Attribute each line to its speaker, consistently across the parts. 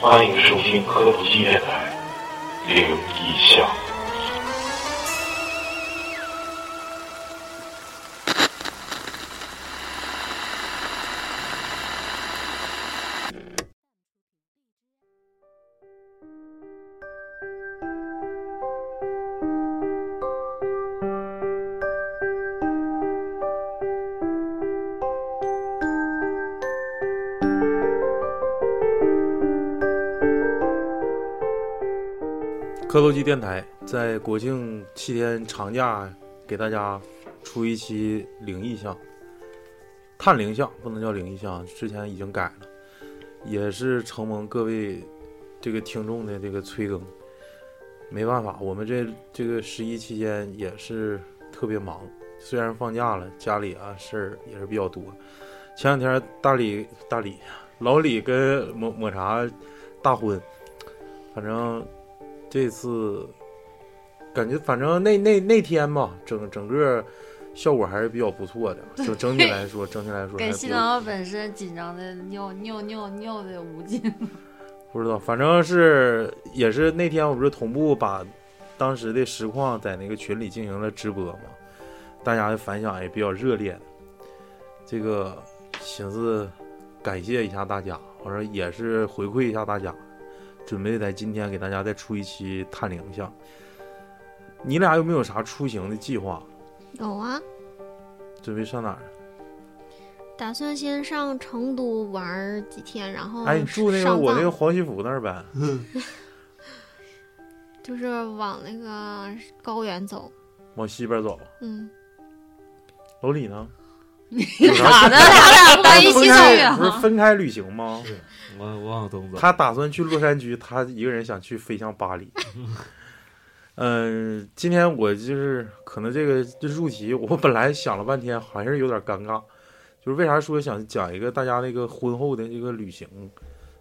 Speaker 1: 欢迎收听科普系电台《灵异巷》。
Speaker 2: 磕头机电台在国庆七天长假给大家出一期灵异项，探灵项不能叫灵异项，之前已经改了，也是承蒙各位这个听众的这个催更，没办法，我们这这个十一期间也是特别忙，虽然放假了，家里啊事儿也是比较多。前两天大李大李老李跟抹抹茶大婚，反正。这次感觉反正那那那天吧，整整个效果还是比较不错的，整整体来说，整体来说还
Speaker 3: 给
Speaker 2: 不
Speaker 3: 新郎本身紧张的尿尿尿尿的无 尽，
Speaker 2: 不知道，反正是也是那天我不是同步把当时的实况在那个群里进行了直播嘛，大家的反响也比较热烈的，这个寻思感谢一下大家，我说也是回馈一下大家，准备在今天给大家再出一期探灵项。你俩有没有啥出行的计划？
Speaker 4: 有啊，
Speaker 2: 准备上哪儿？
Speaker 4: 打算先上成都玩儿几天，然后
Speaker 2: 哎，你住那个
Speaker 4: 嗯上
Speaker 2: 我那
Speaker 4: 藏
Speaker 2: 个黄西府那儿呗？
Speaker 4: 就是往那个高原走。
Speaker 2: 往西边走。
Speaker 4: 嗯，
Speaker 2: 老李呢？
Speaker 3: 你咋的？咱俩 关一
Speaker 2: 分
Speaker 3: 起去
Speaker 2: 开不是
Speaker 3: 啊？
Speaker 2: 分开旅行吗？
Speaker 5: 我我往东走，
Speaker 2: 他打算去洛杉矶，他一个人想去飞向巴黎。嗯，今天我就是可能这个这入题，我本来想了半天，还是有点尴尬。就是为啥说想讲一个大家那个婚后的这个旅行，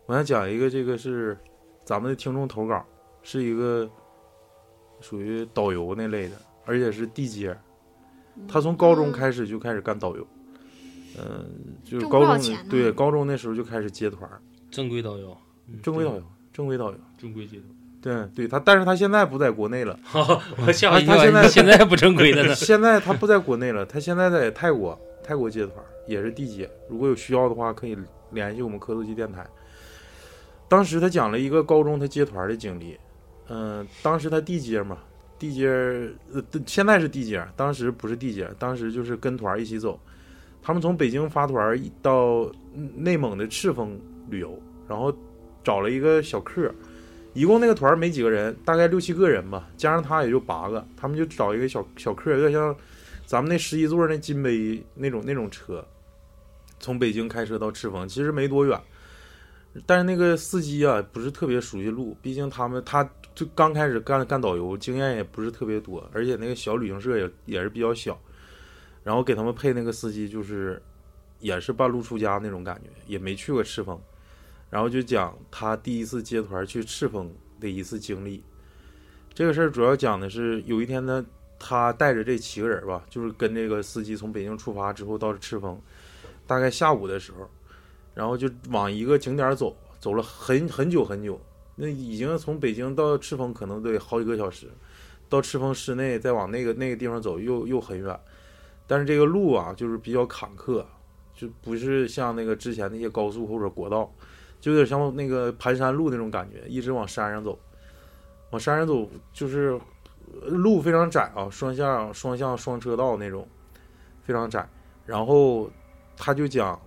Speaker 2: 我想讲一个这个是咱们的听众投稿，是一个属于导游那类的，而且是地接。他从高中开始就开始干导游，嗯、就是
Speaker 4: 挣
Speaker 2: 高啊
Speaker 4: 不少
Speaker 2: 中
Speaker 4: 钱
Speaker 2: 的
Speaker 4: 呢
Speaker 2: 对高中那时候就开始接团儿，
Speaker 6: 正规导游，
Speaker 2: 正规导游，正规导游。
Speaker 6: 正规接
Speaker 2: 对对，他但是他现在不在国内了，
Speaker 6: 头。我吓我一
Speaker 2: 他他
Speaker 6: 跳，
Speaker 2: 现在
Speaker 6: 你哎现在不正 规 的呢。
Speaker 2: 现在他不在国内了，他现在在泰国，泰国接团也是地接。如果有需要的话，可以联系我们科头机电台。当时他讲了一个高中他接团的经历，嗯、当时他地接嘛，地接呃对现在是地接，当时不是地接，当时就是跟团一起走。他们从北京发团一到内蒙的赤峰旅游，然后找了一个小客，一共那个团儿没几个人，大概六七个人吧，加上他也就八个。他们就找一个小小客，有点像咱们那十一座那金杯那种那种车，从北京开车到赤峰，其实没多远。但是那个司机啊，不是特别熟悉路，毕竟他们他就刚开始干干导游，经验也不是特别多，而且那个小旅行社也也是比较小。然后给他们配那个司机，就是也是半路出家那种感觉，也没去过赤峰。然后就讲他第一次接团去赤峰的一次经历。这个事儿主要讲的是，有一天呢，他带着这七个人吧，就是跟这个司机从北京出发之后到赤峰，大概下午的时候，然后就往一个景点走，走了很很久很久，那已经从北京到赤峰可能得好几个小时，到赤峰市内再往那个那个地方走又又很远，但是这个路啊就是比较坎坷，就不是像那个之前那些高速或者国道。就有点像那个盘山路那种感觉，一直往山上走，往山上走就是呃路非常窄啊，双向双向双车道那种，非常窄。然后他就讲，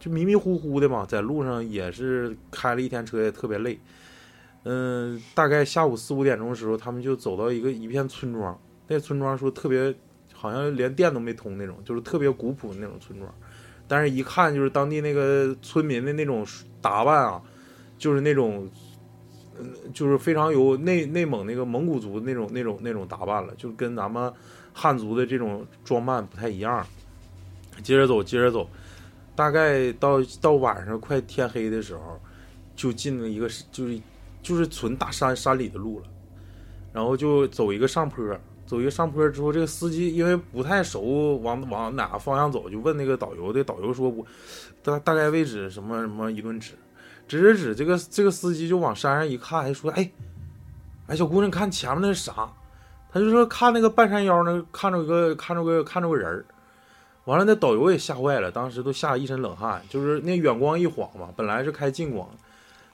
Speaker 2: 就迷迷糊糊的嘛，在路上也是开了一天车，也特别累。嗯，大概下午四五点钟的时候，他们就走到一个一片村庄，那村庄说特别，好像连电都没通那种，就是特别古朴的那种村庄。但是，一看就是当地那个村民的那种打扮啊，就是那种，嗯，就是非常有内内蒙那个蒙古族那种那种那种打扮了，就跟咱们汉族的这种装扮不太一样。接着走，接着走，大概到到晚上快天黑的时候，就进了一个是就是就是纯大山山里的路了，然后就走一个上坡，走一个上坡之后，这个司机因为不太熟往往哪个方向走，就问那个导游，这导游说我大大概位置什么什么一顿指，指指指，这个这个司机就往山上一看，还说：“哎，哎，小姑娘，看前面那是啥？”他就说看那个半山腰呢，看着个看着个看着个人儿。完了，那导游也吓坏了，当时都吓一身冷汗。就是那远光一晃嘛，本来是开近光，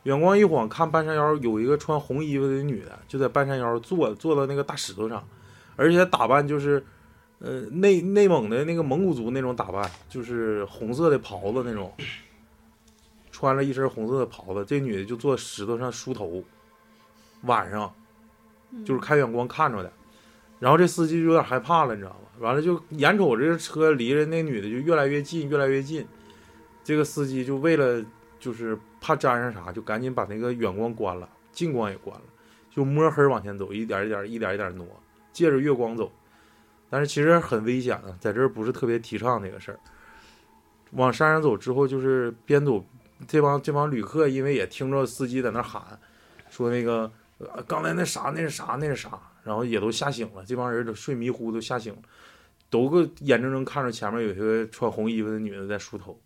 Speaker 2: 远光一晃，看半山腰有一个穿红衣服的女的，就在半山腰坐坐到那个大石头上，而且打扮就是，呃，内内蒙的那个蒙古族那种打扮，就是红色的袍子那种，穿了一身红色的袍子。这女的就坐石头上梳头，晚上就是开远光看着的。然后这司机就有点害怕了，你知道吗？ 完了就眼瞅着车离着那女的就越来越近，越来越近。这个司机就为了就是怕沾上啥，就赶紧把那个远光关了，近光也关了，就摸黑往前走，一点一点、一点一点挪，借着月光走。但是其实很危险的，在这儿不是特别提倡这个事儿。往山上走之后，就是边走，这帮这帮旅客因为也听着司机在那儿喊，说那个呃刚才那啥那是啥那是啥，然后也都吓醒了，这帮人都睡迷糊都吓醒了，都个眼睁睁看着前面有一个穿红衣服的女的在梳头，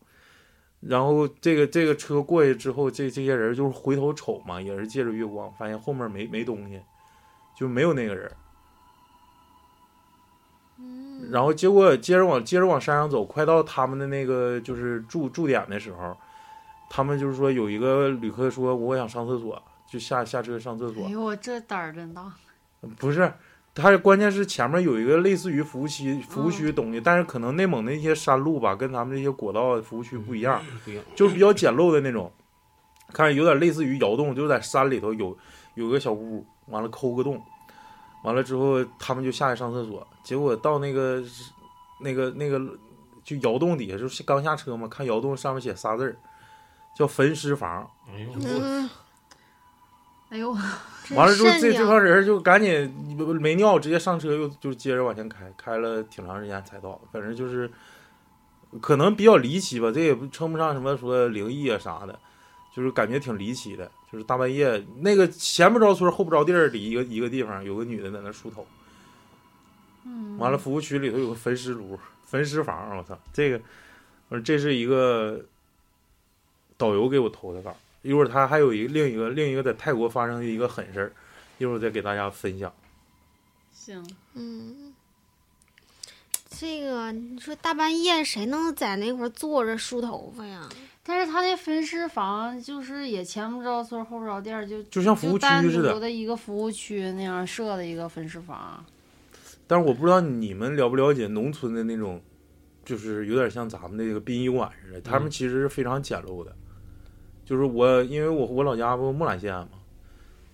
Speaker 2: 然后这个这个车过去之后，这这些人就是回头瞅嘛，也是借着月光发现后面没没东西，就没有那个人，
Speaker 4: 嗯
Speaker 2: 然后结果接着往接着往山上走，快到他们的那个就是驻驻点的时候，他们就是说有一个旅客说我想上厕所，就下下车上厕所
Speaker 3: 哎，呦，我这胆儿真大。
Speaker 2: 不是，它关键是前面有一个类似于服务区服务区的东西，但是可能内蒙那些山路吧，跟咱们这些国道服务区不一样，
Speaker 6: 嗯不一样，
Speaker 2: 就是比较简陋的那种。看有点类似于窑洞，就在山里头有有个小屋，完了抠个洞，完了之后他们就下去上厕所，结果到那个那个那个就窑洞底下，就是刚下车嘛，看窑洞上面写仨字儿叫焚尸房，
Speaker 6: 哎呦，
Speaker 4: 嗯，
Speaker 3: 哎呦，
Speaker 4: 真
Speaker 2: 完了之后，
Speaker 4: 善
Speaker 2: 这这
Speaker 4: 良
Speaker 2: 帮人就赶紧没尿，直接上车又就接着往前开，开了挺长时间才到。反正就是可能比较离奇吧，这也不称不上什么说灵异啊啥的，就是感觉挺离奇的。就是大半夜那个前不着村后不着地儿的一个一个地方，有个女的在那梳头。
Speaker 3: 嗯，
Speaker 2: 完了，，服务区里头有个焚尸炉、焚尸房，我操，这个，我说这是一个导游给我投的稿。一会儿他还有一个另一个另一个在泰国发生的一个狠事儿，一会儿我再给大家分享。
Speaker 3: 行，
Speaker 4: 嗯，这个你说大半夜谁能在那块儿坐着梳头发呀？
Speaker 3: 但是他那分尸房就是也前不着村后不着店儿，就
Speaker 2: 就像服
Speaker 3: 就
Speaker 2: 务区
Speaker 3: 单
Speaker 2: 似
Speaker 3: 独
Speaker 2: 的，
Speaker 3: 的一个服务区那样设的一个分尸房。
Speaker 2: 但是我不知道你们了不了解农村的那种，就是有点像咱们那个殡仪馆似的，他们其实是非常简陋的。就是我，因为我我老家不木兰县嘛，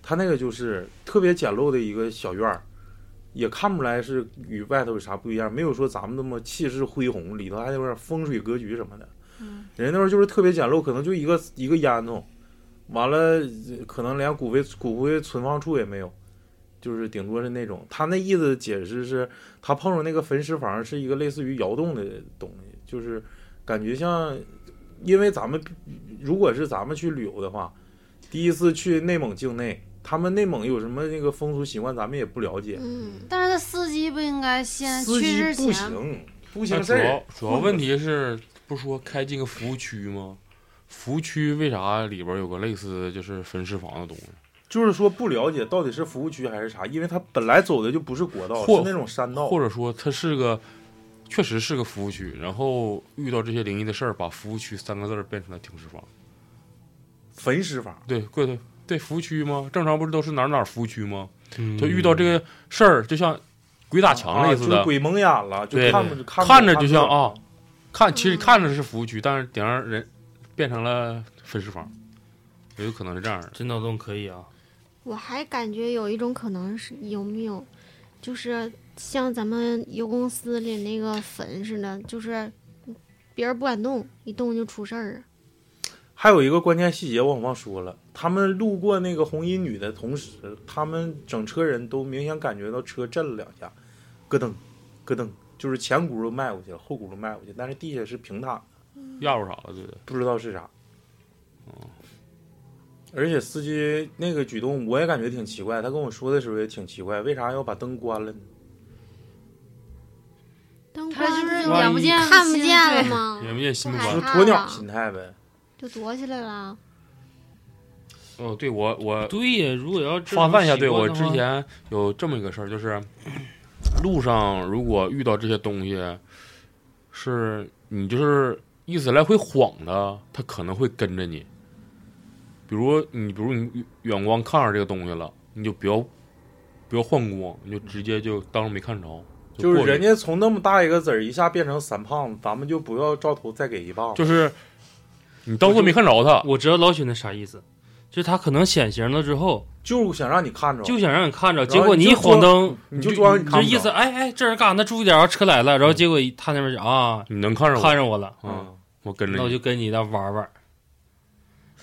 Speaker 2: 他那个就是特别简陋的一个小院儿，也看不出来是与外头有啥不一样，没有说咱们那么气势恢宏，里头还有点风水格局什么的。
Speaker 3: 嗯，
Speaker 2: 人那边就是特别简陋，可能就一个一个烟囱，完了呃可能连骨灰骨灰存放处也没有，就是顶多是那种。他那意思解释是，他碰上那个焚尸房是一个类似于窑洞的东西，就是感觉像，因为咱们如果是咱们去旅游的话，第一次去内蒙境内，他们内蒙有什么那个风俗习惯，咱们也不了解。
Speaker 4: 嗯，
Speaker 3: 但是他司机不应该先
Speaker 2: 司
Speaker 3: 去
Speaker 2: 机
Speaker 3: 之
Speaker 2: 不
Speaker 3: 前，
Speaker 2: 行，不
Speaker 5: 那
Speaker 2: 行事
Speaker 5: 主
Speaker 2: 儿
Speaker 5: 要。主要问题是，不是说开进个服务区吗？服务区为啥里边有个类似就是分尸房的东西？
Speaker 2: 就是说不了解到底是服务区还是啥，因为他本来走的就不是国道，
Speaker 5: 或
Speaker 2: 是那种山道。
Speaker 5: 或者说它是个，确实是个服务区，然后遇到这些灵异的事儿，把服务区三个字儿变成了停尸房。
Speaker 2: 焚尸法，
Speaker 5: 对，对对对，服务区吗？正常不是都是哪儿哪儿服务区吗？
Speaker 6: 嗯
Speaker 5: 就遇到这个事儿，就像鬼打墙类似
Speaker 2: 啊就
Speaker 5: 的，
Speaker 2: 是鬼蒙眼了，就
Speaker 5: 对
Speaker 2: 看不看不
Speaker 5: 看着就
Speaker 2: 不
Speaker 5: 像
Speaker 2: 到
Speaker 5: 啊，看其实
Speaker 4: 嗯
Speaker 5: 看着是服务区，但是顶上人变成了分尸房，也有可能是这样的。
Speaker 6: 这脑洞可以啊，
Speaker 4: 我还感觉有一种可能是有没有，就是像咱们油公司里那个坟似的，就是别人不敢动，一动就出事儿。啊
Speaker 2: 还有一个关键细节我忘说了，他们路过那个红衣女的同时，他们整车人都明显感觉到车震了两下，咯噔，咯噔，就是前轱辘迈过去了，后轱辘迈过去，但是地下是平坦的，
Speaker 5: 压住啥了？对对，
Speaker 2: 不知道是啥。而且司机那个举动我也感觉挺奇怪，他跟我说的时候也挺奇怪，为啥要把灯关了呢？
Speaker 4: 灯
Speaker 3: 他
Speaker 4: 光
Speaker 3: 就是
Speaker 5: 万
Speaker 3: 眼
Speaker 5: 一
Speaker 3: 不见
Speaker 4: 看不
Speaker 3: 心
Speaker 4: 见了
Speaker 3: 对
Speaker 4: 吗？
Speaker 2: 嗯
Speaker 5: 眼不见心不
Speaker 4: 哎
Speaker 5: 烦
Speaker 2: 就
Speaker 4: 这。
Speaker 2: 是
Speaker 4: 呀
Speaker 2: 鸵鸟心态呗。
Speaker 4: 就躲起来了。
Speaker 5: 哦，对我我
Speaker 6: 对呀，如果要这
Speaker 5: 发
Speaker 6: 种
Speaker 5: 散一下，
Speaker 6: 习
Speaker 5: 对
Speaker 6: 惯
Speaker 5: 我
Speaker 6: 的
Speaker 5: 之
Speaker 6: 话
Speaker 5: 前有这么一个事儿，就是 路上如果遇到这些东西，是你就是意思来回晃的，它可能会跟着你。比如你，比如你远光看上这个东西了，你就不要不要换光，你就直接就当没看着。
Speaker 2: 就是
Speaker 5: 过去
Speaker 2: 人家从那么大一个籽儿一下变成三胖子，咱们就不要照头再给一棒子。
Speaker 5: 就是你当做没看着它，
Speaker 6: 我知道老许那啥意思，就是他可能显形了之后，
Speaker 2: 就是想让你看着，
Speaker 6: 就想让你看着，
Speaker 2: 然后
Speaker 6: 结果
Speaker 2: 你
Speaker 6: 一
Speaker 2: 就装
Speaker 6: 晃灯，
Speaker 2: 你
Speaker 5: 就
Speaker 2: 就装你看
Speaker 6: 就
Speaker 2: 不
Speaker 6: 意
Speaker 2: 着
Speaker 6: 思，哎哎，这人干啥呢？注意点啊，车来了。然后结果一他那边就啊，
Speaker 5: 你能嗯看着我，
Speaker 6: 看上我了，
Speaker 5: 嗯，我跟着
Speaker 6: 那我
Speaker 5: 你。
Speaker 6: 就跟你那玩玩。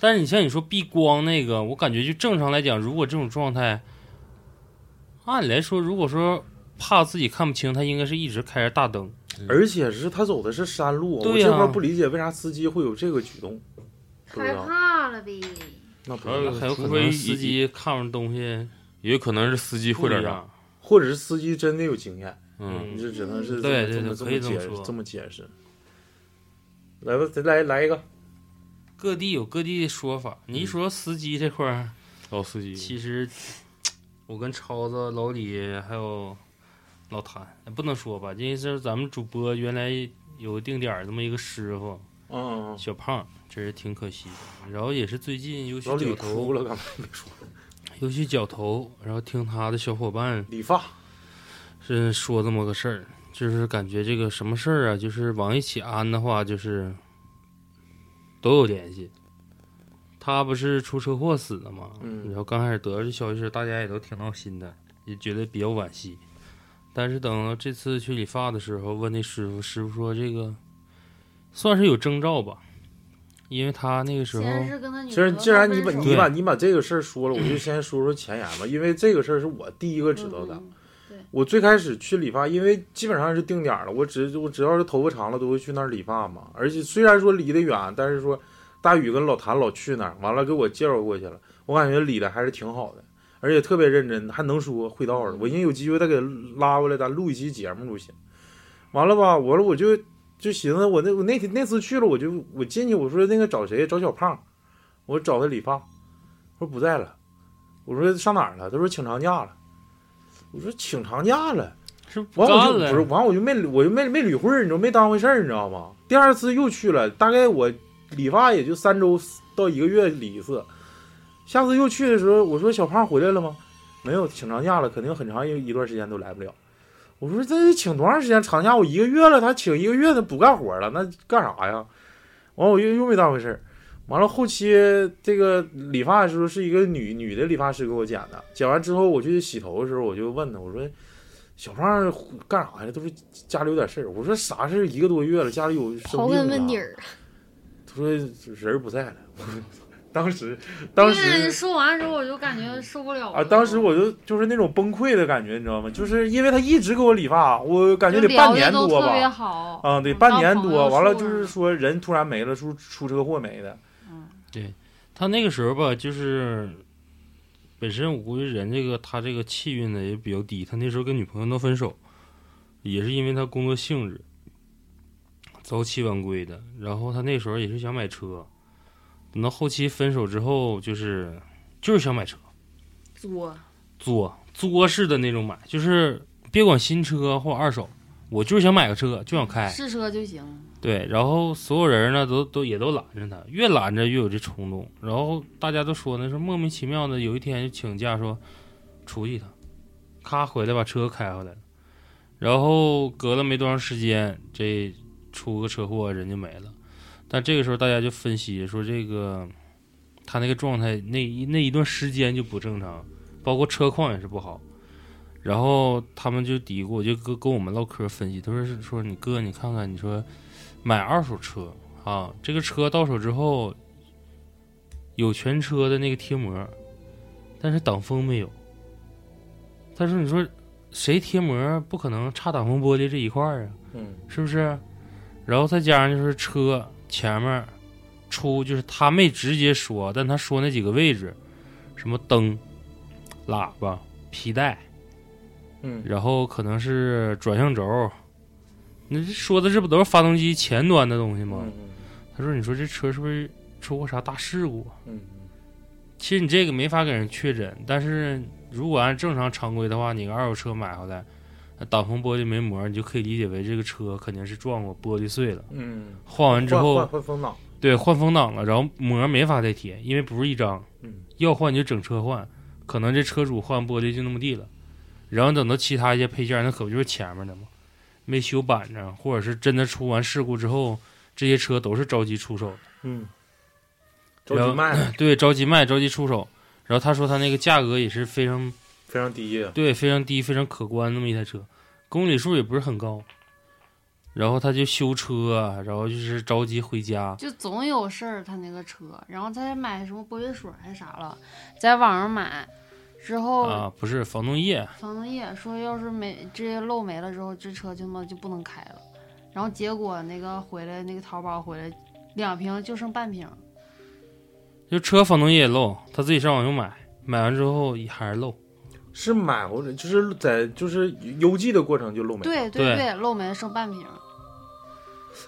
Speaker 6: 但是你像你说避光那个，我感觉就正常来讲，如果这种状态，按理来说，如果说怕自己看不清，他应该是一直开着大灯。
Speaker 2: 而且是他走的是山路，我
Speaker 6: 对呀
Speaker 2: 这块儿不理解为啥司机会有这个举动，不知
Speaker 3: 害
Speaker 2: 道
Speaker 3: 怕了呗。
Speaker 2: 那不啊
Speaker 5: 呃
Speaker 2: 知道，
Speaker 6: 很有可
Speaker 5: 除非
Speaker 6: 能司机看上东西
Speaker 5: 也有可能是司机
Speaker 6: 不
Speaker 5: 会点
Speaker 6: 一
Speaker 5: 啥，
Speaker 6: 样，
Speaker 2: 或者是司机真的有经验，
Speaker 5: 嗯，
Speaker 2: 你这只能是
Speaker 6: 对
Speaker 2: 这么
Speaker 6: 对对可以
Speaker 2: 这么
Speaker 6: 这么
Speaker 2: 解释
Speaker 6: 说
Speaker 2: 这么解释。来吧，再来来一个，
Speaker 6: 各地有各地的说法。
Speaker 5: 嗯
Speaker 6: 你一说司机这块儿，
Speaker 5: 老司机。
Speaker 6: 其实我跟超子、老李还有老谭，不能说吧，因为这是咱们主播原来有定点儿这么一个师傅
Speaker 2: 嗯，嗯
Speaker 6: 小胖，真是挺可惜的。然后也是最近，尤
Speaker 2: 嗯
Speaker 6: 其
Speaker 2: 老李
Speaker 6: 脚
Speaker 2: 哭
Speaker 6: 头，
Speaker 2: 了，刚才没说
Speaker 6: 尤其脚头，然后听他的小伙伴
Speaker 2: 理发，
Speaker 6: 是说这么个事儿，就是感觉这个什么事儿啊，就是往一起安的话，就是都有联系。他不是出车祸死的吗？
Speaker 2: 嗯
Speaker 6: 然后刚开始得到这消息时，大家也都挺闹心的，也觉得比较惋惜。但是等到这次去理发的时候，问那师傅，师傅说这个算是有征兆吧，因为他那个时候
Speaker 3: 先是跟他女
Speaker 2: 其
Speaker 3: 朋友
Speaker 2: 实哦既然你把
Speaker 3: 分手
Speaker 2: 你
Speaker 6: 对
Speaker 2: 把你把这个事儿说了，我就先说说前言吧，因为这个事儿是我第一个知道的。
Speaker 3: 嗯
Speaker 2: 我最开始去理发，因为基本上是定点儿了，我只我只要是头发长了都会去那儿理发嘛。而且虽然说离得远，但是说大宇跟老谭老去那儿，完了给我介绍过去了，我感觉理的还是挺好的，而且特别认真，还能说会道的。我寻思有机会再给拉回来，咱录一期节目都行。完了吧，完了我就就寻思我那我那天那次去了，我就我进去我说那个找谁找小胖，我找他理发，他说不在了，我说上哪儿了？他说请长假了。我说请长假了，
Speaker 6: 是不
Speaker 2: 完我就
Speaker 6: 干
Speaker 2: 不
Speaker 6: 了，
Speaker 2: 是完我就没我就没没理会儿，你知道没当回事儿，你知道吗？第二次又去了，大概我理发也就三周到一个月理一次。下次又去的时候，我说小胖回来了吗？没有，请长假了，肯定很长一一段时间都来不了。我说这请多长时间长假？我一个月了，他请一个月，他不干活了，那干啥呀？完我又又没当回事儿。完了后期这个理发的时候是一个女女的理发师给我剪的，剪完之后我去洗头的时候我就问她，我说小胖干啥呀？他说家里有点事儿。我说啥事儿？一个多月了，家里有生
Speaker 4: 刨
Speaker 2: 病
Speaker 4: 根
Speaker 2: 了。
Speaker 4: 问底儿，
Speaker 2: 他说人儿不在了。 我说当时
Speaker 3: 对
Speaker 2: 当时
Speaker 3: 你说完之后我就感觉受不了了
Speaker 2: 啊，当时我就就是那种崩溃的感觉，你知道吗？就是因为他一直给我理发，我感觉得
Speaker 3: 就聊
Speaker 2: 半年
Speaker 3: 都
Speaker 2: 多
Speaker 3: 特别
Speaker 2: 吧，
Speaker 3: 好，
Speaker 2: 啊，得
Speaker 3: 嗯
Speaker 2: 半年多。完了
Speaker 3: 当朋友
Speaker 2: 就是说人突然没了，出出车祸没的。
Speaker 3: 嗯
Speaker 6: 他那个时候吧，就是本身我估计人这个他这个气运呢也比较低，他那时候跟女朋友闹分手，也是因为他工作性质早起晚归的，然后他那时候也是想买车，等到后期分手之后，就是就是想买车，
Speaker 3: 作
Speaker 6: 作作式的那种买，就是别管新车或二手，我就是想买个车，就想开，
Speaker 3: 试车就行，
Speaker 6: 对，然后所有人呢都都也都拦着他，越拦着越有这冲动。然后大家都说呢，说莫名其妙的有一天就请假说出去一趟，咔回来把车开回来了。然后隔了没多长时间，这出个车祸人就没了。但这个时候大家就分析说，这个他那个状态那一那一段时间就不正常，包括车况也是不好。然后他们就嘀咕，就跟跟我们唠嗑分析，他说是说你哥，你看看，你说买二手车啊，这个车到手之后有全车的那个贴膜，但是挡风没有。但是你说谁贴膜不可能差挡风玻璃这一块儿啊？
Speaker 2: 嗯，
Speaker 6: 是不是？然后再加上就是车前面出，就是他没直接说，但他说那几个位置，什么灯、喇叭、皮带，
Speaker 2: 嗯
Speaker 6: 然后可能是转向轴，那这说的这不都是发动机前端的东西吗？
Speaker 2: 嗯
Speaker 6: 他说：“你说这车是不是出过啥大事故啊？
Speaker 2: 嗯
Speaker 6: 其实你这个没法给人确诊，但是如果按正常常规的话，你个二手车买回来，那挡风玻璃没膜，你就可以理解为这个车肯定是撞过，玻璃碎了。
Speaker 2: 嗯，
Speaker 6: 换完之
Speaker 2: 换
Speaker 6: 后，
Speaker 2: 换换风挡，
Speaker 6: 对，换风挡了，然后膜没法再贴，因为不是一张，
Speaker 2: 嗯
Speaker 6: 要换你就整车换，可能这车主换玻璃就那么地了，然后等到其他一些配件，那可不就是前面的吗？没修板正，或者是真的出完事故之后，这些车都是着急出手，
Speaker 2: 嗯，着急卖了，
Speaker 6: 对，着急卖，着急出手。然后他说他那个价格也是非常
Speaker 2: 非常低呀，
Speaker 6: 对，非常低，非常可观那么一台车，公里数也不是很高。然后他就修车啊，然后就是着急回家，
Speaker 3: 就总有事儿，他那个车，然后他还买什么玻璃水儿还是啥了，在网上买，之后
Speaker 6: 啊，不是防冻液，
Speaker 3: 房东也说，要是没这些漏没了之后，这车就他妈就不能开了。然后结果那个回来那个淘宝回来，两瓶就剩半瓶，
Speaker 6: 就车防冻液也漏，他自己上网又买，买完之后也还是漏。
Speaker 2: 是买回来就是在就是邮寄的过程就漏没了，
Speaker 3: 对
Speaker 6: 对
Speaker 3: 对对，漏没了剩半瓶。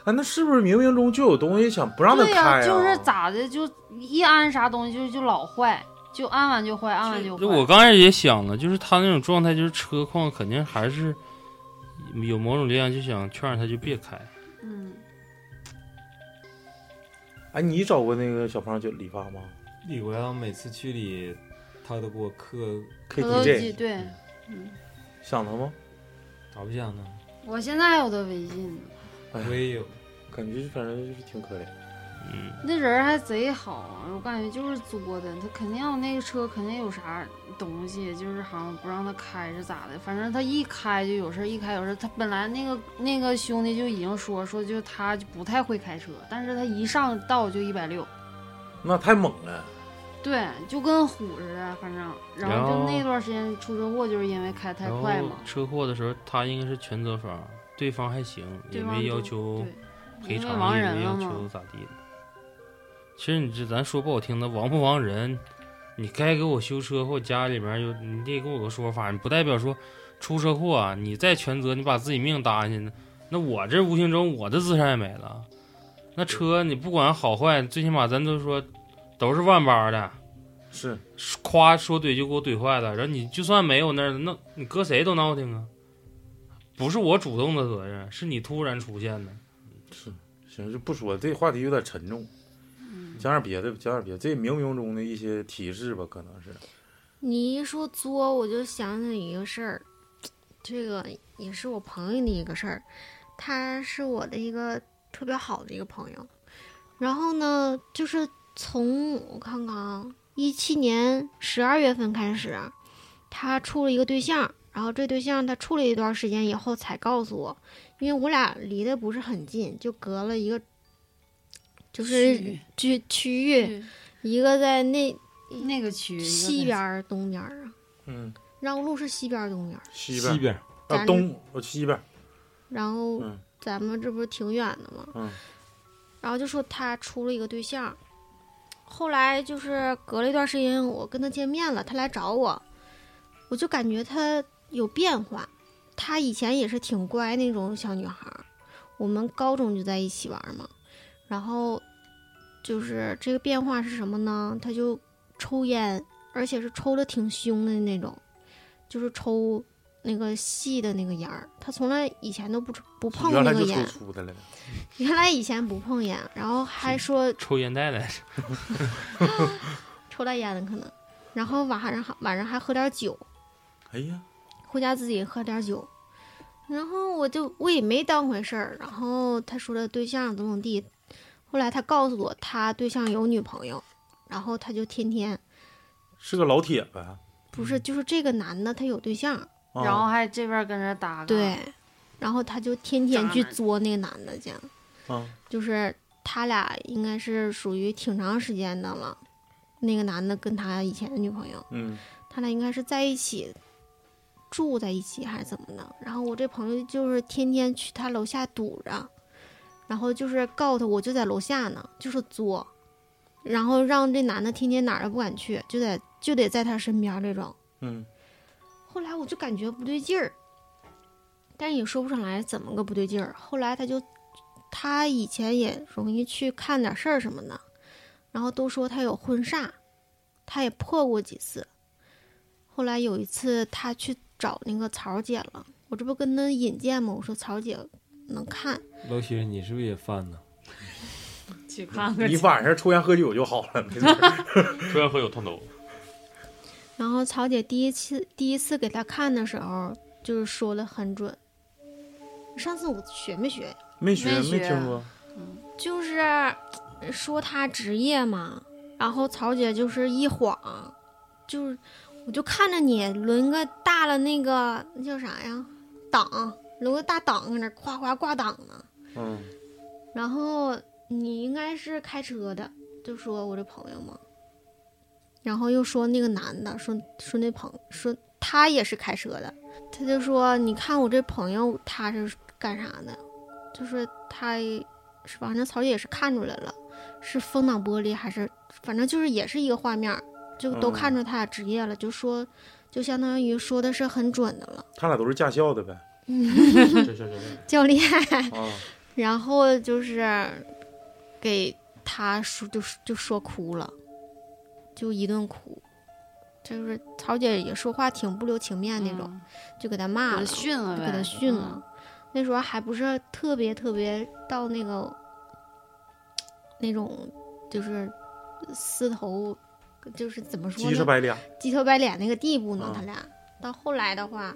Speaker 2: 啊，那是不是冥冥中就有东西想不让他
Speaker 3: 对
Speaker 2: 开啊
Speaker 3: 就是咋的，就一安啥东西就就老坏，就安完就坏，安完就坏。
Speaker 6: 就我刚开始也想了，就是他那种状态，就是车况肯定还是有某种力量，就想劝着他就别开。
Speaker 3: 嗯，
Speaker 2: 哎，你找过那个小胖去理发吗
Speaker 7: 李国阳每次去理，他都给我刻，
Speaker 2: 呃
Speaker 3: 可乐鸡
Speaker 2: ？KTJ
Speaker 3: 对，
Speaker 2: 想他吗？
Speaker 7: 咋不想呢？
Speaker 3: 我现在还有的违禁呢，
Speaker 2: 哎呀
Speaker 7: 我也有，
Speaker 2: 感觉反正就是挺可怜。
Speaker 3: 那人儿还贼好，我感觉就是作的，他肯定要那个车肯定有啥东西，就是好像不让他开是咋的，反正他一开就有事儿，一开有事儿。他本来那个那个兄弟就已经说说，就他就不太会开车，但是他一上道就一百六。
Speaker 2: 那太猛了，
Speaker 3: 对，就跟虎似的，反正，然后
Speaker 6: 然后
Speaker 3: 就那段时间出车祸，就是因为开太
Speaker 6: 然后
Speaker 3: 快嘛，
Speaker 6: 车祸的时候，他应该是全责方，对方还行，也
Speaker 3: 对方
Speaker 6: 没要
Speaker 3: 就
Speaker 6: 求
Speaker 3: 对，
Speaker 6: 赔
Speaker 3: 因为
Speaker 6: 偿，
Speaker 3: 亡
Speaker 6: 也
Speaker 3: 人
Speaker 6: 没
Speaker 3: 了
Speaker 6: 要
Speaker 3: 嘛
Speaker 6: 求，咋地的。其实你这咱说不好听的，亡不亡人，你该给我修车或家里面有，你得给我个说法。你不代表说出车祸、啊、你再全责，你把自己命搭下去呢，那我这无形中我的资产也没了。那车你不管好坏，最起码咱都说都是万八的，
Speaker 2: 是
Speaker 6: 夸说怼就给我怼坏了，然后你就算没有那儿的，那你搁谁都闹挺啊。不是我主动的责任，是你突然出现的。
Speaker 2: 是，行，就不说这话题有点沉重，
Speaker 4: 嗯
Speaker 2: 讲点别的，讲点别的，这冥冥中的一些提示吧，可能是。
Speaker 4: 你一说作，我就想起一个事儿，这个也是我朋友的一个事儿，他是我的一个特别好的一个朋友，然后呢，就是从我看看啊，一七年十二月份开始，啊他处了一个对象，然后这对象他处了一段时间以后才告诉我，因为我俩离得不是很近，就隔了一个，就是
Speaker 3: 区
Speaker 4: 区区域，
Speaker 3: 对
Speaker 4: 一个在那
Speaker 3: 那个区一个
Speaker 4: 西
Speaker 3: 在
Speaker 4: 边儿东边儿啊。
Speaker 2: 嗯，
Speaker 4: 让路是西边儿东边儿，
Speaker 2: 西边
Speaker 7: 西
Speaker 2: 儿
Speaker 7: 边儿
Speaker 2: 啊，
Speaker 4: 咱
Speaker 2: 东哦西边儿，
Speaker 4: 然后
Speaker 2: 嗯
Speaker 4: 咱们这不是挺远的吗？
Speaker 2: 嗯
Speaker 4: 然后就说他处了一个对象，后来就是隔了一段时间，我跟他见面了，他来找我，我就感觉他有变化。他以前也是挺乖那种小女孩儿，我们高中就在一起玩儿嘛。然后就是这个变化是什么呢？他就抽烟，而且是抽的挺凶的那种，就是抽那个细的那个烟儿。他从来以前都不抽不碰
Speaker 2: 原
Speaker 4: 那
Speaker 2: 来
Speaker 4: 个
Speaker 2: 就
Speaker 4: 烟
Speaker 2: 抽，粗的了。
Speaker 4: 原来以前不碰烟，然后还说
Speaker 6: 抽烟袋来着，
Speaker 4: 抽大烟的可能，然后晚上还晚上还喝点酒，
Speaker 2: 哎呀，
Speaker 4: 回家自己喝点酒，然后我就我也没当回事儿，然后他说的对象怎么怎么地，后来他告诉我他对象有女朋友，然后他就天天
Speaker 2: 是个老铁呗。
Speaker 4: 不是就是这个男的他有对象，
Speaker 2: 啊
Speaker 3: 然后还这边跟着搭个，
Speaker 4: 嗯对，然后他就天天
Speaker 3: 渣
Speaker 4: 去
Speaker 3: 男
Speaker 4: 作那个男的去，
Speaker 2: 啊，
Speaker 4: 就是他俩应该是属于挺长时间的了，那个男的跟他以前的女朋友。
Speaker 2: 嗯，
Speaker 4: 他俩应该是在一起住在一起还是怎么的。然后我这朋友就是天天去他楼下堵着，然后就是告他我就在楼下呢，就是作，然后让这男的天天哪儿都不敢去，就得就得在他身边儿这种。
Speaker 2: 嗯，
Speaker 4: 后来我就感觉不对劲儿，但也说不上来怎么个不对劲儿。后来他就，他以前也容易去看点事儿什么的，然后都说他有婚煞，他也破过几次。后来有一次他去找那个曹姐了，我这不跟他引荐吗？我说曹姐能看，
Speaker 7: 老许，你是不是也犯了？
Speaker 3: 去看
Speaker 4: 嗯
Speaker 3: 看
Speaker 2: 你
Speaker 3: 去。
Speaker 2: 晚上抽烟喝酒就好了，没事儿。
Speaker 5: 抽烟喝酒烫头，
Speaker 4: 然后曹姐第一次第一次给他看的时候，就是说的很准。上次我学没学？
Speaker 2: 没学，
Speaker 3: 没学
Speaker 2: 没听过。
Speaker 4: 就是呃说他职业嘛，然后曹姐就是一晃，就是我就看着你抡个大了那个那叫啥呀档，抡个大档搁那夸夸挂档呢。
Speaker 2: 嗯，
Speaker 4: 然后你应该是开车的，就说我这朋友嘛，然后又说那个男的，说说那朋说他也是开车的，他就说你看我这朋友他是干啥的，就是他是吧？反正曹姐也是看出来了，是风挡玻璃还是反正就是也是一个画面儿，就都
Speaker 2: 嗯
Speaker 4: 看出他俩职业了，就说就相当于说的是很准的了，
Speaker 2: 他俩都是驾校的呗。
Speaker 5: 是是是，
Speaker 4: 教练。
Speaker 2: 啊，
Speaker 4: 然后就是给他说，就就说哭了，就一顿哭，就是曹姐也说话挺不留情面那种，
Speaker 3: 嗯
Speaker 4: 就给他
Speaker 3: 给
Speaker 4: 骂
Speaker 3: 他
Speaker 4: 了，
Speaker 3: 训了
Speaker 4: 就
Speaker 3: 呗，
Speaker 4: 给他训
Speaker 3: 嗯
Speaker 4: 了。。那时候还不是特别特别到那个那种就是撕头，就是怎么说
Speaker 2: 急赤
Speaker 4: 呢，
Speaker 2: 白脸。
Speaker 4: 鸡头白脸那个地步呢
Speaker 2: 啊。
Speaker 4: 他俩到后来的话，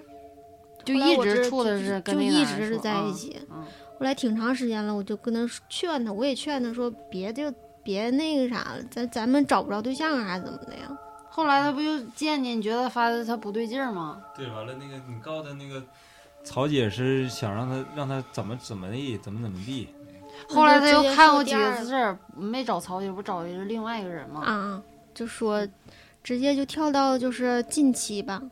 Speaker 3: 就
Speaker 4: 后来
Speaker 3: 一
Speaker 4: 我
Speaker 3: 直
Speaker 4: 这
Speaker 3: 处的
Speaker 4: 就是
Speaker 3: 跟
Speaker 4: 就
Speaker 3: 那
Speaker 4: 一
Speaker 3: 男说
Speaker 4: 直是在一
Speaker 3: 嗯
Speaker 4: 起。
Speaker 3: 嗯
Speaker 4: 后来挺长时间了，我就跟他说劝他，我也劝他说别就别那个啥了，咱咱们找不着对象啊还是怎么的呀？
Speaker 3: 后来他不就见你，你觉得发的他不对劲儿吗？
Speaker 7: 对，完了那个你告诉他那个曹姐是想让他让他怎么怎么地，怎么怎么地，
Speaker 3: 后来他又看过几
Speaker 4: 我就
Speaker 3: 个
Speaker 4: 直接说第
Speaker 3: 字儿，没找曹姐，不找的是另外一个人吗？
Speaker 4: 啊，就说直接就跳到就是近期吧。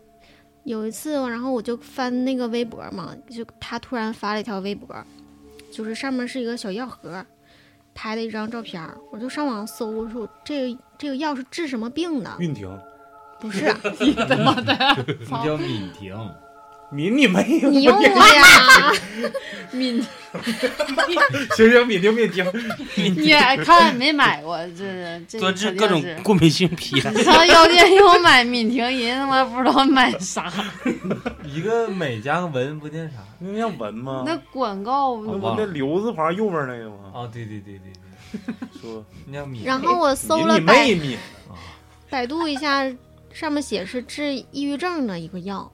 Speaker 4: 有一次，然后我就翻那个微博嘛，就他突然发了一条微博，就是上面是一个小药盒，拍的一张照片儿，我就上网搜，我说这个这个药是治什么 病的？
Speaker 2: 运婷，
Speaker 4: 不是，啊
Speaker 7: 你叫敏婷，
Speaker 2: 敏你妹！
Speaker 4: 你用过呀？
Speaker 3: 敏，
Speaker 2: 行行，敏婷敏婷，
Speaker 3: 你还看没买过，这是这
Speaker 6: 专治
Speaker 3: 治
Speaker 6: 各种过敏性皮炎。
Speaker 3: 上药店给我买敏婷银，他妈不知道买啥。
Speaker 7: 一个美加个文不念啥
Speaker 2: 那叫文吗？
Speaker 3: 那广告
Speaker 2: 那
Speaker 7: 好
Speaker 2: 不
Speaker 7: 吧
Speaker 2: 那刘字旁右边那个吗？
Speaker 7: 啊？对对对对对，
Speaker 2: 说
Speaker 7: 那叫敏。
Speaker 4: 然后我搜
Speaker 2: 敏
Speaker 4: 了
Speaker 2: 你
Speaker 4: 百
Speaker 2: 妹敏，
Speaker 4: 百度一下，上面写是治抑郁症的一个药。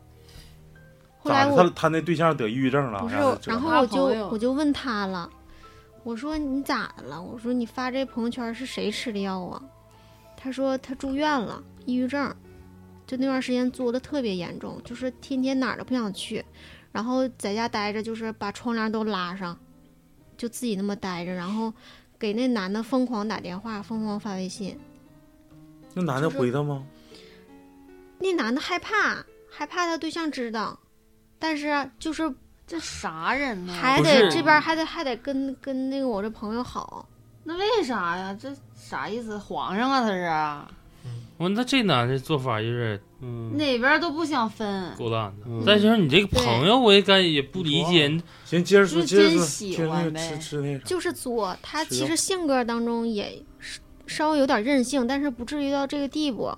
Speaker 4: 后
Speaker 2: 咋
Speaker 4: 来
Speaker 2: 的？他
Speaker 4: 我
Speaker 2: 他那对象得抑郁症了，
Speaker 4: 不是
Speaker 2: 让他，折
Speaker 4: 然
Speaker 2: 腾
Speaker 4: 后
Speaker 3: 他
Speaker 4: 我
Speaker 3: 朋友
Speaker 4: 就我就问他了，我说你咋的了？我说你发这朋友圈是谁吃的药啊？他说他住院了，抑郁症，就那段时间作的特别严重，就是天天哪儿都不想去，然后在家待着，就是把窗帘都拉上，就自己那么待着，然后给那男的疯狂打电话，疯狂发微信。
Speaker 2: 那男的回他吗？
Speaker 4: 那男的害怕，害怕他对象知道，但是就是
Speaker 3: 这啥人呢？
Speaker 4: 还
Speaker 5: 不
Speaker 4: 得
Speaker 5: 是
Speaker 4: 这边还得还得跟跟那个我这朋友好，
Speaker 3: 那为啥呀？这啥意思？皇上啊，他是
Speaker 6: 我那这男的做法就是，嗯，
Speaker 3: 哪边都不想分，
Speaker 6: 够烂的
Speaker 5: 嗯。
Speaker 6: 再就是你这个朋友，我也感也不理解，你
Speaker 2: 行，接着说，
Speaker 3: 就
Speaker 2: 接着
Speaker 3: 真
Speaker 2: 说，
Speaker 3: 喜
Speaker 2: 接着那
Speaker 3: 欢
Speaker 2: 个
Speaker 3: 呗
Speaker 2: 吃吃那个，
Speaker 4: 就是作。他
Speaker 2: 是
Speaker 4: 其实性格当中也是稍微有点任性，但是不至于到这个地步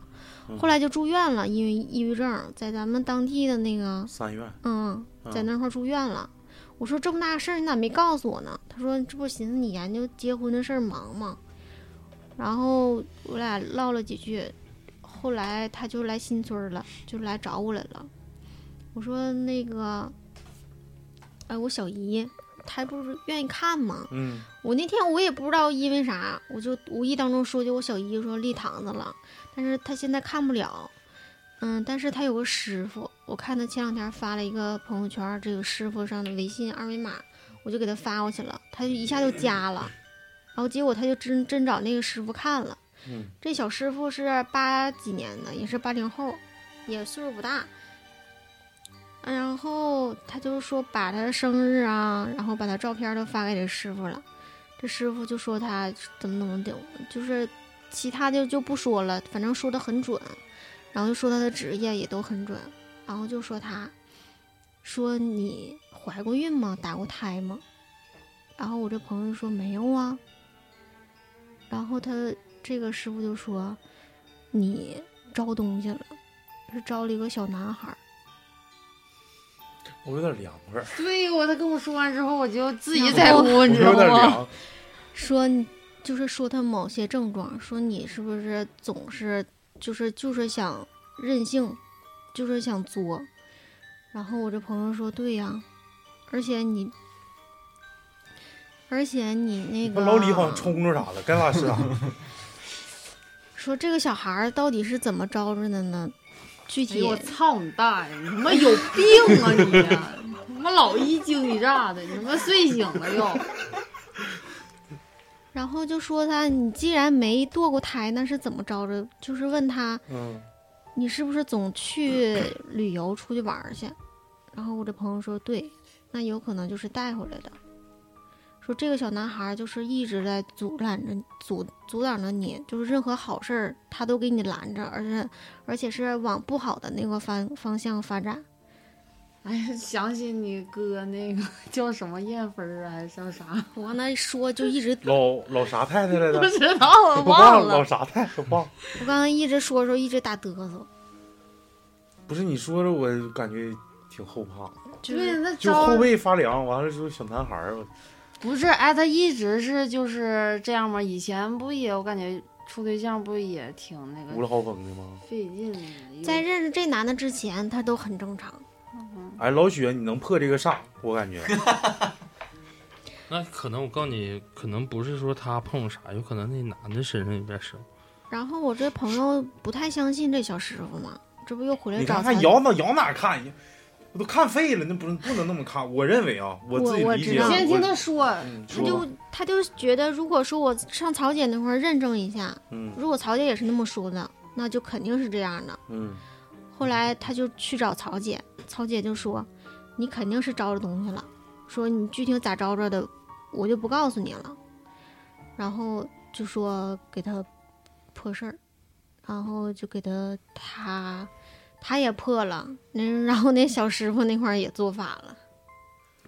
Speaker 2: 嗯。
Speaker 4: 后来就住院了，因为抑郁症，在咱们当地的那个
Speaker 2: 三院
Speaker 4: 嗯，在那块儿住院了。我说这么大事儿，你咋没告诉我呢？他说这不寻思你研究结婚的事儿忙吗？然后我俩唠了几句，后来他就来新村儿了，就来找我来了。我说那个，哎，我小姨，她不是愿意看吗？
Speaker 2: 嗯，
Speaker 4: 我那天我也不知道因为啥，我就无意当中说就我小姨说立堂子了，但是她现在看不了，嗯，但是她有个师傅，我看她前两天发了一个朋友圈，这个师傅上的微信二维码，我就给她发过去了，她就一下就加了，然后结果她就真真找那个师傅看了，
Speaker 2: 嗯，
Speaker 4: 这小师傅是八几年的，也是八零后，也岁数不大。嗯然后他就说把他生日啊，然后把他照片都发给这师傅了。这师傅就说他怎么怎么的，就是其他的就不说了，反正说的很准，然后就说他的职业也都很准，然后就说他，说你怀过孕吗？打过胎吗？然后我这朋友说没有啊，然后他这个师傅就说，你招东西了，是招了一个小男孩儿，
Speaker 2: 我有点凉快儿，
Speaker 3: 对，我他跟我说完之后，我就自己
Speaker 4: 然
Speaker 3: 在
Speaker 4: 后
Speaker 3: 屋，
Speaker 2: 我
Speaker 3: 你知道
Speaker 2: 有点
Speaker 3: 吗？
Speaker 2: 凉。
Speaker 4: 说你就是说他某些症状，说你是不是总是就是就是想任性，就是想作。然后我这朋友说对呀、而且你，而且你那
Speaker 2: 我
Speaker 4: 个
Speaker 2: 老李好像冲着啥了，该咋是咋。
Speaker 4: 说这个小孩儿到底是怎么招着的呢？具
Speaker 3: 哎
Speaker 4: 体、
Speaker 3: 呦我操你大爷！你他妈有病啊你！他妈老一惊一乍的，你他妈睡醒了又。
Speaker 4: 然后就说他，你既然没堕过胎，那是怎么着着？就是问他，
Speaker 2: 嗯，
Speaker 4: 你是不是总去旅游出去玩儿去？然后我这朋友说，对，那有可能就是带回来的。说这个小男孩就是一直在阻拦着、阻阻挡着你，就是任何好事儿他都给你拦着，而且而且是往不好的那个方方向发展。
Speaker 3: 哎呀，想起你哥那个 叫什么艳芬儿啊，还是叫啥？
Speaker 4: 我刚才说就一直
Speaker 2: 老老啥太太来
Speaker 3: 不
Speaker 2: 着？
Speaker 3: 知道， 我忘
Speaker 2: 老
Speaker 3: 了。
Speaker 2: 啥太太，忘了。
Speaker 4: 我刚才一直说的时候一直打嘚瑟，
Speaker 2: 不是你说的，我感觉挺后怕，
Speaker 4: 就
Speaker 3: 对，
Speaker 4: 是
Speaker 3: 那
Speaker 2: 就
Speaker 3: 招
Speaker 2: 后背发凉，完了之后小男孩儿，我
Speaker 3: 不是哎，他一直是就是这样吗？以前不也我感觉处对象不也挺那
Speaker 2: 无
Speaker 3: 个
Speaker 2: 了豪风的吗？
Speaker 3: 费劲的，
Speaker 4: 在认识这男的之前，他都很正常。
Speaker 2: 哎，老雪，你能破这个煞，我感觉。
Speaker 6: 那可能我告诉你，可能不是说他碰啥，有可能那男的身上有点事儿。
Speaker 4: 然后我这朋友不太相信这小师傅嘛，这不又回来
Speaker 2: 你
Speaker 4: 找
Speaker 2: 看
Speaker 4: 他
Speaker 2: 看？摇哪摇哪看，我都看废了，那不能不能那么看。我认为啊，我自己
Speaker 4: 我
Speaker 2: 理
Speaker 4: 知
Speaker 2: 解
Speaker 4: 道
Speaker 2: 啊。
Speaker 3: 你先听他
Speaker 2: 我
Speaker 3: 说，
Speaker 2: 嗯
Speaker 4: 他
Speaker 2: 说吧
Speaker 4: 就他就觉得，如果说我上曹姐那块儿认证一下，
Speaker 2: 嗯
Speaker 4: 如果曹姐也是那么说的，那就肯定是这样的。
Speaker 2: 嗯，
Speaker 4: 后来他就去找曹姐，曹姐就说：“你肯定是招着东西了，说你具体咋招着的，我就不告诉你了。”然后就说给他破事儿，然后就给他他他也破了，那然后那小师傅那块儿也做法了，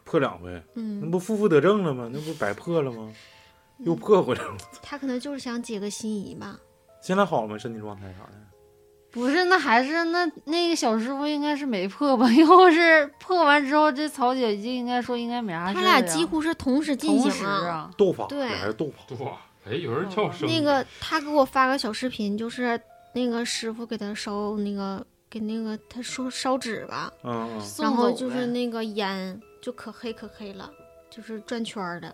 Speaker 2: 破两回，那
Speaker 4: 嗯，
Speaker 2: 不负负得正了吗？那不白破了吗？又破回来了。
Speaker 4: 他可能就是想解个心仪吧。
Speaker 2: 现在好吗？身体状态啥的？
Speaker 3: 不是那还是那那个小师傅应该是没破吧？ 要是破完之后，这曹姐就应该说应该没啥事
Speaker 4: 他
Speaker 3: 儿
Speaker 4: 俩
Speaker 3: 啊
Speaker 4: 几乎是同时进
Speaker 3: 同
Speaker 4: 行
Speaker 3: 时啊，
Speaker 2: 斗法，
Speaker 4: 对
Speaker 2: 俩人斗法。
Speaker 5: 哇，哎，有人叫声，
Speaker 4: 那个他给我发个小视频，就是那个师傅给他烧那个给那个他说烧纸吧，
Speaker 2: 嗯嗯，
Speaker 3: 送
Speaker 4: 然后
Speaker 3: 走
Speaker 4: 就
Speaker 3: 呗
Speaker 4: 是那个烟就可黑可黑了，就是转圈儿的。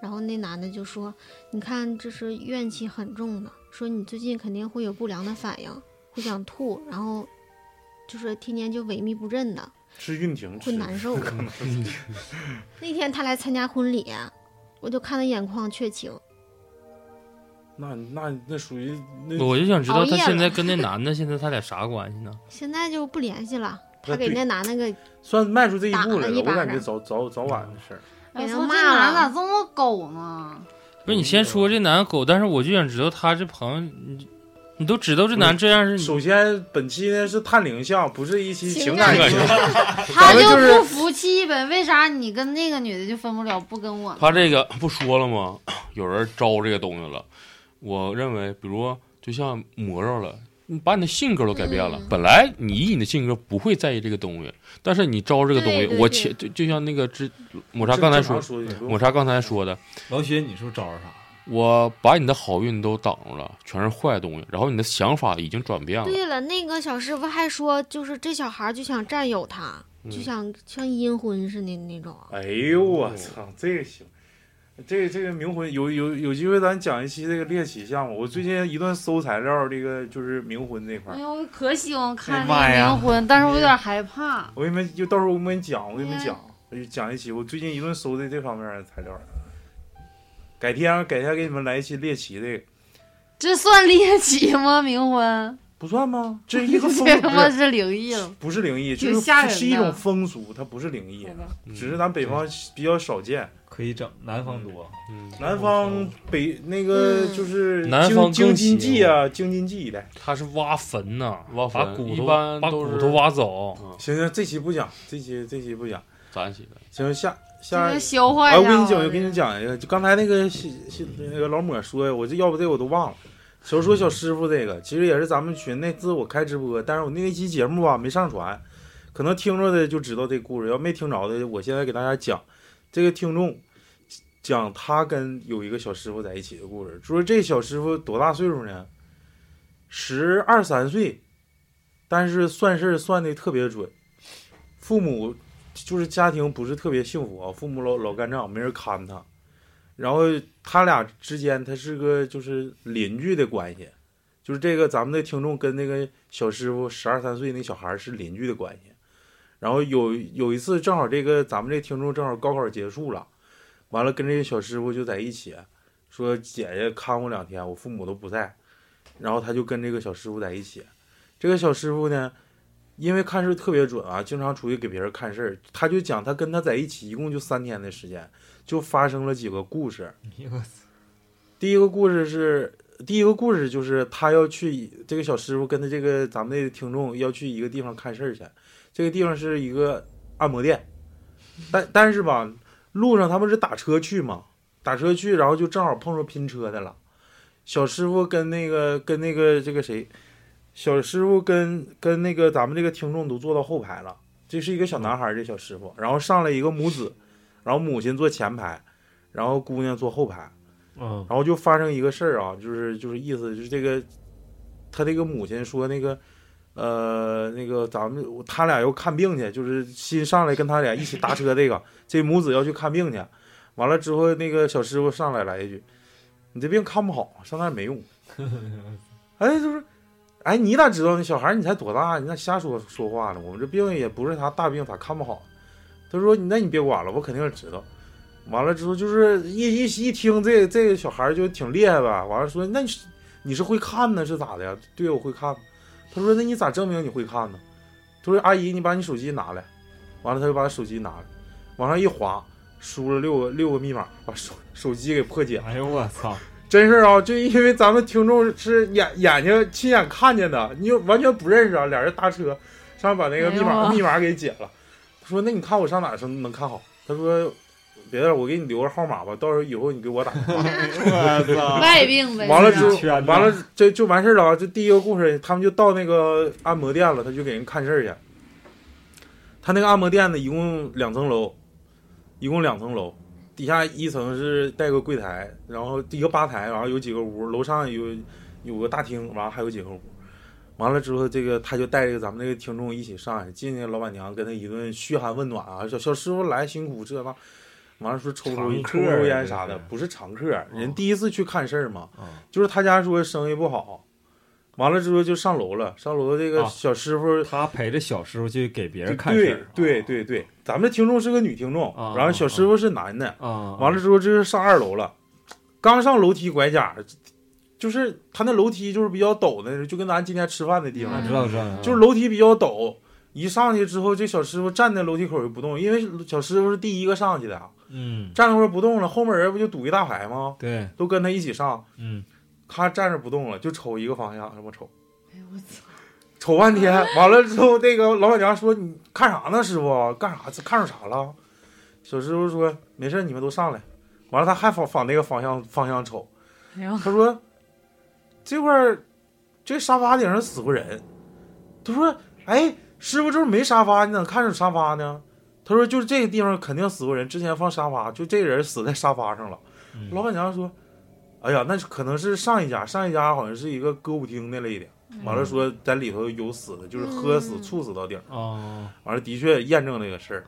Speaker 4: 然后那男的就说：“你看，这是怨气很重的，说你最近肯定会有不良的反应，会想吐，然后就是天天就萎靡不振的，
Speaker 2: 吃运停吃
Speaker 4: 会。难受。” 那天他来参加婚礼，我就看他眼眶缺情。
Speaker 2: 那那那属于那
Speaker 5: 嗯
Speaker 6: 我就想知道
Speaker 4: 熬夜
Speaker 6: 他现在
Speaker 4: 了
Speaker 6: 跟那男的，现在他俩啥关系呢？
Speaker 5: 嗯
Speaker 4: 现在就不联系了。
Speaker 2: 那
Speaker 4: 他给
Speaker 2: 对
Speaker 4: 那男的给
Speaker 2: 算迈出这一步
Speaker 4: 打
Speaker 2: 来
Speaker 4: 了
Speaker 2: 了，
Speaker 4: 一
Speaker 2: 我
Speaker 4: 巴
Speaker 2: 感觉
Speaker 4: 掌
Speaker 2: 早早早晚的事儿。
Speaker 3: 哎呀
Speaker 4: 给人
Speaker 3: 我操，
Speaker 4: 骂
Speaker 3: 这男
Speaker 4: 了
Speaker 3: 咋这么狗呢？
Speaker 6: 不是你先说这男狗，但是我就想知道他这朋友，你你都知道这男这样是
Speaker 5: 嗯
Speaker 6: 你，
Speaker 2: 首先，本期呢是探灵像，不是一期
Speaker 4: 嗯情
Speaker 2: 情
Speaker 4: 感
Speaker 2: 感
Speaker 5: 节
Speaker 2: 节
Speaker 5: 目
Speaker 2: 目。
Speaker 3: 他
Speaker 2: 咱们就是
Speaker 3: 不服气呗？为啥你跟那个女的就分不了，不跟我呢？
Speaker 5: 他这个不说了吗？有人招这个东西了，我认为，比如就像魔怔了，你把你的性格都改变了。
Speaker 4: 嗯
Speaker 5: 本来你以你的性格不会在意这个东西，但是你招这个东西，
Speaker 4: 对对
Speaker 5: 我
Speaker 4: 对
Speaker 5: 前就就像那个之抹茶刚才说
Speaker 2: 正常，说的，
Speaker 5: 抹茶刚才说的，
Speaker 7: 老雪，你是不是招着啥？
Speaker 5: 我把你的好运都挡住了，全是坏东西，然后你的想法已经转变了。
Speaker 4: 对了，那个小师傅还说，就是这小孩就想占有他，就想像阴婚似的那种。
Speaker 2: 哎呦我操，这个行，这个这个冥婚有有有机会咱讲一期这个猎奇项目。我最近一段搜材料，这个就是冥婚这块
Speaker 3: 哎
Speaker 2: 儿，
Speaker 3: 呦，我可喜欢看那
Speaker 7: 哎呀妈呀
Speaker 3: 个冥婚，但是我有点害怕。
Speaker 2: 我给你们就到时候我给你们讲，我给你们讲，
Speaker 3: 嗯
Speaker 2: 我就讲一期。我最近一顿搜的这方面的材料，改天啊改天给你们来一期猎奇的，
Speaker 3: 这算猎奇吗？冥婚，
Speaker 2: 不算 吗？这是一个风
Speaker 3: 这
Speaker 2: 俗，
Speaker 3: 他
Speaker 2: 不
Speaker 3: 妈
Speaker 2: 是
Speaker 3: 是灵异了。
Speaker 2: 不是灵异，
Speaker 3: 挺
Speaker 2: 就是
Speaker 3: 吓人的
Speaker 2: 是一种风俗，它不是灵异，只是咱北方
Speaker 6: 嗯
Speaker 2: 比较少见。
Speaker 7: 可以整，南方多。
Speaker 5: 嗯
Speaker 2: 南方北那个
Speaker 4: 嗯
Speaker 2: 就是
Speaker 6: 南
Speaker 2: 京
Speaker 6: 方
Speaker 2: 京
Speaker 6: 更
Speaker 2: 津
Speaker 6: 邪
Speaker 2: 冀啊，京津冀一带。
Speaker 6: 他是挖坟呐，
Speaker 5: 挖坟
Speaker 6: 把骨
Speaker 5: 一
Speaker 6: 头
Speaker 5: 般
Speaker 6: 把
Speaker 5: 都
Speaker 6: 骨
Speaker 5: 是嗯
Speaker 6: 头挖走。
Speaker 2: 行行，这期不讲，这期这期不讲。
Speaker 5: 咱写的，
Speaker 2: 行，下
Speaker 3: 这
Speaker 2: 下
Speaker 3: 个，消化啊
Speaker 2: 哎，我
Speaker 3: 一下。
Speaker 2: 跟你讲，我跟你，讲一个，就刚才那个西西那个老抹说呀，我这要不这我都忘了。小说小师傅这个，其实也是咱们群那次我开直播，但是我那一期节目啊吧没上传，可能听着的就知道这故事，要没听着的，我现在给大家讲这个听众讲他跟有一个小师傅在一起的故事。说这小师傅多大岁数呢？十二三岁，但是算事儿算的特别准，父母就是家庭不是特别幸福啊，父母老老干仗，没人看他。然后他俩之间，他是个就是邻居的关系，就是这个咱们的听众跟那个小师傅十二三岁那小孩是邻居的关系。然后有有一次正好这个咱们这听众正好高考结束了，完了跟这个小师傅就在一起，说姐姐看我两天，我父母都不在，然后他就跟这个小师傅在一起。这个小师傅呢，因为看事儿特别准啊，经常出去给别人看事儿，他就讲他跟他在一起一共就三天的时间。就发生了几个故事。第一个故事是，第一个故事就是他要去这个小师傅跟他这个咱们的听众要去一个地方看事儿去，这个地方是一个按摩店，但 但是吧，路上他们是打车去嘛，打车去，然后就正好碰上拼车的了。小师傅跟那个跟那个这个谁，小师傅跟跟那个咱们这个听众都坐到后排了，这是一个小男孩儿，这小师傅，然后上来一个母子，然后母亲坐前排，然后姑娘坐后排，
Speaker 7: 嗯，
Speaker 2: 然后就发生一个事儿啊，就是就是意思就是这个，他这个母亲说那个，呃，那个咱们他俩要看病去，就是新上来跟他俩一起搭车这个，这母子要去看病去，完了之后那个小师傅上来来一句，你这病看不好，上那儿没用。哎，就是，哎，你咋知道呢？小孩儿你才多大？你咋瞎说说话呢？我们这病也不是啥大病，咋看不好？他说：“那你别管了，我肯定是知道。”完了之后就是一一一听这这个小孩儿就挺厉害呗。完了说：“那你是你是会看呢，是咋的呀？”对，我会看。他说：“那你咋证明你会看呢？”他说：“阿姨，你把你手机拿来。”完了，他就把手机拿来，往上一划，输了六个六个密码，把手手机给破解了。
Speaker 7: 哎呦我操，
Speaker 2: 真事儿啊，就因为咱们听众是眼眼睛亲眼看见的，你就完全不认识啊。俩人搭车，上把那个密
Speaker 3: 哎
Speaker 2: 码、
Speaker 3: 呦
Speaker 2: 密码给解了。他说：“那你看我上哪儿能能看好？”他说：“别的了，我给你留个号码吧，到时候以后你给我打。
Speaker 7: 我操，
Speaker 3: 外病呗。
Speaker 2: 完了之
Speaker 3: 是
Speaker 2: 后
Speaker 3: 吧
Speaker 7: 圈
Speaker 8: 啊
Speaker 7: 呢，
Speaker 2: 完了，这就完事儿了啊！这第一个故事，他们就到那个按摩店了，他就给人看事儿去。他那个按摩店呢，一共两层楼，一共两层楼，底下一层是带个柜台，然后一个吧台，然后有几个屋，楼上有有个大厅，完了还有几个屋。完了之后，这个他就带着咱们这个听众一起上去，进去老板娘跟他一顿嘘寒问暖啊，小小师傅来辛苦这那，完了说抽抽
Speaker 7: 常客
Speaker 2: 抽抽烟
Speaker 7: 这
Speaker 2: 啥的
Speaker 7: 是，哦
Speaker 2: 不是常客，人第一次去看事儿嘛，
Speaker 7: 嗯
Speaker 2: 就是他家说生意不好，完了之后就上楼了，上楼这个
Speaker 7: 啊
Speaker 2: 小师傅、
Speaker 7: 他陪着小师傅去给别人看事
Speaker 2: 对
Speaker 7: 儿，
Speaker 2: 对对对，咱们的听众是个女听众，
Speaker 7: 啊
Speaker 2: 然后小师傅是男的，
Speaker 7: 啊，
Speaker 2: 完
Speaker 7: 了，
Speaker 2: 了之后这是上二楼了，刚上楼梯拐角，就是他那楼梯就是比较陡的，就跟咱今天吃饭的地方
Speaker 7: 我嗯啊知道知道，
Speaker 2: 就是楼梯比较陡，一上去之后，这小师傅站在楼梯口就不动，因为小师傅是第一个上去的啊，
Speaker 7: 嗯，
Speaker 2: 站那会儿不动了，后面人不就堵一大排吗？
Speaker 7: 对，
Speaker 2: 都跟他一起上，
Speaker 7: 嗯，
Speaker 2: 咔站着不动了，就瞅一个方向，这么瞅，
Speaker 3: 哎呦我操！
Speaker 2: 瞅半天，完了之后，那个老板娘说：“你看啥呢，师傅？干啥？这看上啥了？”小师傅说：“没事，你们都上来。”完了，他还往往那个方向方向瞅，
Speaker 3: 哎呦，
Speaker 2: 他说：“这块儿这沙发顶上死过人。”他说：“哎，师傅，这儿没沙发，你咋看着沙发呢？”他说：“就是这个地方肯定死过人，之前放沙发，就这人死在沙发上了。
Speaker 7: 嗯
Speaker 2: 老板娘说：“哎呀，那是可能是上一家，上一家好像是一个歌舞厅那类的。”
Speaker 3: 嗯
Speaker 2: 完了说在里头有死的，就是喝死、
Speaker 4: 嗯
Speaker 2: 猝死到顶儿。
Speaker 7: 哦，
Speaker 2: 完了的确验证这个事儿。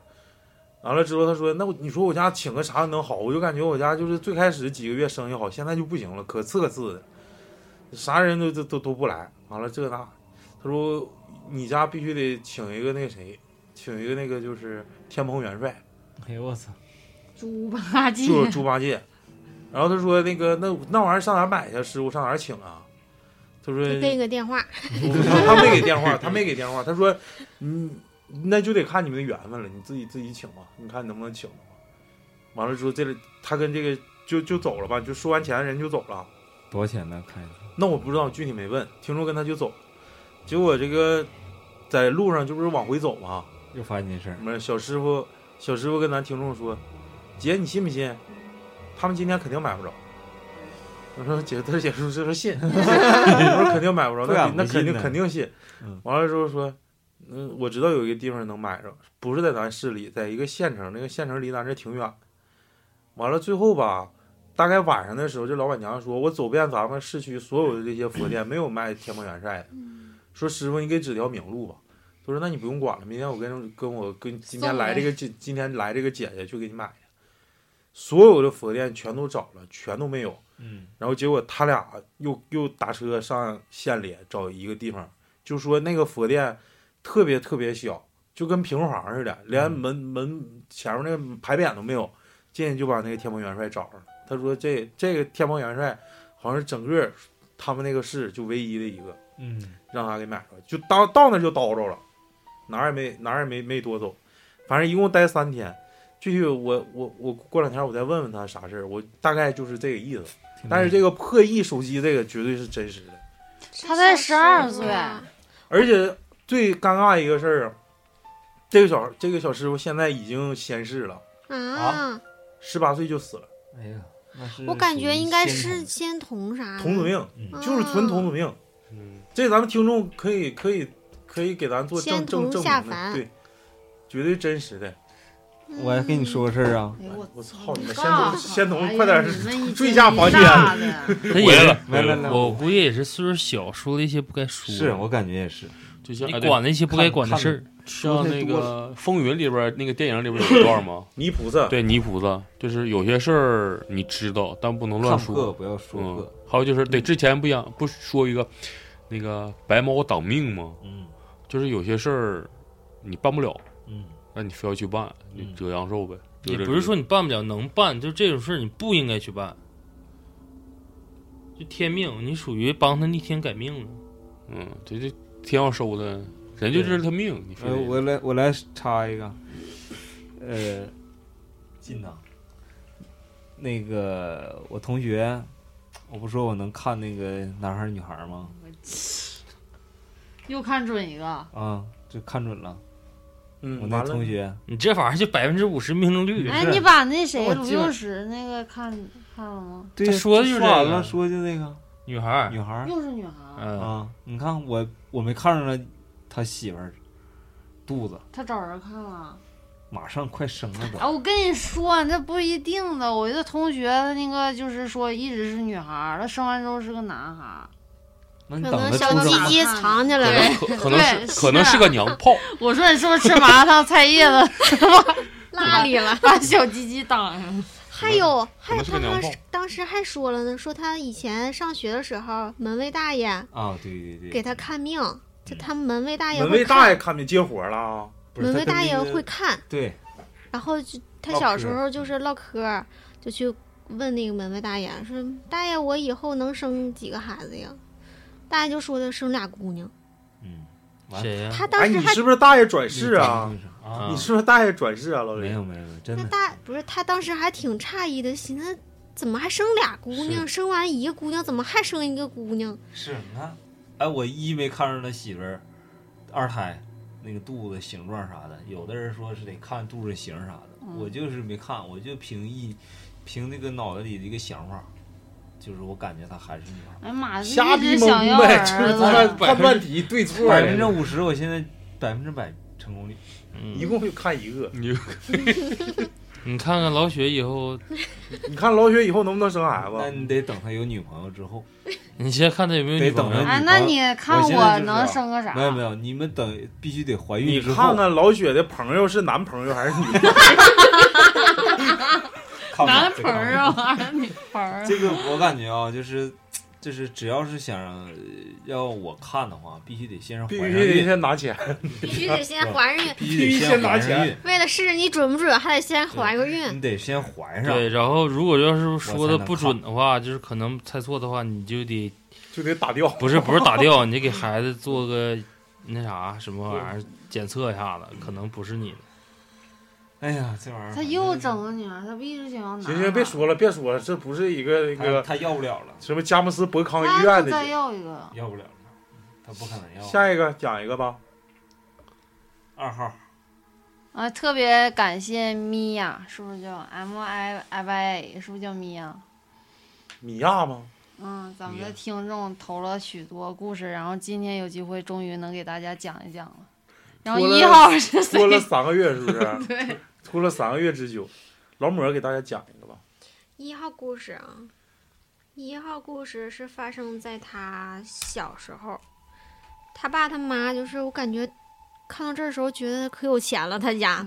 Speaker 2: 完了之后他说：“那我你说我家请个啥能好？我就感觉我家就是最开始几个月生意好，现在就不行了，可次可次的，啥人都都都都不来。完了这那，他说你家必须得请一个那个谁，请一个那个就是天蓬元帅，
Speaker 7: 哎呦我操，
Speaker 3: 猪八戒，
Speaker 2: 就是猪八戒。”然后他说：“那个那那玩意儿上哪儿买去啊？师傅上哪儿请啊？”他说：“
Speaker 4: 就给你个电话，
Speaker 2: 他没给电话，他没给电话，他说，嗯，那就得看你们的缘分了，你自己自己请吧，你看能不能请吧。完了之后，这里他跟这个就就走了吧，就收完钱人就走了。
Speaker 7: 多少钱呢？看一下，
Speaker 2: 那我不知道，具体没问，听说跟他就走。结果这个在路上就不是往回走嘛，
Speaker 7: 又发现件事儿，
Speaker 2: 我们小师傅小师傅跟咱听众说，姐你信不信？他们今天肯定买不着。我说姐，他姐说这说 信，我说肯定买不着，
Speaker 8: 不
Speaker 2: 那
Speaker 8: 敢
Speaker 2: 肯那肯定
Speaker 8: 不信呢
Speaker 2: 肯定信
Speaker 8: 嗯。
Speaker 2: 完了之后说，嗯，我知道有一个地方能买着，不是在咱市里，在一个县城，那个县城离咱这挺远。完了最后吧，大概晚上的时候，这老板娘说，我走遍咱们市区所有的这些佛店，没有卖天蓬元帅的。
Speaker 3: 嗯
Speaker 2: 说师傅，你给指条明路吧。他说那你不用管了，明天我跟跟我跟今天
Speaker 3: 送
Speaker 2: 来
Speaker 3: 呗
Speaker 2: 这个今今天来这个姐姐去给你买去。所有的佛店全都找了，全都没有。
Speaker 8: 嗯，
Speaker 2: 然后结果他俩又又打车上县里找一个地方，就说那个佛店特别特别小，就跟平房似的，连门、门前面那个牌匾都没有，进去就把那个天蓬元帅找上了。他说这这个天蓬元帅好像是整个他们那个市就唯一的一个，
Speaker 8: 嗯，
Speaker 2: 让他给买着，就到到那就叨着了，哪儿也没哪儿也没没多走，反正一共待三天。具体我我我过两天我再问问他啥事儿，我大概就是这个意思。
Speaker 8: 嗯
Speaker 2: 但是这个破译手机这个绝对是真实的，
Speaker 3: 他才12岁
Speaker 4: 啊
Speaker 2: 而且最尴尬一个事儿啊，这个小这个小师傅现在已经仙逝了，
Speaker 4: 啊！
Speaker 2: 十八岁就死了，
Speaker 8: 哎呀，那是
Speaker 4: 我感觉应该是
Speaker 8: 属于仙
Speaker 4: 仙童啥的，啊
Speaker 2: 童子命，
Speaker 8: 童，嗯，
Speaker 2: 就是纯
Speaker 3: 啊
Speaker 2: 童子命。
Speaker 6: 嗯，
Speaker 2: 这咱们听众可以可以可以给咱做证
Speaker 4: 仙
Speaker 2: 证
Speaker 4: 童
Speaker 2: 证
Speaker 4: 下
Speaker 2: 明的，
Speaker 4: 凡
Speaker 2: 对，绝对真实的。
Speaker 4: 嗯。
Speaker 8: 我还跟你说个事儿啊，
Speaker 3: 哎呦
Speaker 2: 我
Speaker 3: 我
Speaker 2: 操你们
Speaker 3: 尬
Speaker 2: 先走
Speaker 3: 好
Speaker 2: 先走
Speaker 3: 哎呀
Speaker 2: 快点
Speaker 3: 你们一
Speaker 2: 追
Speaker 3: 惊
Speaker 2: 下
Speaker 3: 一
Speaker 2: 房间
Speaker 3: 乍的
Speaker 6: 他
Speaker 5: 回来
Speaker 6: 也
Speaker 5: 了
Speaker 6: 是
Speaker 8: 来来来，
Speaker 6: 我估计也是岁数小，说了一些不该说的，
Speaker 8: 是我感觉也是，
Speaker 5: 就
Speaker 8: 啊
Speaker 5: 像哎
Speaker 6: 你
Speaker 5: 对
Speaker 6: 管那些不该管的事儿。
Speaker 5: 像那个《风云》里边儿那个电影里边儿有一段吗？
Speaker 2: 泥菩 萨，
Speaker 5: 对，泥菩萨就是有些事儿你知道，但不能
Speaker 8: 看
Speaker 5: 乱
Speaker 8: 破
Speaker 5: 说。
Speaker 8: 不要说
Speaker 5: 嗯
Speaker 8: 破，，
Speaker 5: 还有就是对之前不讲不说一个那个白猫挡命吗？
Speaker 8: 嗯
Speaker 5: 就是有些事儿你办不了，
Speaker 8: 嗯，
Speaker 5: 那你非要去办，你
Speaker 8: 嗯
Speaker 5: 折阳寿呗。
Speaker 6: 也
Speaker 5: 折着
Speaker 6: 不是
Speaker 5: 你
Speaker 6: 说你办不了，能办，就这种事儿你不应该去办。就天命，你属于帮他逆天改命了。
Speaker 5: 嗯，这这天要收他，人就这是他命，
Speaker 4: 嗯
Speaker 5: 你非
Speaker 8: 呃，
Speaker 5: 得
Speaker 8: 我来我来插一个，呃，
Speaker 9: 进呐，
Speaker 8: 那个我同学，我不说我能看那个男孩儿女孩儿吗？
Speaker 3: 又看准一个，
Speaker 8: 啊，就看准了，我
Speaker 2: 嗯，
Speaker 8: 那
Speaker 2: 完了
Speaker 8: 同，学，
Speaker 6: 你这玩意儿就百分之五十命中率，
Speaker 3: 哎，
Speaker 8: 是
Speaker 3: 你把那
Speaker 8: 我
Speaker 3: 谁鲁
Speaker 8: 基本
Speaker 3: 幼时那个看看了吗？
Speaker 8: 对
Speaker 6: 他
Speaker 8: 呀
Speaker 6: 说的就是
Speaker 8: 说
Speaker 6: 这
Speaker 8: 完
Speaker 6: 个
Speaker 8: 了，说就那个
Speaker 6: 女孩儿，
Speaker 8: 女孩儿
Speaker 3: 又是女孩，
Speaker 6: 嗯，
Speaker 8: 哎啊，你看我我没看上了他媳妇儿肚子，
Speaker 3: 他找人看了。
Speaker 8: 马上快生了都
Speaker 4: 哦
Speaker 3: 啊，我跟你说，那不一定的。我一个同学，他那个就是说一直是女孩儿，他生完之后是个男孩儿。
Speaker 8: 那你
Speaker 4: 可
Speaker 8: 等
Speaker 4: 能
Speaker 8: 他
Speaker 4: 小
Speaker 8: 出
Speaker 4: 鸡
Speaker 8: 生，
Speaker 4: 鸡藏起
Speaker 5: 可
Speaker 4: 来了，
Speaker 5: 能可可能
Speaker 3: 对
Speaker 5: 是
Speaker 3: 是
Speaker 5: 可能是个娘炮，
Speaker 3: 我说你是不是吃麻辣烫菜叶 子
Speaker 4: 落里了。
Speaker 3: 把小鸡鸡挡上了？
Speaker 4: 还有，
Speaker 5: 可
Speaker 4: 还
Speaker 5: 能是个
Speaker 4: 他
Speaker 5: 娘
Speaker 4: 当
Speaker 5: 炮
Speaker 4: 时当时还说了呢，说他以前上学的时候，门卫大爷
Speaker 8: 啊，对对对，
Speaker 4: 给他看命，就他们门卫
Speaker 3: 哎
Speaker 4: 大爷
Speaker 2: 门
Speaker 4: 会
Speaker 2: 卫大
Speaker 4: 看，
Speaker 2: 爷看没接活了啊，
Speaker 8: 不是
Speaker 4: 门
Speaker 8: 他
Speaker 4: 卫
Speaker 8: 跟
Speaker 4: 大
Speaker 8: 那
Speaker 4: 爷
Speaker 8: 个
Speaker 4: 会看，
Speaker 8: 对，
Speaker 4: 然后就他
Speaker 8: 唠
Speaker 4: 小
Speaker 8: 嗑
Speaker 4: 时候就是唠嗑，就去问那个门卫大爷说：“大爷，我以后能生几个孩子呀？”大爷就说的生俩姑娘，
Speaker 8: 嗯，完
Speaker 6: 谁呀？
Speaker 4: 他当
Speaker 2: 哎，
Speaker 4: 时
Speaker 2: 你
Speaker 4: 还
Speaker 2: 是不是大爷转世啊？，
Speaker 6: 啊
Speaker 2: 你是不是大爷转世啊，老
Speaker 8: 嗯没
Speaker 2: 李？
Speaker 8: 有没有，真
Speaker 4: 那
Speaker 8: 的
Speaker 4: 大不是他当时还挺诧异的，寻思怎么还生俩姑娘？生完一个姑娘，怎么还生一个姑娘？
Speaker 8: 是，你看，哎，我一没看上他媳妇儿，二胎那个肚子形状啥的，有的人说是得看肚子形啥的，
Speaker 3: 嗯
Speaker 8: 我就是没看，我就凭一凭那个脑袋里的一个想法，就是我感觉她还是女孩。
Speaker 3: 哎呀妈呀，
Speaker 2: 瞎
Speaker 3: 一
Speaker 2: 逼
Speaker 3: 直
Speaker 2: 蒙
Speaker 3: 想要
Speaker 2: 呗，
Speaker 3: 儿
Speaker 2: 就是判
Speaker 3: 子。
Speaker 2: 判断题对错
Speaker 8: 百分之
Speaker 2: 的，
Speaker 8: 五十，我现在百分之百成功率。
Speaker 2: 一共就看一个。
Speaker 5: 你
Speaker 6: 你看看老雪以后，
Speaker 2: 你看老雪以后能不能生孩
Speaker 8: 那
Speaker 2: 子？
Speaker 8: 你得等他有女朋友之后，
Speaker 6: 你先看他有没有女朋
Speaker 8: 得等
Speaker 6: 友
Speaker 8: 着。
Speaker 3: 哎，那你看
Speaker 8: 我现在
Speaker 3: 我
Speaker 8: 就是啊
Speaker 3: 能生个啥？
Speaker 8: 没有没有，你们等必须得怀
Speaker 2: 你
Speaker 8: 孕之后。
Speaker 2: 看看老雪的朋友是男朋友还是女朋友？
Speaker 8: 看看
Speaker 3: 男朋友，啊，女朋 友。
Speaker 8: 这个我感觉啊，就是就是只要是想让呃要我看的话，必须得先是怀
Speaker 2: 必
Speaker 8: 上
Speaker 2: 须得
Speaker 8: 孕，
Speaker 2: 先拿钱。
Speaker 4: 必须得先怀 上孕，
Speaker 8: 必须得怀上孕，
Speaker 4: 为了试试你准不准，还得先怀个孕。
Speaker 8: 你得先怀上。
Speaker 6: 对，然后如果要是
Speaker 8: 我
Speaker 6: 说
Speaker 8: 才
Speaker 6: 的
Speaker 8: 能
Speaker 6: 不准的话，就是可能猜错的话，你就得
Speaker 2: 就得打掉。
Speaker 6: 不是不是打掉，你得给孩子做个那啥什么玩意儿检测一下子，可能不是你的。
Speaker 8: 哎呀，这玩意儿
Speaker 3: 他又整个女孩，他不一直想要男孩。
Speaker 2: 行行，别说了，别说了，这不是一个那
Speaker 8: 他
Speaker 7: 哎
Speaker 2: 个
Speaker 8: 他要不了了，
Speaker 2: 什么佳木斯博康
Speaker 3: 他
Speaker 2: 医院的
Speaker 3: 再
Speaker 2: 节。
Speaker 3: 要一个，
Speaker 8: 要不了了，他不可能要。
Speaker 2: 下一个讲一个吧，
Speaker 8: 二号，
Speaker 3: 啊，特别感谢米娅，是不是叫 M I I Y A？是不是叫米娅？
Speaker 2: 米娅吗？
Speaker 3: 嗯，咱们
Speaker 7: 厉害
Speaker 3: 的听众投了许多故事，然后今天有机会终于能给大家讲一讲了。然后
Speaker 2: 拖了
Speaker 3: 一号是
Speaker 2: 拖了
Speaker 3: 谁？
Speaker 2: 三个月是不是？
Speaker 3: 对，
Speaker 2: 拖了三个月之久，劳模给大家讲一个吧。
Speaker 4: 一号故事啊，一号故事是发生在他小时候，他爸他妈就是我感觉看到这儿的时候觉得可有钱了，他家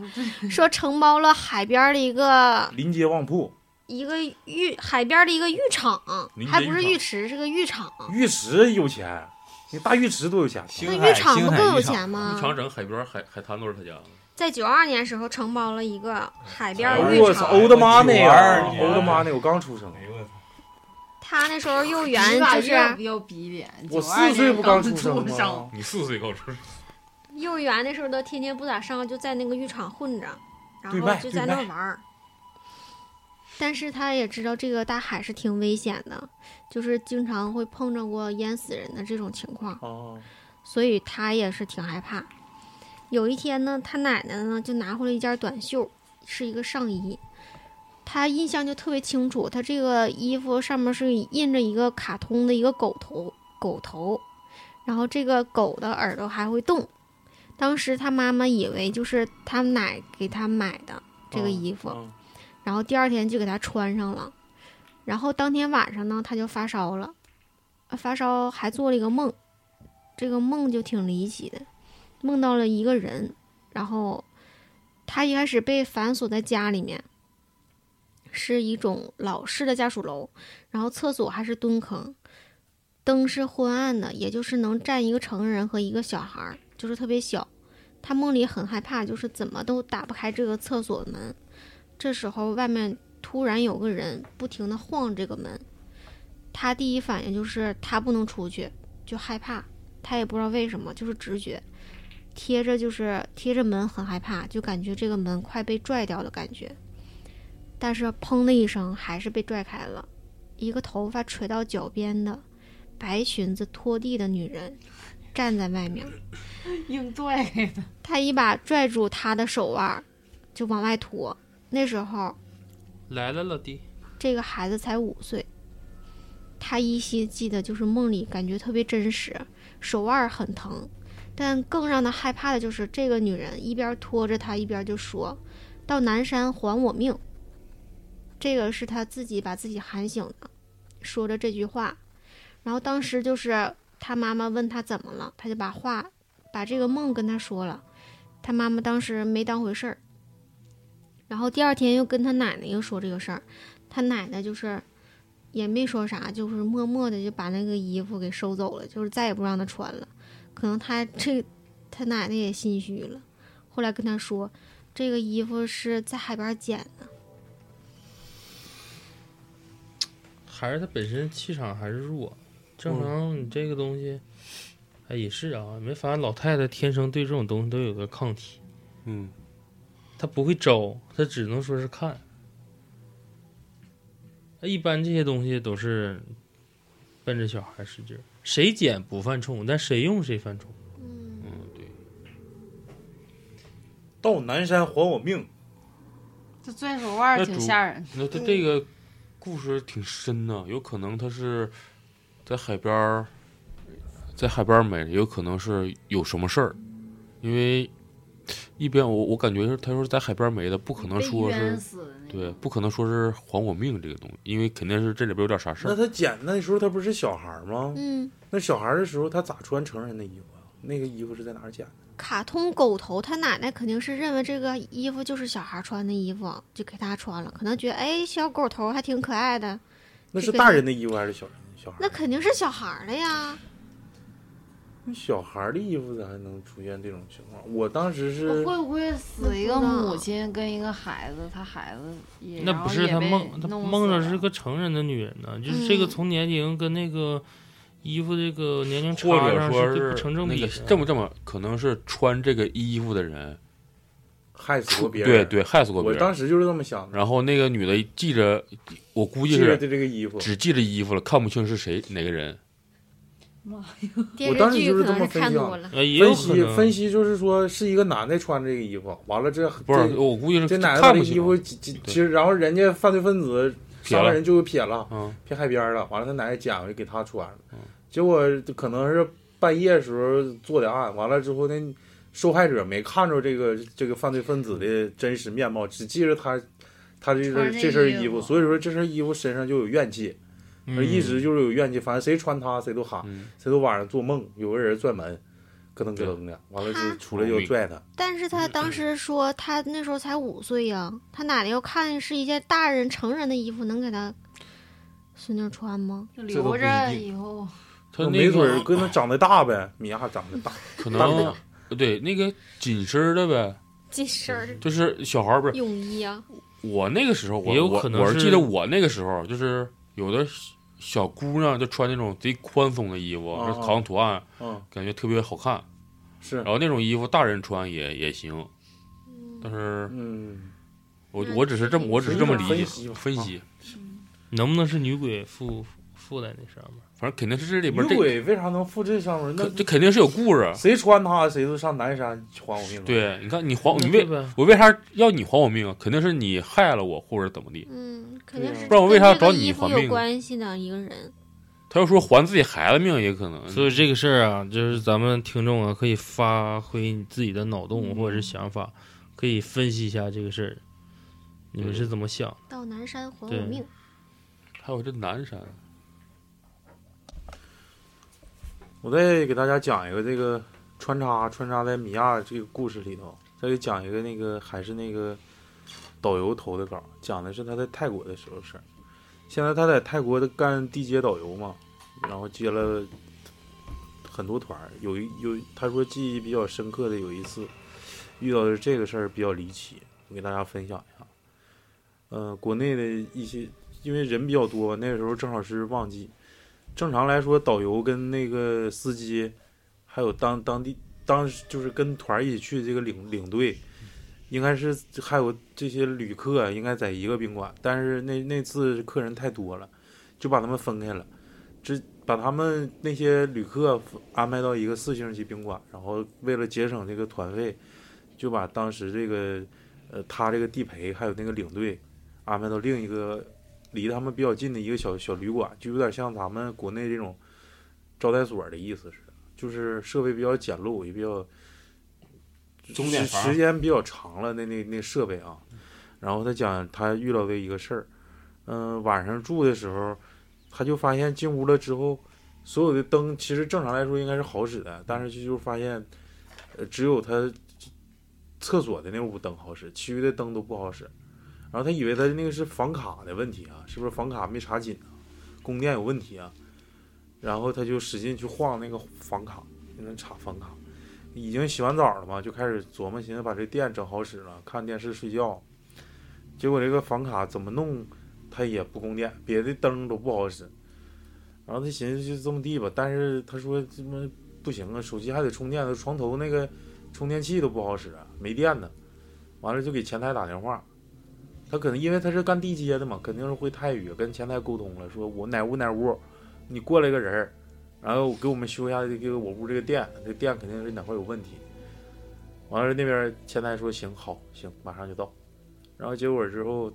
Speaker 4: 说承包了海边儿的一个
Speaker 2: 临街旺铺、
Speaker 4: 一个浴海边儿的一个浴场
Speaker 7: 临，街
Speaker 4: 还不是
Speaker 7: 浴场
Speaker 4: 浴池，是个浴场。
Speaker 2: 浴池有钱，你大浴池多有钱。
Speaker 7: 星
Speaker 4: 那
Speaker 7: 海
Speaker 4: 浴场
Speaker 7: 星
Speaker 4: 不
Speaker 7: 海
Speaker 4: 更有
Speaker 7: 浴场
Speaker 4: 钱吗
Speaker 5: 一？长整海边海海滩都是他家的，
Speaker 4: 在九二年时候承包了一个海边
Speaker 2: 哎
Speaker 4: 儿的
Speaker 2: 呦
Speaker 4: 浴
Speaker 2: 我操，
Speaker 4: 场，
Speaker 2: 欧的妈那呀，
Speaker 7: 92
Speaker 2: 啊欧的妈那，我刚出生，
Speaker 7: 哎呦我操！
Speaker 4: 他那时候幼儿园
Speaker 3: 你
Speaker 4: 就
Speaker 3: 把
Speaker 4: 是
Speaker 3: 这不要逼脸。
Speaker 2: 我
Speaker 3: 92
Speaker 2: 四岁不
Speaker 3: 年
Speaker 2: 刚
Speaker 3: 刚
Speaker 2: 出生吗啊
Speaker 3: 生？？
Speaker 5: 你四岁告诉我
Speaker 4: 幼儿园的时候都天天不咋上，就在那个浴场混着，然
Speaker 2: 对麦
Speaker 4: 后就在那儿玩儿。但是他也知道这个大海是挺危险的，就是经常会碰着过淹死人的这种情况，
Speaker 2: 啊，
Speaker 4: 所以他也是挺害怕。有一天呢，他奶奶呢就拿回了一件短袖，是一个上衣。他印象就特别清楚，他这个衣服上面是印着一个卡通的一个狗头，狗头，然后这个狗的耳朵还会动。当时他妈妈以为就是他奶给他买的这个衣服，
Speaker 2: 嗯
Speaker 4: 然后第二天就给他穿上了。然后当天晚上呢，他就发烧了，呃发烧还做了一个梦，这个梦就挺离奇的，梦到了一个人，然后他一开始被反锁在家里面，是一种老式的家属楼，然后厕所还是蹲坑，灯是昏暗的，也就是能站一个成人和一个小孩儿，就是特别小。他梦里很害怕，就是怎么都打不开这个厕所门。这时候外面突然有个人不停地晃这个门，他第一反应就是他不能出去，就害怕，他也不知道为什么，就是直觉，贴着就是贴着门很害怕，就感觉这个门快被拽掉的感觉，但是砰的一声还是被拽开了，一个头发垂到脚边的白裙子拖地的女人站在外面。
Speaker 3: 硬拽给他。
Speaker 4: 他一把拽住他的手腕儿，就往外拖。那时候
Speaker 6: 来了，老弟，
Speaker 4: 这个孩子才五岁，他依稀记得就是梦里感觉特别真实，手腕儿很疼，但更让他害怕的就是这个女人一边拖着他一边就说：“到南山还我命。”这个是他自己把自己喊醒的，说着这句话，然后当时就是他妈妈问他怎么了，他就把话把这个梦跟他说了，他妈妈当时没当回事儿。然后第二天又跟他奶奶又说这个事儿，他奶奶就是也没说啥，就是默默的就把那个衣服给收走了，就是再也不让他穿了。可能他这他奶奶也心虚了，后来跟他说，这个衣服是在海边捡的，
Speaker 6: 还是他本身气场还是弱，
Speaker 5: 嗯
Speaker 6: 正常你这个东西，哎也是啊，没法老太太天生对这种东西都有个抗体，
Speaker 5: 嗯，
Speaker 6: 她不会招，她只能说是看。哎一般这些东西都是奔着小孩使劲儿，谁捡不犯冲，但谁用谁犯冲。
Speaker 5: 嗯，对，
Speaker 2: 到南山还我命，
Speaker 3: 这拽手腕儿挺吓人的，
Speaker 5: 那他这个故事挺深呐、有可能他是在海边儿，在海边儿没了，有可能是有什么事儿，因为一边我我感觉是他说是在海边儿没的，不可能
Speaker 3: 被
Speaker 5: 说
Speaker 3: 冤
Speaker 5: 是
Speaker 3: 死的那
Speaker 5: 对，不可能说是还我命这个东西，因为肯定是这里边有点啥事
Speaker 2: 那
Speaker 5: 儿。
Speaker 2: 他捡那时候他不是小孩儿吗？
Speaker 4: 嗯，
Speaker 2: 那小孩儿的时候他咋穿成人的衣服啊？那个衣服是在哪儿捡的？
Speaker 4: 卡通狗头，他奶奶肯定是认为这个衣服就是小孩穿的衣服，就给他穿了。可能觉得哎，小狗头还挺可爱的，
Speaker 2: 那是大人的衣服还是小人小孩儿？
Speaker 4: 那肯定是小孩儿的呀。
Speaker 2: 那小孩儿的衣服咋还能出现这种情况？我当时是
Speaker 3: 种。会不会死一个
Speaker 4: 那不知道
Speaker 3: 母亲跟一个孩子，他孩子也
Speaker 6: 那不是他梦，他
Speaker 3: 他
Speaker 6: 梦着是个成人的女人呢，就是这个
Speaker 4: 嗯
Speaker 6: 从年龄跟那个衣服这个年龄差
Speaker 5: 或者
Speaker 6: 上
Speaker 5: 说
Speaker 6: 是
Speaker 5: 是
Speaker 6: 不成正
Speaker 5: 那
Speaker 6: 比
Speaker 5: 个
Speaker 6: 的。
Speaker 5: 这么这么，可能是穿这个衣服的人
Speaker 2: 害死过别
Speaker 5: 对
Speaker 2: 人。
Speaker 5: 对害死过别
Speaker 2: 我
Speaker 5: 人。
Speaker 2: 当时就是这么想的，
Speaker 5: 然后那个女的记着，我估计
Speaker 2: 记着
Speaker 5: 是
Speaker 2: 的这个衣服。
Speaker 5: 只记着衣服了，看不清是谁哪个人。
Speaker 4: 电
Speaker 2: 当
Speaker 4: 视
Speaker 2: 时
Speaker 4: 剧
Speaker 2: 就是这
Speaker 4: 可
Speaker 2: 么
Speaker 4: 能
Speaker 2: 分
Speaker 4: 看
Speaker 2: 享
Speaker 4: 多了，
Speaker 6: 呃，也有
Speaker 2: 分
Speaker 6: 可
Speaker 2: 析
Speaker 6: 能
Speaker 2: 分析就是说是一个男的穿这个衣服，完了这
Speaker 5: 不是，
Speaker 2: 这
Speaker 5: 我估计是
Speaker 2: 这奶奶把
Speaker 5: 看
Speaker 2: 这
Speaker 5: 不
Speaker 2: 衣
Speaker 5: 清
Speaker 2: 服，其其
Speaker 5: 对
Speaker 2: 实然后人家犯罪分子
Speaker 5: 撇
Speaker 2: 三个
Speaker 5: 了，
Speaker 2: 人就撇了，
Speaker 5: 嗯，
Speaker 2: 撇海边儿了。完了，他奶奶捡回去给他穿了。结果可能是半夜时候做的案，完了之后那受害者没看着这个这个犯罪分子的真实面貌，只记着他他这
Speaker 3: 穿
Speaker 2: 身
Speaker 3: 着
Speaker 2: 这身
Speaker 3: 衣
Speaker 2: 衣
Speaker 3: 服
Speaker 2: 服，所以说这身衣服身上就有怨气，
Speaker 6: 嗯
Speaker 2: 而一直就是有怨气，反正谁穿它谁都喊，
Speaker 5: 嗯
Speaker 2: 谁都晚上做梦，有个人拽门，咯噔咯噔
Speaker 5: 嗯
Speaker 2: 的，完了就
Speaker 4: 他
Speaker 2: 出来就拽他，
Speaker 4: 但是他当时说他那时候才五岁呀、他奶奶要看是一件大人成人的衣服，能给他孙女穿吗？
Speaker 3: 就
Speaker 7: 这都不
Speaker 3: 留
Speaker 7: 一
Speaker 3: 着
Speaker 7: 定
Speaker 3: 以后
Speaker 5: 他
Speaker 2: 那
Speaker 5: 那
Speaker 2: 没准儿
Speaker 5: 个
Speaker 2: 跟他长得大呗，米娅长得大，大不
Speaker 5: 可能
Speaker 2: 了。
Speaker 5: 对那个紧身儿的呗，
Speaker 4: 这身
Speaker 5: 就是小孩儿不是
Speaker 4: 泳衣呀、
Speaker 5: 我那个时候我，
Speaker 6: 也有可能
Speaker 5: 我我
Speaker 6: 是
Speaker 5: 记得我那个时候就是有的小姑娘就穿那种贼宽松的衣服，
Speaker 2: 啊
Speaker 5: 那卡通图案，
Speaker 2: 嗯，
Speaker 5: 感觉特别好看。
Speaker 2: 是
Speaker 5: 然，后那种衣服大人穿也也行，但是
Speaker 2: 嗯，
Speaker 5: 我
Speaker 4: 那
Speaker 5: 我只是这么我只是这么理
Speaker 2: 分
Speaker 5: 解
Speaker 2: 析吧
Speaker 5: 分析，
Speaker 6: 能不能是女鬼附附在那上面？
Speaker 5: 反正肯定是这里边
Speaker 2: 女
Speaker 5: 这
Speaker 2: 鬼为啥能附这上面？
Speaker 5: 可
Speaker 2: 那
Speaker 5: 这肯定是有故事。
Speaker 2: 谁穿它谁就上南山还我命。，
Speaker 5: 对，你看你还你
Speaker 6: 对
Speaker 5: 为
Speaker 6: 呗？
Speaker 5: 我为啥要你还我命啊？肯定是你害了我或者怎么地。
Speaker 4: 嗯，肯定是
Speaker 5: 不然我为啥要
Speaker 4: 跟这
Speaker 5: 找
Speaker 4: 个
Speaker 5: 你
Speaker 4: 衣服
Speaker 5: 还命
Speaker 4: 有
Speaker 5: 啊
Speaker 4: 关系的一个人。
Speaker 5: 他要说还自己孩子命也可能，
Speaker 6: 所以这个事儿啊，就是咱们听众啊，可以发挥你自己的脑洞或者是想法，可以分析一下这个事儿，你们是怎么想？
Speaker 4: 到南山还
Speaker 6: 对
Speaker 4: 我命，啊
Speaker 5: 还有这南山，
Speaker 2: 我再给大家讲一个这个穿插穿插在米娅这个故事里头，再给讲一个那个还是那个导游投的稿，讲的是他在泰国的时候的事儿。现在他在泰国的干地接导游嘛，然后接了很多团儿，有一有他说记忆比较深刻的有一次遇到的这个事儿比较离奇，我给大家分享一下。呃，国内的一些因为人比较多，那时候正好是旺季，正常来说，导游跟那个司机，还有当当地当时就是跟团儿一起去这个领领队，应该是还有这些旅客啊应该在一个宾馆，但是那那次客人太多了，就把他们分开了，只把他们那些旅客安排到一个四星级宾馆，然后为了节省这个团费，就把当时这个呃他这个地陪还有那个领队安排到另一个离他们比较近的一个小小旅馆，就有点像咱们国内这种招待所的意思似的，就是设备比较简陋，也比较
Speaker 7: 钟点
Speaker 2: 时
Speaker 7: 房嗯
Speaker 2: 时间比较长了，那那那设备啊。然后他讲他遇到的一个事儿，嗯、晚上住的时候，他就发现进屋了之后，所有的灯其实正常来说应该是好使的，但是就就发现，呃，只有他厕所的那屋灯好使，其余的灯都不好使。然后他以为他那个是房卡的问题啊，是不是房卡没查紧啊，供电有问题啊？然后他就使劲去晃那个房卡，就能查房卡。已经洗完澡了嘛，就开始琢磨，寻思把这电整好使了，看电视睡觉。结果这个房卡怎么弄，它也不供电，别的灯都不好使。然后他寻思就这么地吧，但是他说这妈不行啊，手机还得充电，他床头那个充电器都不好使啊，没电呢。完了就给前台打电话，他可能因为他是干地接的嘛，肯定是会泰语，跟前台沟通了，说我哪屋哪屋，你过来个人儿，然后给我们修一下这个我屋这个电，这电肯定是哪块有问题。完了那边前台说行好行，马上就到。然后结果之后，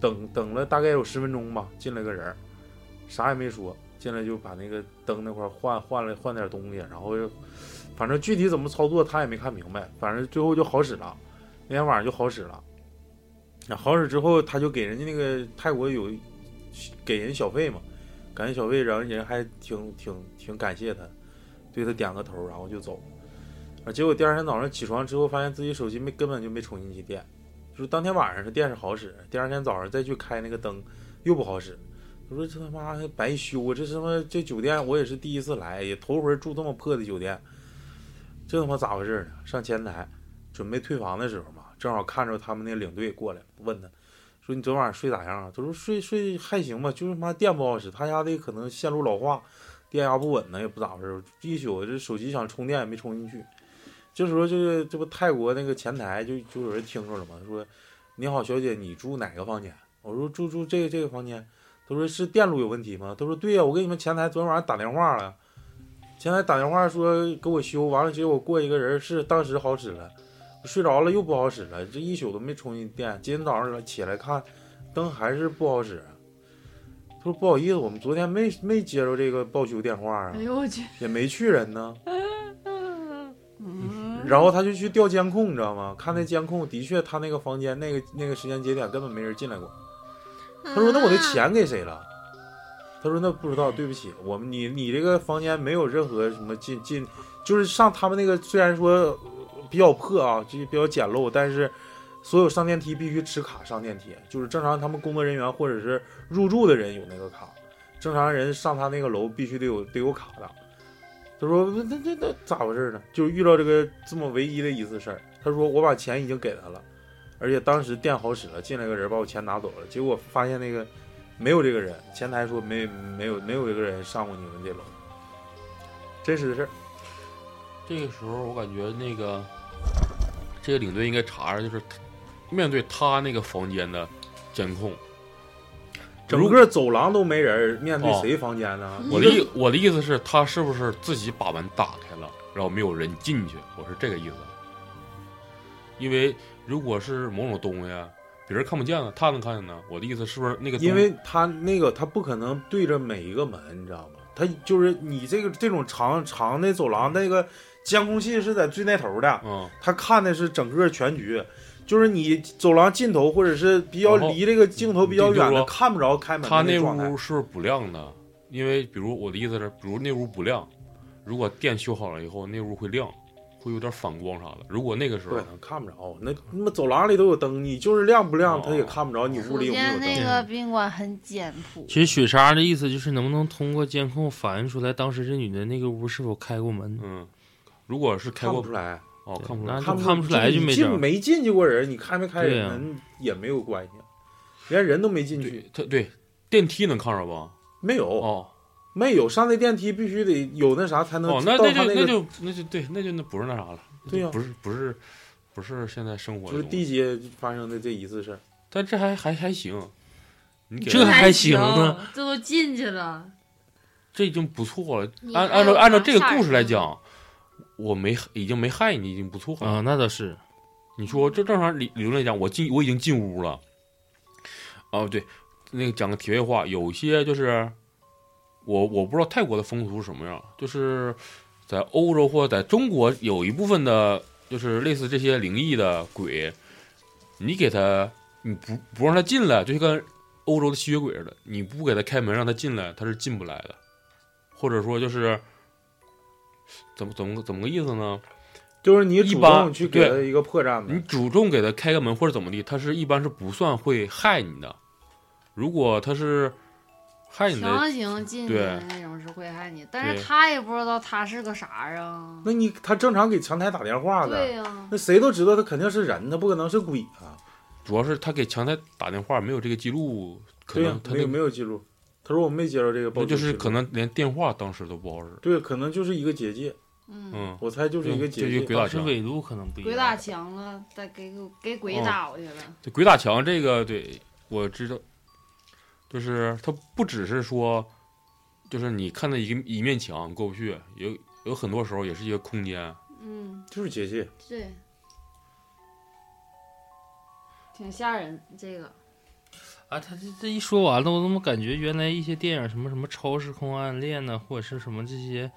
Speaker 2: 等等了大概有十分钟吧，进来个人儿，啥也没说，进来就把那个灯那块儿换换了换点东西，然后又反正具体怎么操作他也没看明白，反正最后就好使了，那天晚上就好使了。那好使之后，他就给人家那个泰国有给人小费嘛，感谢小费，然后人还挺挺挺感谢他，对他点个头，然后就走了。啊，结果第二天早上起床之后，发现自己手机没根本就没充进去电，就是当天晚上是电是好使，第二天早上再去开那个灯又不好使。我说这他妈的白修啊！这他妈这酒店我也是第一次来，也头回住这么破的酒店，这他妈咋回事呢？上前台准备退房的时候嘛，正好看着他们那领队过来，问他说：“你昨晚上睡咋样啊？”他说：“睡睡还行吧，就是妈电不好使，他家的可能线路老化，电压不稳呢，也不咋回事。一宿这手机想充电也没充进去。”这时候就是这不泰国那个前台就就有人听着了嘛，说：“你好，小姐，你住哪个房间？”我说：“住住这个这个房间。”他说：“是电路有问题吗？”他说：“对呀、我给你们前台昨天晚上打电话了，前台打电话说给我修，完了结果过一个人是当时好使了，睡着了又不好使了，这一宿都没充进电，今天早上起来看灯还是不好使。他说不好意思，我们昨天没没接着这个报修电话啊
Speaker 3: 哎，呦我去，
Speaker 2: 也没去人呢。
Speaker 3: 嗯，
Speaker 2: 然后他就去调监控，你知道吗？看那监控，的确他那个房间那个那个时间节点根本没人进来过。
Speaker 4: 他
Speaker 2: 他说：“那我
Speaker 4: 啊
Speaker 2: 的钱给谁了？”他说：“那不知道，对不起，我们你你这个房间没有任何什么进进，就是上他们那个虽然说呃比较破啊，就是比较简陋，但是所有上电梯必须持卡上电梯，就是正常他们工作人员或者是入住的人有那个卡，正常人上他那个楼必须得有得有卡的。”他说：“那那那那咋回事呢？就是遇到这个这么唯一的一次事儿。”他说：“我把钱已经给他了。”而且当时电好使了，进来个人把我钱拿走了，结果发现那个没有这个人，前台说没没有没有一个人上过你们这楼，真实的事儿。
Speaker 5: 这个时候我感觉那个这个领队应该查查，就是他面对他那个房间的监控。
Speaker 2: 整个走廊都没人，面对
Speaker 5: 哦
Speaker 2: 谁房间呢？
Speaker 5: 我的意我的意思是，他是不是自己把门打开了，然后没有人进去？我是这个意思。因为如果是某种东西，啊别人看不见了，他能看见呢。我的意思是不是那个东西？
Speaker 2: 因为他那个他不可能对着每一个门，你知道吗？他就是你这个这种长长的走廊，那个监控器是在最那头的，
Speaker 5: 嗯，
Speaker 2: 他看的是整个全局，就是你走廊尽头或者是比较
Speaker 5: 然后
Speaker 2: 离这个镜头比较
Speaker 5: 你就是
Speaker 2: 远的，
Speaker 5: 说
Speaker 2: 看不着开门
Speaker 5: 他
Speaker 2: 的
Speaker 5: 那
Speaker 2: 个状态。
Speaker 5: 屋是不是不亮的？因为比如我的意思是，比如那屋不亮，如果电修好了以后，那屋会亮，会有点反光啥的。如果那个时候
Speaker 2: 对，看不着。那那么走廊里都有灯，你就是亮不亮，
Speaker 5: 哦
Speaker 2: 他也看不着你屋
Speaker 3: 可
Speaker 2: 里有没有
Speaker 3: 见那
Speaker 2: 灯。
Speaker 3: 个宾馆很简朴
Speaker 6: 其，实雪莎的意思就是，能不能通过监控反映出来当时这女的那个屋是否开过门？
Speaker 5: 嗯，如果是开
Speaker 2: 看不
Speaker 5: 过
Speaker 2: 出来，
Speaker 5: 哦，
Speaker 6: 对
Speaker 5: 看不出
Speaker 6: 那
Speaker 5: 来，
Speaker 6: 就看不出来
Speaker 2: 就
Speaker 6: 就没
Speaker 2: 你
Speaker 6: 招
Speaker 2: 进
Speaker 6: 儿
Speaker 2: 没进去过人，你开没开
Speaker 6: 对
Speaker 2: 人
Speaker 6: 呀
Speaker 2: 门也没有关系，连人都没进
Speaker 5: 对
Speaker 2: 去，，
Speaker 5: 他对电梯能看着吧？
Speaker 2: 没有
Speaker 5: 哦
Speaker 2: 没有上那电梯必须得有那啥才能
Speaker 5: 哦，那
Speaker 2: 到
Speaker 5: 那
Speaker 2: 他
Speaker 5: 就
Speaker 2: 个
Speaker 5: 那就那就对，那就那不是那啥了，
Speaker 2: 对呀
Speaker 5: 不是不是不是现在生活
Speaker 2: 就是
Speaker 5: 的东西，
Speaker 2: 地接发生的这一次事儿。
Speaker 5: 但这还还还行，你给
Speaker 6: 这
Speaker 5: 他
Speaker 6: 还行啊呢，
Speaker 3: 这都进去了，
Speaker 5: 这已经不错了
Speaker 4: 你。
Speaker 5: 按
Speaker 4: 还有
Speaker 5: 按照按照这个
Speaker 4: 啥事儿
Speaker 5: 故事来讲，我没已经没害你，已经不错了
Speaker 6: 啊，。那倒是，
Speaker 5: 你说这正常理理论来讲，我进我已经进屋了。哦，对，那个讲个题外话，有些就是我我不知道泰国的风俗是什么样，就是在欧洲或者在中国有一部分的，就是类似这些灵异的鬼，你给他你不不让他进来，就跟欧洲的吸血鬼似的，你不给他开门让他进来，他是进不来的，或者说就是怎么怎么怎么个意思呢？
Speaker 2: 就是你主
Speaker 5: 一般
Speaker 2: 动去给他
Speaker 5: 对
Speaker 2: 一个破绽
Speaker 5: 你
Speaker 2: 呗，
Speaker 5: 主动给他开个门或者怎么地，他是一般是不算会害你的。如果他是害你的，
Speaker 3: 强行进去
Speaker 5: 对
Speaker 3: 的那种是会害你，但是
Speaker 5: 对
Speaker 3: 他也不知道他是个啥啊。
Speaker 2: 那你他正常给前台打电话
Speaker 3: 对
Speaker 2: 的，
Speaker 3: 呀、
Speaker 2: 那谁都知道他肯定是人，他不可能是鬼啊。
Speaker 5: 主要是他给强台打电话没有这个记录，可
Speaker 2: 对呀
Speaker 5: 能，他
Speaker 2: 没
Speaker 5: 那
Speaker 2: 有没
Speaker 5: 个
Speaker 2: 有记录。他说我没接到这个报
Speaker 5: 那
Speaker 2: 警记
Speaker 5: 就
Speaker 2: 录，
Speaker 5: 是可能连电话当时都不好使。
Speaker 2: 对，可能就是一个结界，
Speaker 3: 嗯，
Speaker 5: 嗯，
Speaker 2: 我猜就是一个结
Speaker 5: 就一
Speaker 2: 界
Speaker 5: 个。鬼打
Speaker 6: 当时
Speaker 5: 墙，
Speaker 6: 纬度可能不一样。
Speaker 3: 鬼打墙了，再给给鬼
Speaker 6: 嗯
Speaker 5: 哦
Speaker 3: 打过去了。
Speaker 5: 这鬼打墙这个对我知道，就是他不只是说，就是你看到一个一面墙过不去，有有很多时候也是一个空间。
Speaker 3: 嗯，
Speaker 2: 就是结界，
Speaker 3: 对，挺吓人这个。
Speaker 6: 啊，他这这一说完了，我怎么感觉原来一些电影什么什么超时空暗恋呐，或者是什么这些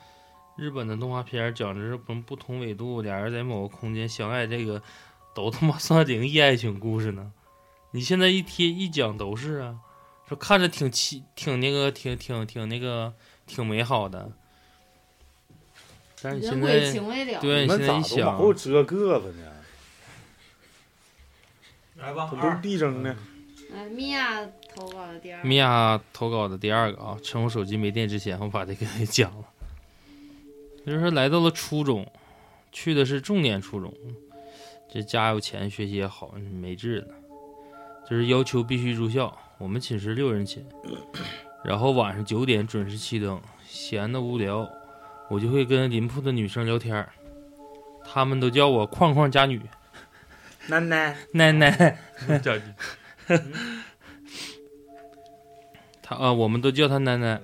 Speaker 6: 日本的动画片儿讲的是不不同纬度，俩人在某个空间相爱，这个 都他妈算灵异爱情故事呢？你现在一贴一讲都是啊，说看着挺奇，挺那个，挺挺挺那个，挺美好的。但是你
Speaker 3: 人
Speaker 6: 现
Speaker 3: 鬼
Speaker 6: 在
Speaker 3: 情未了，
Speaker 6: 对
Speaker 2: 你
Speaker 6: 你
Speaker 2: 们咋
Speaker 6: 现在一
Speaker 2: 都往
Speaker 6: 想，
Speaker 2: 后折个子呢？
Speaker 7: 来吧
Speaker 2: 他，不是
Speaker 7: 二
Speaker 2: 力争呢？
Speaker 3: 哎，米娅投稿的第二，
Speaker 6: 米娅投稿的第二个啊，趁我手机没电之前，我把这个给讲了。 就是说来到了初中，去的是重点初中，这家有钱，学习也好，没治了。就是要求必须住校，我们寝室六人寝，然后晚上九点准时熄灯。闲的无聊，我就会跟邻铺的女生聊天儿，她们都叫我“框框家女
Speaker 2: 奶奶，”
Speaker 6: 奶奶。
Speaker 5: 叫你
Speaker 6: 他啊、我们都叫他奶奶。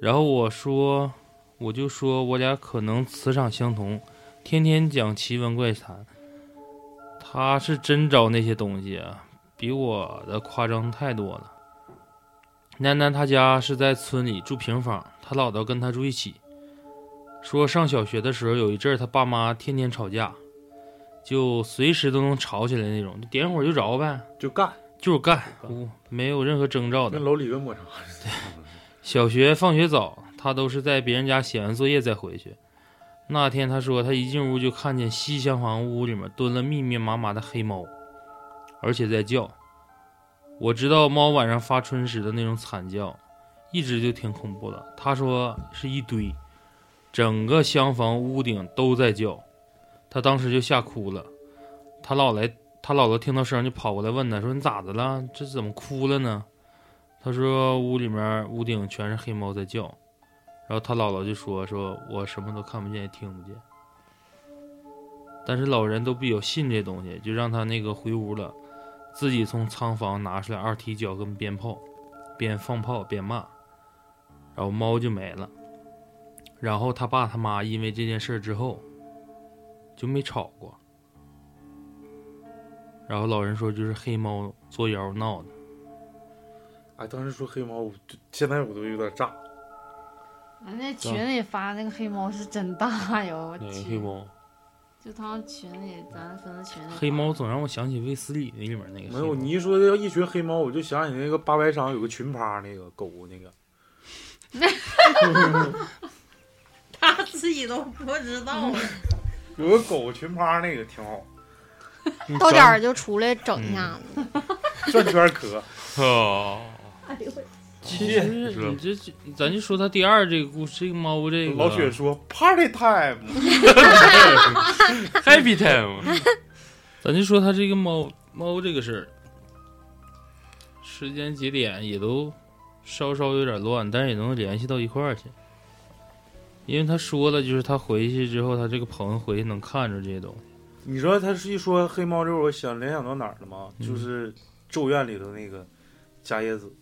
Speaker 6: 然后我说，我就说我俩可能磁场相同，天天讲奇闻怪谈。他是真招那些东西啊，比我的夸张太多了。楠楠她家是在村里住平房，她姥姥跟她住一起。说上小学的时候有一阵儿，她爸妈天天吵架，就随时都能吵起来那种，点火就着呗，
Speaker 2: 就干，
Speaker 6: 就是干，不没有任何征兆的
Speaker 2: 跟。楼里跟抹茶。
Speaker 6: 小学放学早，他都是在别人家写完作业再回去。那天他说，他一进屋就看见西厢房屋里面蹲了密密麻麻的黑猫，而且在叫。我知道猫晚上发春时的那种惨叫，一直就挺恐怖的。他说是一堆，整个厢房屋顶都在叫，他当时就吓哭了。他姥来，他姥姥听到声就跑过来问他说：“你咋的了？这怎么哭了呢？”他说屋里面屋顶全是黑猫在叫，然后他姥姥就说说我什么都看不见也听不见，但是老人都比较信这东西，就让他那个回屋了，自己从仓房拿出来二踢脚跟鞭炮，边放炮边骂，然后猫就没了，然后他爸他妈因为这件事之后就没吵过，然后老人说就是黑猫作妖闹的。
Speaker 2: 哎，当时说黑猫，我就现在我都有点炸。
Speaker 3: 啊那群里发那个黑猫是真大哟，我
Speaker 6: 哪个
Speaker 3: 去
Speaker 6: 嗯黑猫？
Speaker 3: 就他们群里，咱粉丝群里
Speaker 6: 黑猫总让我想起卫斯理那里面那个黑
Speaker 2: 没
Speaker 5: 嗯
Speaker 6: 猫。
Speaker 2: 有，你一说要一群黑猫，我就想起那个八百场有个群趴那个狗那个，
Speaker 3: 他自己都不知道，
Speaker 6: 嗯
Speaker 2: 有个狗群趴那个挺好，
Speaker 6: 你
Speaker 4: 到
Speaker 6: 找
Speaker 4: 点儿就出来整
Speaker 5: 嗯
Speaker 4: 一下子。
Speaker 2: 转圈咳。
Speaker 5: 哦，
Speaker 6: 其实你这这，咱就说他第二这个故事，这个猫这个
Speaker 2: 老雪说 party time，
Speaker 5: ，Happy Time，
Speaker 6: 咱就说他这个猫猫这个事儿，时间节点也都稍稍有点乱，但是也能联系到一块儿去。因为他说了，就是他回去之后，他这个朋友回去能看着这些东西。
Speaker 2: 你知道他是一说黑猫这，我想联想到哪儿了吗？
Speaker 6: 嗯
Speaker 2: 就是《咒怨》里头那个伽椰子，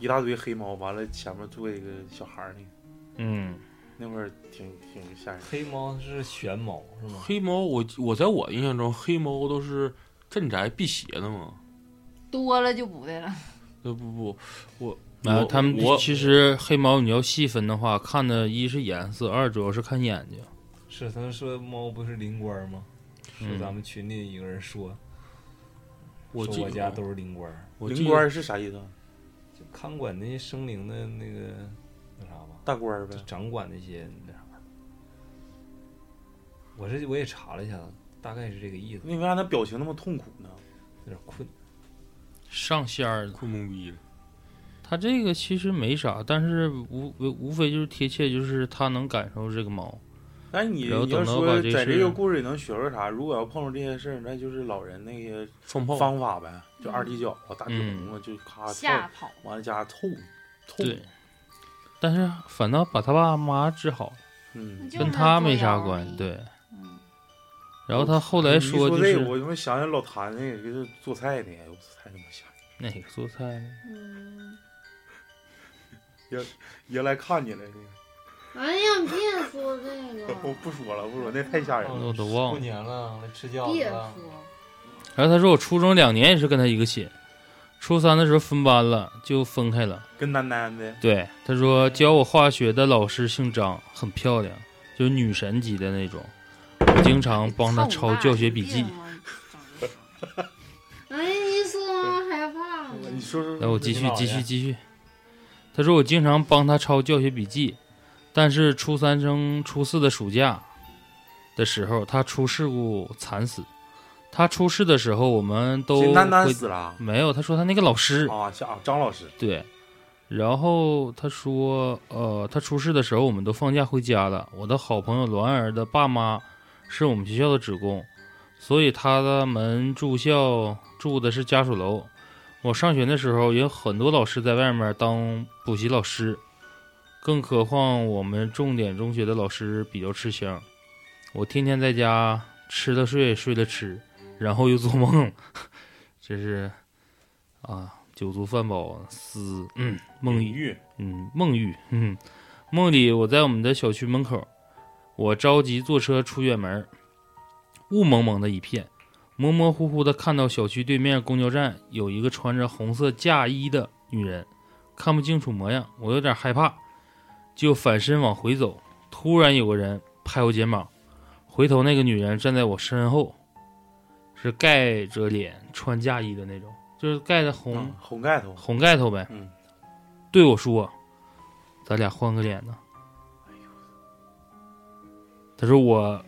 Speaker 2: 一大堆黑猫，完了前面坐一个小孩儿那个，
Speaker 6: 嗯，
Speaker 2: 那会儿挺挺吓人。
Speaker 7: 黑猫是玄猫是吗？
Speaker 5: 黑猫，我我在我印象中，黑猫都是镇宅辟邪的嘛。
Speaker 3: 多了就不对了。
Speaker 5: 呃，不不，我
Speaker 6: 啊
Speaker 5: 我，
Speaker 6: 他们
Speaker 5: 我
Speaker 6: 其实黑猫你要细分的话，看的一是颜色，二主要是看眼睛。
Speaker 7: 是，他们说猫不是灵官吗？是咱们群里一个人说，
Speaker 5: 嗯我
Speaker 7: 说
Speaker 5: 记
Speaker 7: 我家都是灵官，
Speaker 5: 我记
Speaker 2: 灵
Speaker 5: 得
Speaker 2: 官是啥意思啊？
Speaker 7: 就看管那些生灵的那个那啥吧，
Speaker 2: 大官儿呗
Speaker 7: 就。掌管那些那啥吧。我这我也查了一下子，大概是这个意思，
Speaker 2: 你为啥他表情那么痛苦呢？
Speaker 7: 有点困。
Speaker 6: 上仙儿了。
Speaker 5: 困懵逼了。
Speaker 6: 它这个其实没啥，但是无无无非就是贴切，就是它能感受这个猫。
Speaker 2: 但是你
Speaker 6: 然后
Speaker 2: 你要
Speaker 6: 等到把
Speaker 2: 说
Speaker 6: 这
Speaker 2: 在
Speaker 6: 事
Speaker 2: 这个故事里能学着啥？如果要碰上这些事儿，那就是老人那些
Speaker 5: 放炮，
Speaker 2: 方法呗，就二踢脚、大铁
Speaker 6: 嗯
Speaker 2: 笼子，就咔
Speaker 3: 吓
Speaker 2: 跳，
Speaker 3: 跑，
Speaker 2: 完了加凑凑，
Speaker 6: 对，但是反倒把他爸妈治好了，
Speaker 2: 嗯。
Speaker 3: 就是
Speaker 6: 跟他没
Speaker 3: 作
Speaker 6: 啥
Speaker 3: 妖
Speaker 6: 关系。
Speaker 3: 而已，
Speaker 6: 对，
Speaker 3: 嗯，
Speaker 6: 然后他后来
Speaker 2: 你
Speaker 6: 说
Speaker 2: 说
Speaker 6: 就
Speaker 2: 这
Speaker 6: 是
Speaker 2: 个，我他妈想起老谭那个就是做菜那个，我操太他妈吓人！
Speaker 6: 哪个做菜呢？
Speaker 3: 嗯，
Speaker 2: 爷来看你了，那
Speaker 3: 哎呀，别说这
Speaker 2: 个我不说了，不说那太吓人了。
Speaker 6: 我都忘
Speaker 7: 过
Speaker 6: 了。
Speaker 7: 年了，来吃饺子
Speaker 3: 别
Speaker 7: 了
Speaker 3: 说。，
Speaker 6: 然后他说我初中两年也是跟他一个寝，初三的时候分班了，就分开了。
Speaker 2: 跟楠楠的，
Speaker 6: 对，他说教我化学的老师姓张，很漂亮，就是女神级的那种。我经常嗯帮他抄教学笔
Speaker 3: 啊
Speaker 6: 记。。
Speaker 3: 哎，一说妈害怕
Speaker 2: 你说说，
Speaker 6: 来，我继
Speaker 7: 你
Speaker 6: 续
Speaker 7: 姥
Speaker 6: 继续
Speaker 7: 爷
Speaker 6: 继续。他说我经常帮他抄教学笔记，但是初三升初四的暑假的时候，他出事故惨死。他出事的时候，我们都
Speaker 2: 这楠楠
Speaker 6: 会
Speaker 2: 死了啊
Speaker 6: 没有。他说他那个老师
Speaker 2: 啊，吓啊张老师，
Speaker 6: 对，然后他说，呃，他出事的时候我们都放假回家了。我的好朋友栾儿的爸妈是我们学校的职工，所以他们住校住的是家属楼。我上学的时候有很多老师在外面当补习老师，更何况我们重点中学的老师比较吃香。我天天在家吃了睡，睡了吃，然后又做梦， 真是啊，酒足饭饱思嗯梦呓。
Speaker 2: 玉，
Speaker 6: 嗯，梦玉，嗯，梦里我在我们的小区门口，我着急坐车出远门，雾蒙蒙的一片，模模糊糊的看到小区对面公交站有一个穿着红色嫁衣的女人，看不清楚模样，我有点害怕，就反身往回走。突然有个人拍我肩膀，回头那个女人站在我身后，是盖着脸穿嫁衣的那种，就是盖着红、
Speaker 2: 嗯红盖头，
Speaker 6: 红盖头呗。
Speaker 2: 嗯
Speaker 6: 对我说：“咱俩换个脸呢。”
Speaker 2: 哎
Speaker 6: 他说我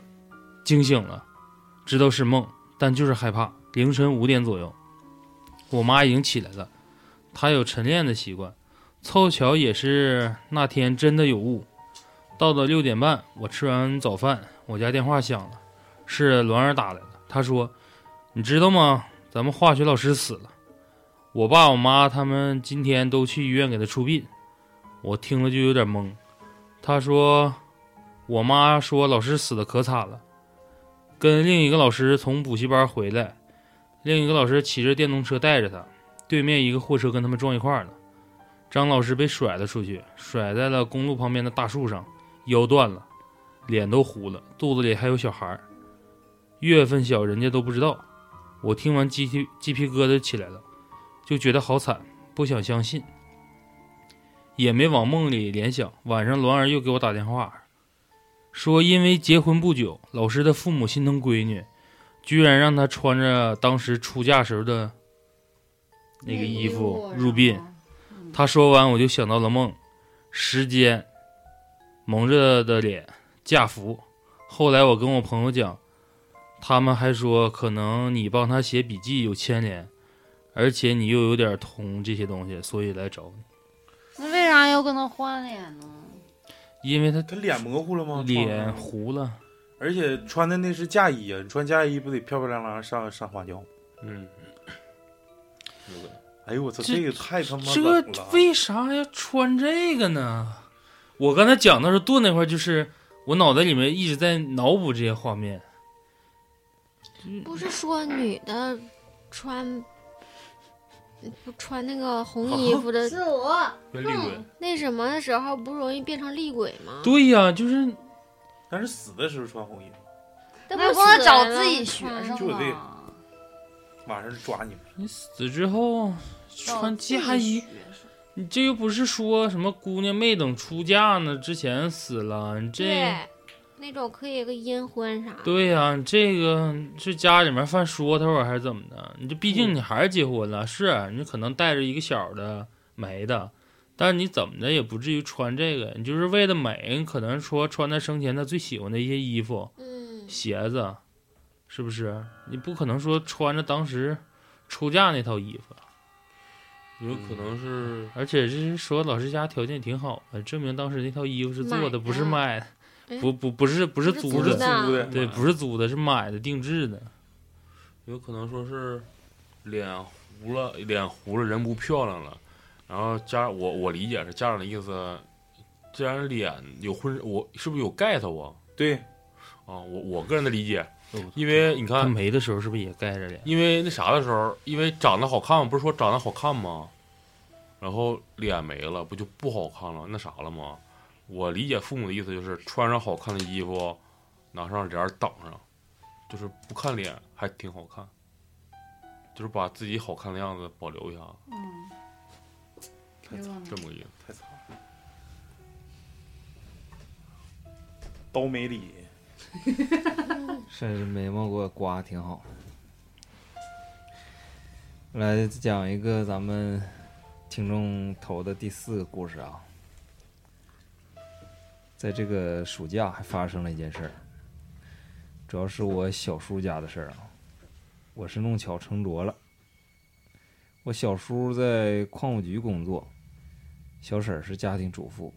Speaker 6: 惊醒了，知道是梦，但就是害怕。凌晨五点左右，我妈已经起来了，她有晨练的习惯，凑巧也是那天真的有雾。到了六点半，我吃完早饭，我家电话响了，是栾儿打来的。他说：“你知道吗？咱们化学老师死了。”我爸、我妈他们今天都去医院给他出殡，我听了就有点懵。他说，我妈说老师死的可惨了，跟另一个老师从补习班回来，另一个老师骑着电动车带着他，对面一个货车跟他们撞一块儿了，张老师被甩了出去，甩在了公路旁边的大树上，腰断了，脸都糊了，肚子里还有小孩儿，月份小人家都不知道。我听完鸡皮鸡皮疙瘩起来了。就觉得好惨，不想相信，也没往梦里联想。晚上，栾儿又给我打电话，说因为结婚不久，老师的父母心疼闺女，居然让她穿着当时出嫁时候的那个衣服入殡。他说完，我就想到了梦，时间，蒙着的脸，嫁服。后来我跟我朋友讲，他们还说可能你帮他写笔记有牵连，而且你又有点通这些东西，所以来找你。
Speaker 3: 嗯那为啥要跟他换脸呢？
Speaker 6: 因为他
Speaker 2: 他脸模糊了吗？
Speaker 6: 脸糊了，
Speaker 2: 而且穿的那是嫁衣啊呀，你穿嫁衣不得漂漂亮亮上上花轿？
Speaker 6: 嗯，
Speaker 2: 哎呦我操，
Speaker 6: 这
Speaker 2: 这个太他妈
Speaker 6: 这
Speaker 2: 冷
Speaker 6: 个
Speaker 2: 了
Speaker 6: 为啥要穿这个呢？我刚才讲的时候炖那块儿，就是我脑袋里面一直在脑补这些画面。
Speaker 5: 嗯
Speaker 4: 不是说女的穿不穿那个 红衣服的
Speaker 3: 是我，
Speaker 6: 原厉鬼，
Speaker 4: 那什么的时候，不容易变成厉鬼吗？
Speaker 6: 对呀、就是
Speaker 2: 但是死的时候穿红衣服，
Speaker 4: 那
Speaker 3: 那
Speaker 4: 不
Speaker 3: 不能
Speaker 4: 死
Speaker 3: 找
Speaker 4: 人
Speaker 3: 自
Speaker 4: 了
Speaker 3: 己学
Speaker 4: 穿
Speaker 3: 生
Speaker 2: 就得
Speaker 3: 吗？
Speaker 2: 晚上抓你们。
Speaker 6: 你死之后穿嫁衣，你这又不是说什么姑娘没等出嫁呢，之前死了，你这。
Speaker 4: 对，那种可以个阴婚啥的。
Speaker 6: 对呀、你这个是家里面犯说头啊还是怎么的？你这毕竟你还是结婚了，是啊你可能带着一个小的没的，但是你怎么着也不至于穿这个，你就是为了美，你可能说穿他生前他最喜欢的一些衣服、
Speaker 4: 嗯，
Speaker 6: 鞋子，是不是？你不可能说穿着当时出嫁那套衣服，
Speaker 5: 有可能是
Speaker 6: 而且这是说老师家条件挺好的，证明当时那套衣服是做
Speaker 4: 买
Speaker 6: 的，
Speaker 4: 的
Speaker 6: 不是卖的，
Speaker 4: 哎
Speaker 6: 不不不是不
Speaker 4: 不
Speaker 6: 是
Speaker 4: 是
Speaker 6: 租
Speaker 4: 租
Speaker 2: 的租的，
Speaker 4: 的
Speaker 6: 对，不是租的，是买的定制的。
Speaker 5: 有可能说是脸糊了，脸糊了，人不漂亮了。然后家我我理解是家长的意思，既然脸有婚，我是不是有盖头啊？
Speaker 2: 对，
Speaker 5: 啊，我我个人的理解
Speaker 6: 哦，
Speaker 5: 因为你
Speaker 6: 他
Speaker 5: 看，
Speaker 6: 没的时候是不是也盖着脸？
Speaker 5: 因为那啥的时候，因为长得好看，不是说长得好看吗？然后脸没了，不就不好看了，那啥了吗？我理解父母的意思就是穿上好看的衣服，拿上帘儿挡上，就是不看脸还挺好看，就是把自己好看的样子保留一下，
Speaker 3: 嗯，
Speaker 2: 太惨
Speaker 8: 嗯
Speaker 5: 这么个意思。
Speaker 2: 太惨了，刀没理。
Speaker 8: 甚至眉毛给我刮挺好。来讲一个咱们听众投的第四个故事啊，在这个暑假还发生了一件事儿，主要是我小叔家的事儿啊。我是弄巧成拙了，我小叔在矿务局工作，小婶儿是家庭主妇，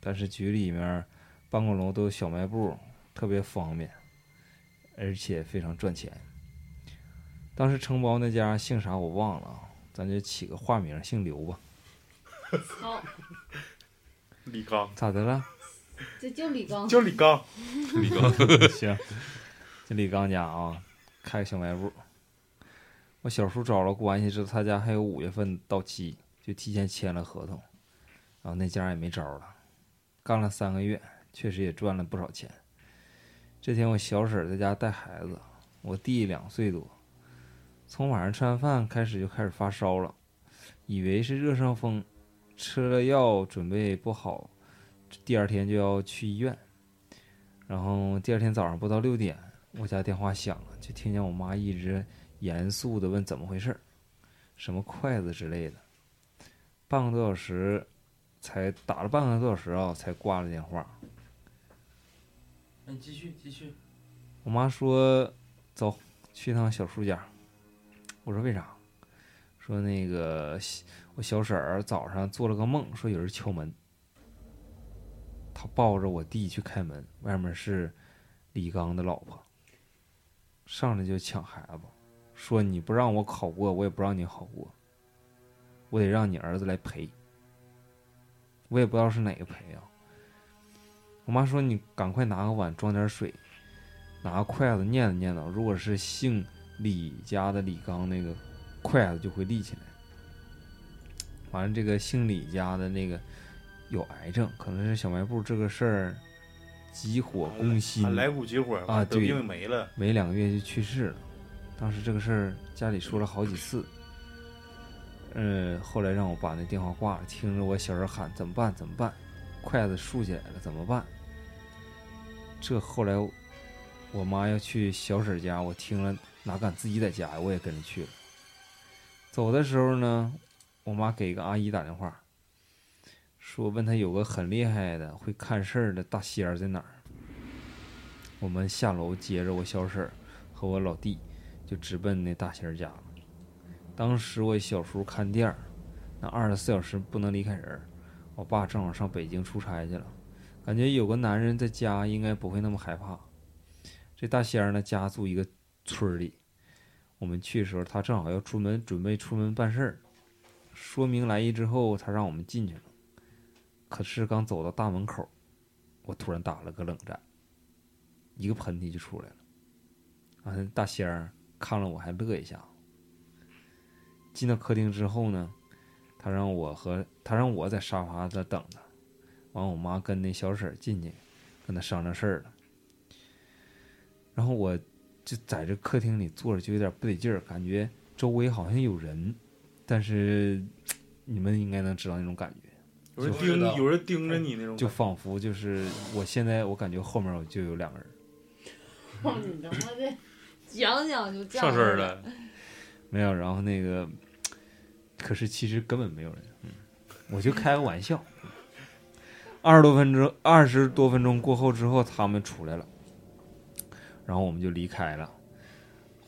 Speaker 8: 但是局里面办公楼都有小卖部，特别方便。而且非常赚钱。当时承包那家姓啥我忘了啊，咱就起个化名，姓刘吧。
Speaker 3: 操，
Speaker 2: 李刚，
Speaker 8: 咋的了？
Speaker 3: 这就李
Speaker 6: 嗯
Speaker 3: 刚，
Speaker 2: 叫李刚，
Speaker 8: 行，这李刚家啊，开个小卖部。我小叔找了关系，知道他家还有五月份到期，就提前签了合同。然后那家也没招了，干了三个月，确实也赚了不少钱。这天我小婶儿在家带孩子，我弟两岁多，从晚上吃完饭开始就开始发烧了，以为是热伤风，吃了药准备不好，第二天就要去医院。然后第二天早上不到六点，我家电话响了，就听见我妈一直严肃的问怎么回事儿什么筷子之类的。半个多小时，才打了半个多小时啊，才挂了电话。
Speaker 7: 那你继续继续，
Speaker 8: 我妈说：“走，去趟小叔家。”我说：“为啥？”说那个我小婶儿早上做了个梦，说有人敲门。她抱着我弟去开门，外面是李刚的老婆，上来就抢孩子，说：“你不让我考过，我也不让你好过，我得让你儿子来赔。”我也不知道是哪个赔啊。我妈说：“你赶快拿个碗装点水。”拿个筷子念叨念叨，如果是姓李家的李刚，那个筷子就会立起来。完了，这个姓李家的那个有癌症，可能是小卖部这个事儿急火攻心，
Speaker 2: 来股急火
Speaker 8: 啊
Speaker 2: 得
Speaker 8: 对
Speaker 2: 病没了，
Speaker 8: 没两个月就去世了。当时这个事儿家里说了好几次，呃，后来让我把那电话挂了，听着我小声喊怎么办怎么办，筷子竖起来了怎么办？这后来我妈要去小婶儿家，我听了哪敢自己在家呀，我也跟着去了。走的时候呢，我妈给一个阿姨打电话，说问她有个很厉害的会看事儿的大仙儿在哪儿。我们下楼接着我小婶儿和我老弟，就直奔那大仙儿家了。当时我小叔看店儿，那二十四小时不能离开人儿。我爸正好上北京出差去了，感觉有个男人在家应该不会那么害怕。这大仙儿呢，家住一个村儿里，我们去的时候他正好要出门，准备出门办事儿。说明来意之后，他让我们进去了。可是刚走到大门口，我突然打了个冷战。一个喷嚏就出来了。完了，大仙儿看了我还乐一下。进到客厅之后呢，他让我和他让我在沙发上等他，完我妈跟那小婶儿进去，跟他商量事儿了。然后我就在这客厅里坐着，就有点不得劲儿，感觉周围好像有人，但是你们应该能知道那种感觉。
Speaker 2: 有人
Speaker 7: 就知道
Speaker 2: 盯有人盯着你那种感觉，
Speaker 8: 就仿佛就是我现在，我感觉后面我就有两个人，
Speaker 3: 你他妈的讲讲就
Speaker 5: 上身了，
Speaker 8: 没有。然后那个，可是其实根本没有人，嗯，我就开个玩笑。二十多分钟，二十多分钟过后之后，他们出来了，然后我们就离开了。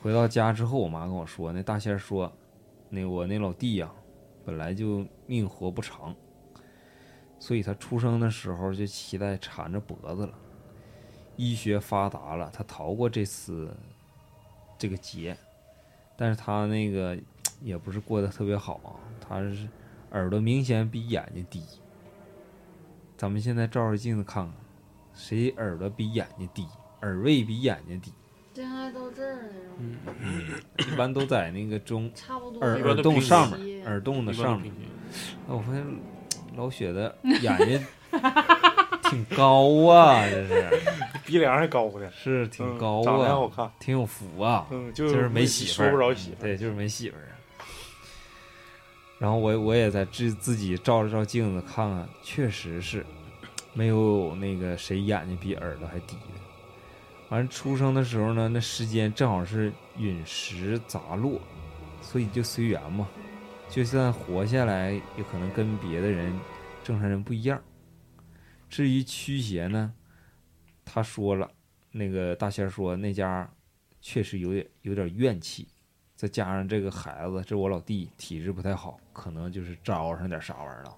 Speaker 8: 回到家之后，我妈跟我说，那大仙儿说，那我那老弟呀、本来就命活不长，所以他出生的时候就脐带缠着脖子了。医学发达了，他逃过这次这个劫，但是他那个也不是过得特别好啊，他是耳朵明显比眼睛低。咱们现在照照镜子看看，谁耳朵比眼睛低，耳位比眼睛低，
Speaker 3: 真爱到这儿了，
Speaker 8: 一般都在那个中
Speaker 3: 差不多
Speaker 8: 耳
Speaker 5: 一般
Speaker 8: 耳
Speaker 5: 都
Speaker 8: 洞
Speaker 5: 平行
Speaker 8: 上面，耳洞的
Speaker 5: 一般都
Speaker 8: 上
Speaker 5: 平
Speaker 8: 面。
Speaker 5: 均
Speaker 8: 哎，我发现老雪的眼睛 挺高啊，这是
Speaker 2: 鼻梁还高呢，
Speaker 8: 是挺
Speaker 2: 嗯
Speaker 8: 高
Speaker 2: 长得还好
Speaker 8: 啊，
Speaker 2: 看，
Speaker 8: 挺有福啊。
Speaker 2: 嗯，就
Speaker 8: 就是
Speaker 2: 是
Speaker 8: 没媳妇
Speaker 2: 说
Speaker 8: 儿嗯
Speaker 2: 不着媳妇儿，
Speaker 8: 对，就是没媳妇儿啊。然后我我也在自自己照了照镜子，看看，确实是没有那个谁眼睛比耳朵还低的。完了出生的时候呢，那时间正好是陨石砸落，所以就随缘嘛。就算活下来，也可能跟别的人正常人不一样。至于驱邪呢，他说了，那个大仙儿说那家确实有点有点怨气，再加上这个孩子，这我老弟体质不太好，可能就是招上点啥玩意儿了。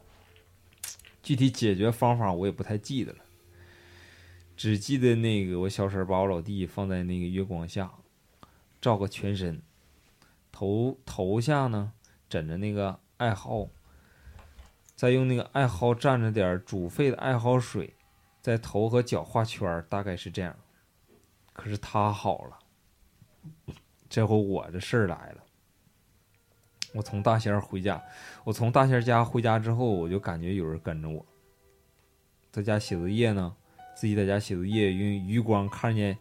Speaker 8: 具体解决方法我也不太记得了，只记得那个我小婶儿把我老弟放在那个月光下，照个全身，头头下呢枕着那个艾蒿，再用那个艾蒿蘸着点儿煮沸的艾蒿水，在头和脚画圈儿，大概是这样。可是他好了。这回我这事儿来了。我从大仙儿回家，我从大仙儿家回家之后，我就感觉有人跟着我。在家写作业呢，自己在家写作业，用余光看见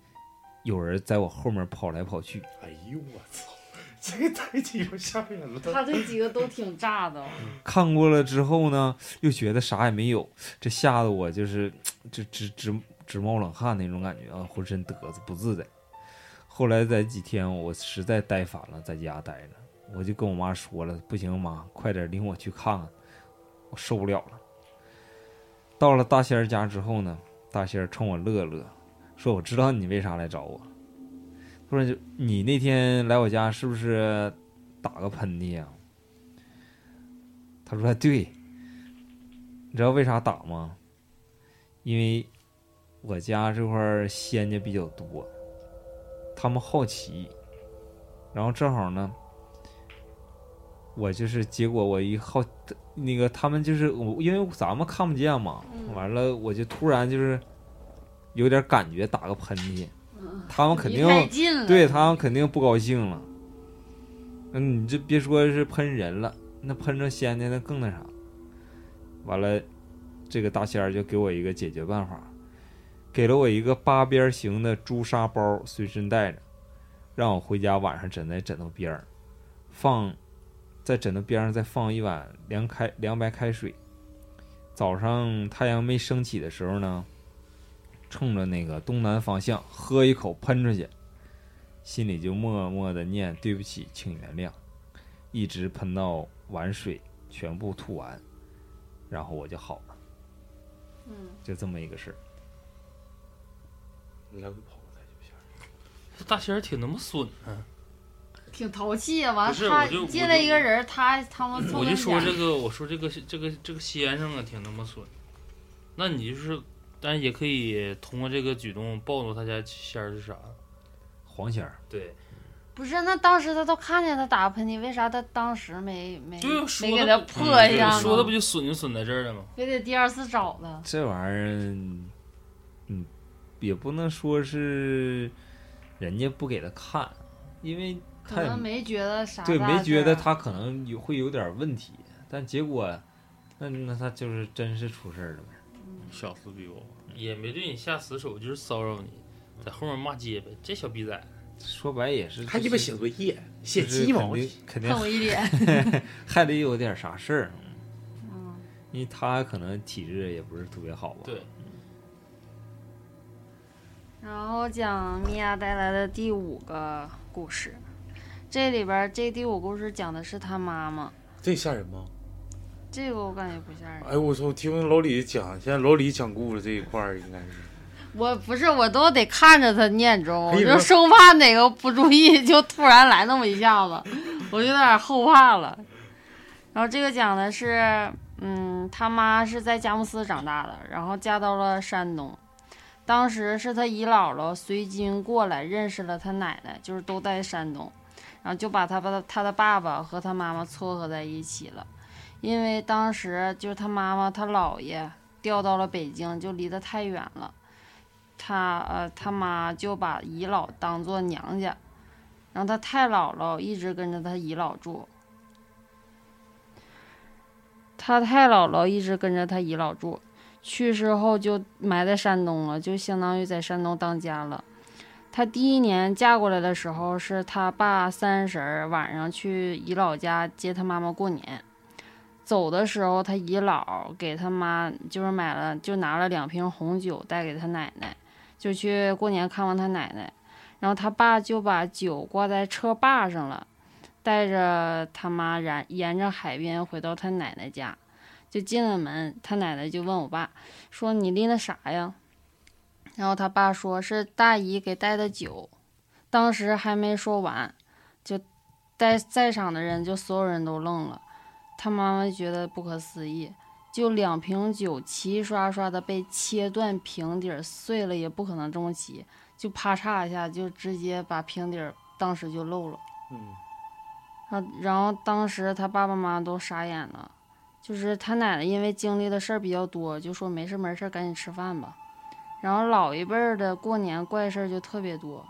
Speaker 8: 有人在我后面跑来跑去。
Speaker 2: 哎呦我操，这个太鸡巴吓人了。
Speaker 3: 他这几个都挺炸的，
Speaker 8: 看过了之后呢，又觉得啥也没有，这吓得我就是这直直直冒冷汗那种感觉啊，浑身嘚瑟不自在。后来在几天我实在待烦了，在家待着，我就跟我妈说了，不行妈，快点领我去看看，我受不了了。到了大仙儿家之后呢，大仙儿冲我乐乐，说我知道你为啥来找我了，突然就你那天来我家是不是打个喷嚏呀、他说对，你知道为啥打吗？因为我家这块儿仙家比较多，他们好奇，然后正好呢，我就是结果我一好那个他们就是我，因为咱们看不见嘛，
Speaker 3: 嗯
Speaker 8: 完了我就突然就是有点感觉打个喷嚏，他们肯定
Speaker 3: 离太近了，
Speaker 8: 对他们肯定不高兴了。嗯，你这别说是喷人了，那喷着仙的那更那啥。完了，这个大仙儿就给我一个解决办法，给了我一个八边形的朱砂包随身带着，让我回家晚上枕在枕头边儿，放在枕头边上再放一碗凉开凉白开水。早上太阳没升起的时候呢，冲着那个东南方向喝一口喷出去，心里就默默的念对不起，请原谅，一直喷到碗水全部吐完，然后我就好了，
Speaker 3: 嗯，
Speaker 8: 就这么一个事儿。
Speaker 2: 来回跑才就行。
Speaker 6: 这大仙儿挺他妈损啊！
Speaker 3: 挺淘气啊。完
Speaker 6: 不是
Speaker 3: 了，他
Speaker 6: 我就我
Speaker 3: 进来
Speaker 6: 就
Speaker 3: 一个人，他他们凑
Speaker 6: 我
Speaker 3: 跟
Speaker 6: 就说
Speaker 3: 前
Speaker 6: 这个，我说这个这个这个先生啊，挺他妈损。那你就是，但是也可以通过这个举动暴露他家仙儿是啥。
Speaker 8: 黄仙儿，
Speaker 6: 对，
Speaker 3: 不是，那当时他都看见他打喷嚏，为啥他当时没哎没
Speaker 6: 就说
Speaker 3: 没给
Speaker 6: 的
Speaker 3: 他
Speaker 6: 不
Speaker 3: 破
Speaker 6: 嗯
Speaker 3: 一下呢？
Speaker 6: 说的不就损就损在这儿了吗？
Speaker 3: 非得第二次找他？
Speaker 8: 这玩意儿，嗯，也不能说是人家不给他看，因为
Speaker 3: 可
Speaker 8: 他
Speaker 3: 能
Speaker 8: 也
Speaker 3: 没觉得啥大
Speaker 8: 对
Speaker 3: 事儿，
Speaker 8: 没觉得他可能有会有点问题，但结果那那他就是真是出事儿了呗。
Speaker 5: 小死逼我，
Speaker 6: 也没对你下死手，就是骚扰你，在后面骂街呗。这小逼崽，
Speaker 8: 说白也是，
Speaker 2: 他鸡巴写作业，写
Speaker 8: 就是
Speaker 2: 鸡毛
Speaker 8: 肯定肯定
Speaker 3: 看我一 脸，
Speaker 8: 还得有点啥事儿，
Speaker 3: 嗯，
Speaker 8: 因为他可能体质也不是特别好吧。
Speaker 6: 对，
Speaker 3: 然后讲米娅带来的第五个故事，这里边儿这第五故事讲的是他妈妈，
Speaker 2: 这吓人吗？
Speaker 3: 这个我感觉不吓人。
Speaker 2: 哎，我操！我听老李讲，现在老李讲故事这一块儿应该是
Speaker 3: 我不是，我都得看着他念中，我
Speaker 2: 可以
Speaker 3: 就
Speaker 2: 吗
Speaker 3: 生怕哪个不注意就突然来那么一下子， 我有点后怕了。然后这个讲的是，嗯，他妈是在佳木斯长大的，然后嫁到了山东。当时是他姨姥姥随军过来，认识了他奶奶，就是都在山东，然后就把他把他的爸爸和他妈妈撮合在一起了。因为当时就是他妈妈他姥爷调到了北京，就离得太远了。他呃他妈就把姨姥当做娘家，然后他太姥姥一直跟着他姨姥住，他太姥姥一直跟着他姨姥住，去世后就埋在山东了，就相当于在山东当家了。他第一年嫁过来的时候，是他爸三十儿晚上去姨姥家接他妈妈过年。走的时候，他姨姥给他妈就是买了，就拿了两瓶红酒带给他奶奶，就去过年看望他奶奶。然后他爸就把酒挂在车把上了，带着他妈沿沿着海边回到他奶奶家，就进了门，他奶奶就问我爸说：“你拎的啥呀？”然后他爸说是大姨给带的酒，当时还没说完，就在在场的人就所有人都愣了。他妈妈觉得不可思议，就两瓶酒齐刷刷的被切断瓶底儿，碎了也不可能这么齐，就啪嚓一下就直接把瓶底儿当时就漏了。
Speaker 2: 嗯，
Speaker 3: 然后然后当时他爸爸妈妈都傻眼了，就是他奶奶因为经历的事儿比较多，就说没事儿没事儿赶紧吃饭吧。然后老一辈儿的过年怪事儿就特别多。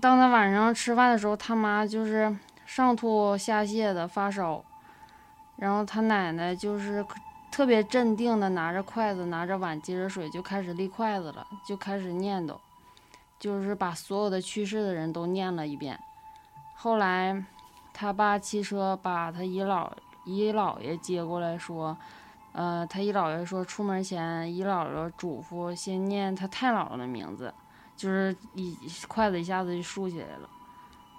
Speaker 3: 当他晚上吃饭的时候，他妈就是上吐下泻的发烧，然后他奶奶就是可特别镇定的拿着筷子拿着碗接着水就开始立筷子了，就开始念叨，就是把所有的去世的人都念了一遍。后来他爸骑车把他姨姥姨姥爷接过来说，呃，他姨姥爷说出门前姨姥姥嘱咐先念他太姥姥的名字，就是一筷子一下子就竖起来了。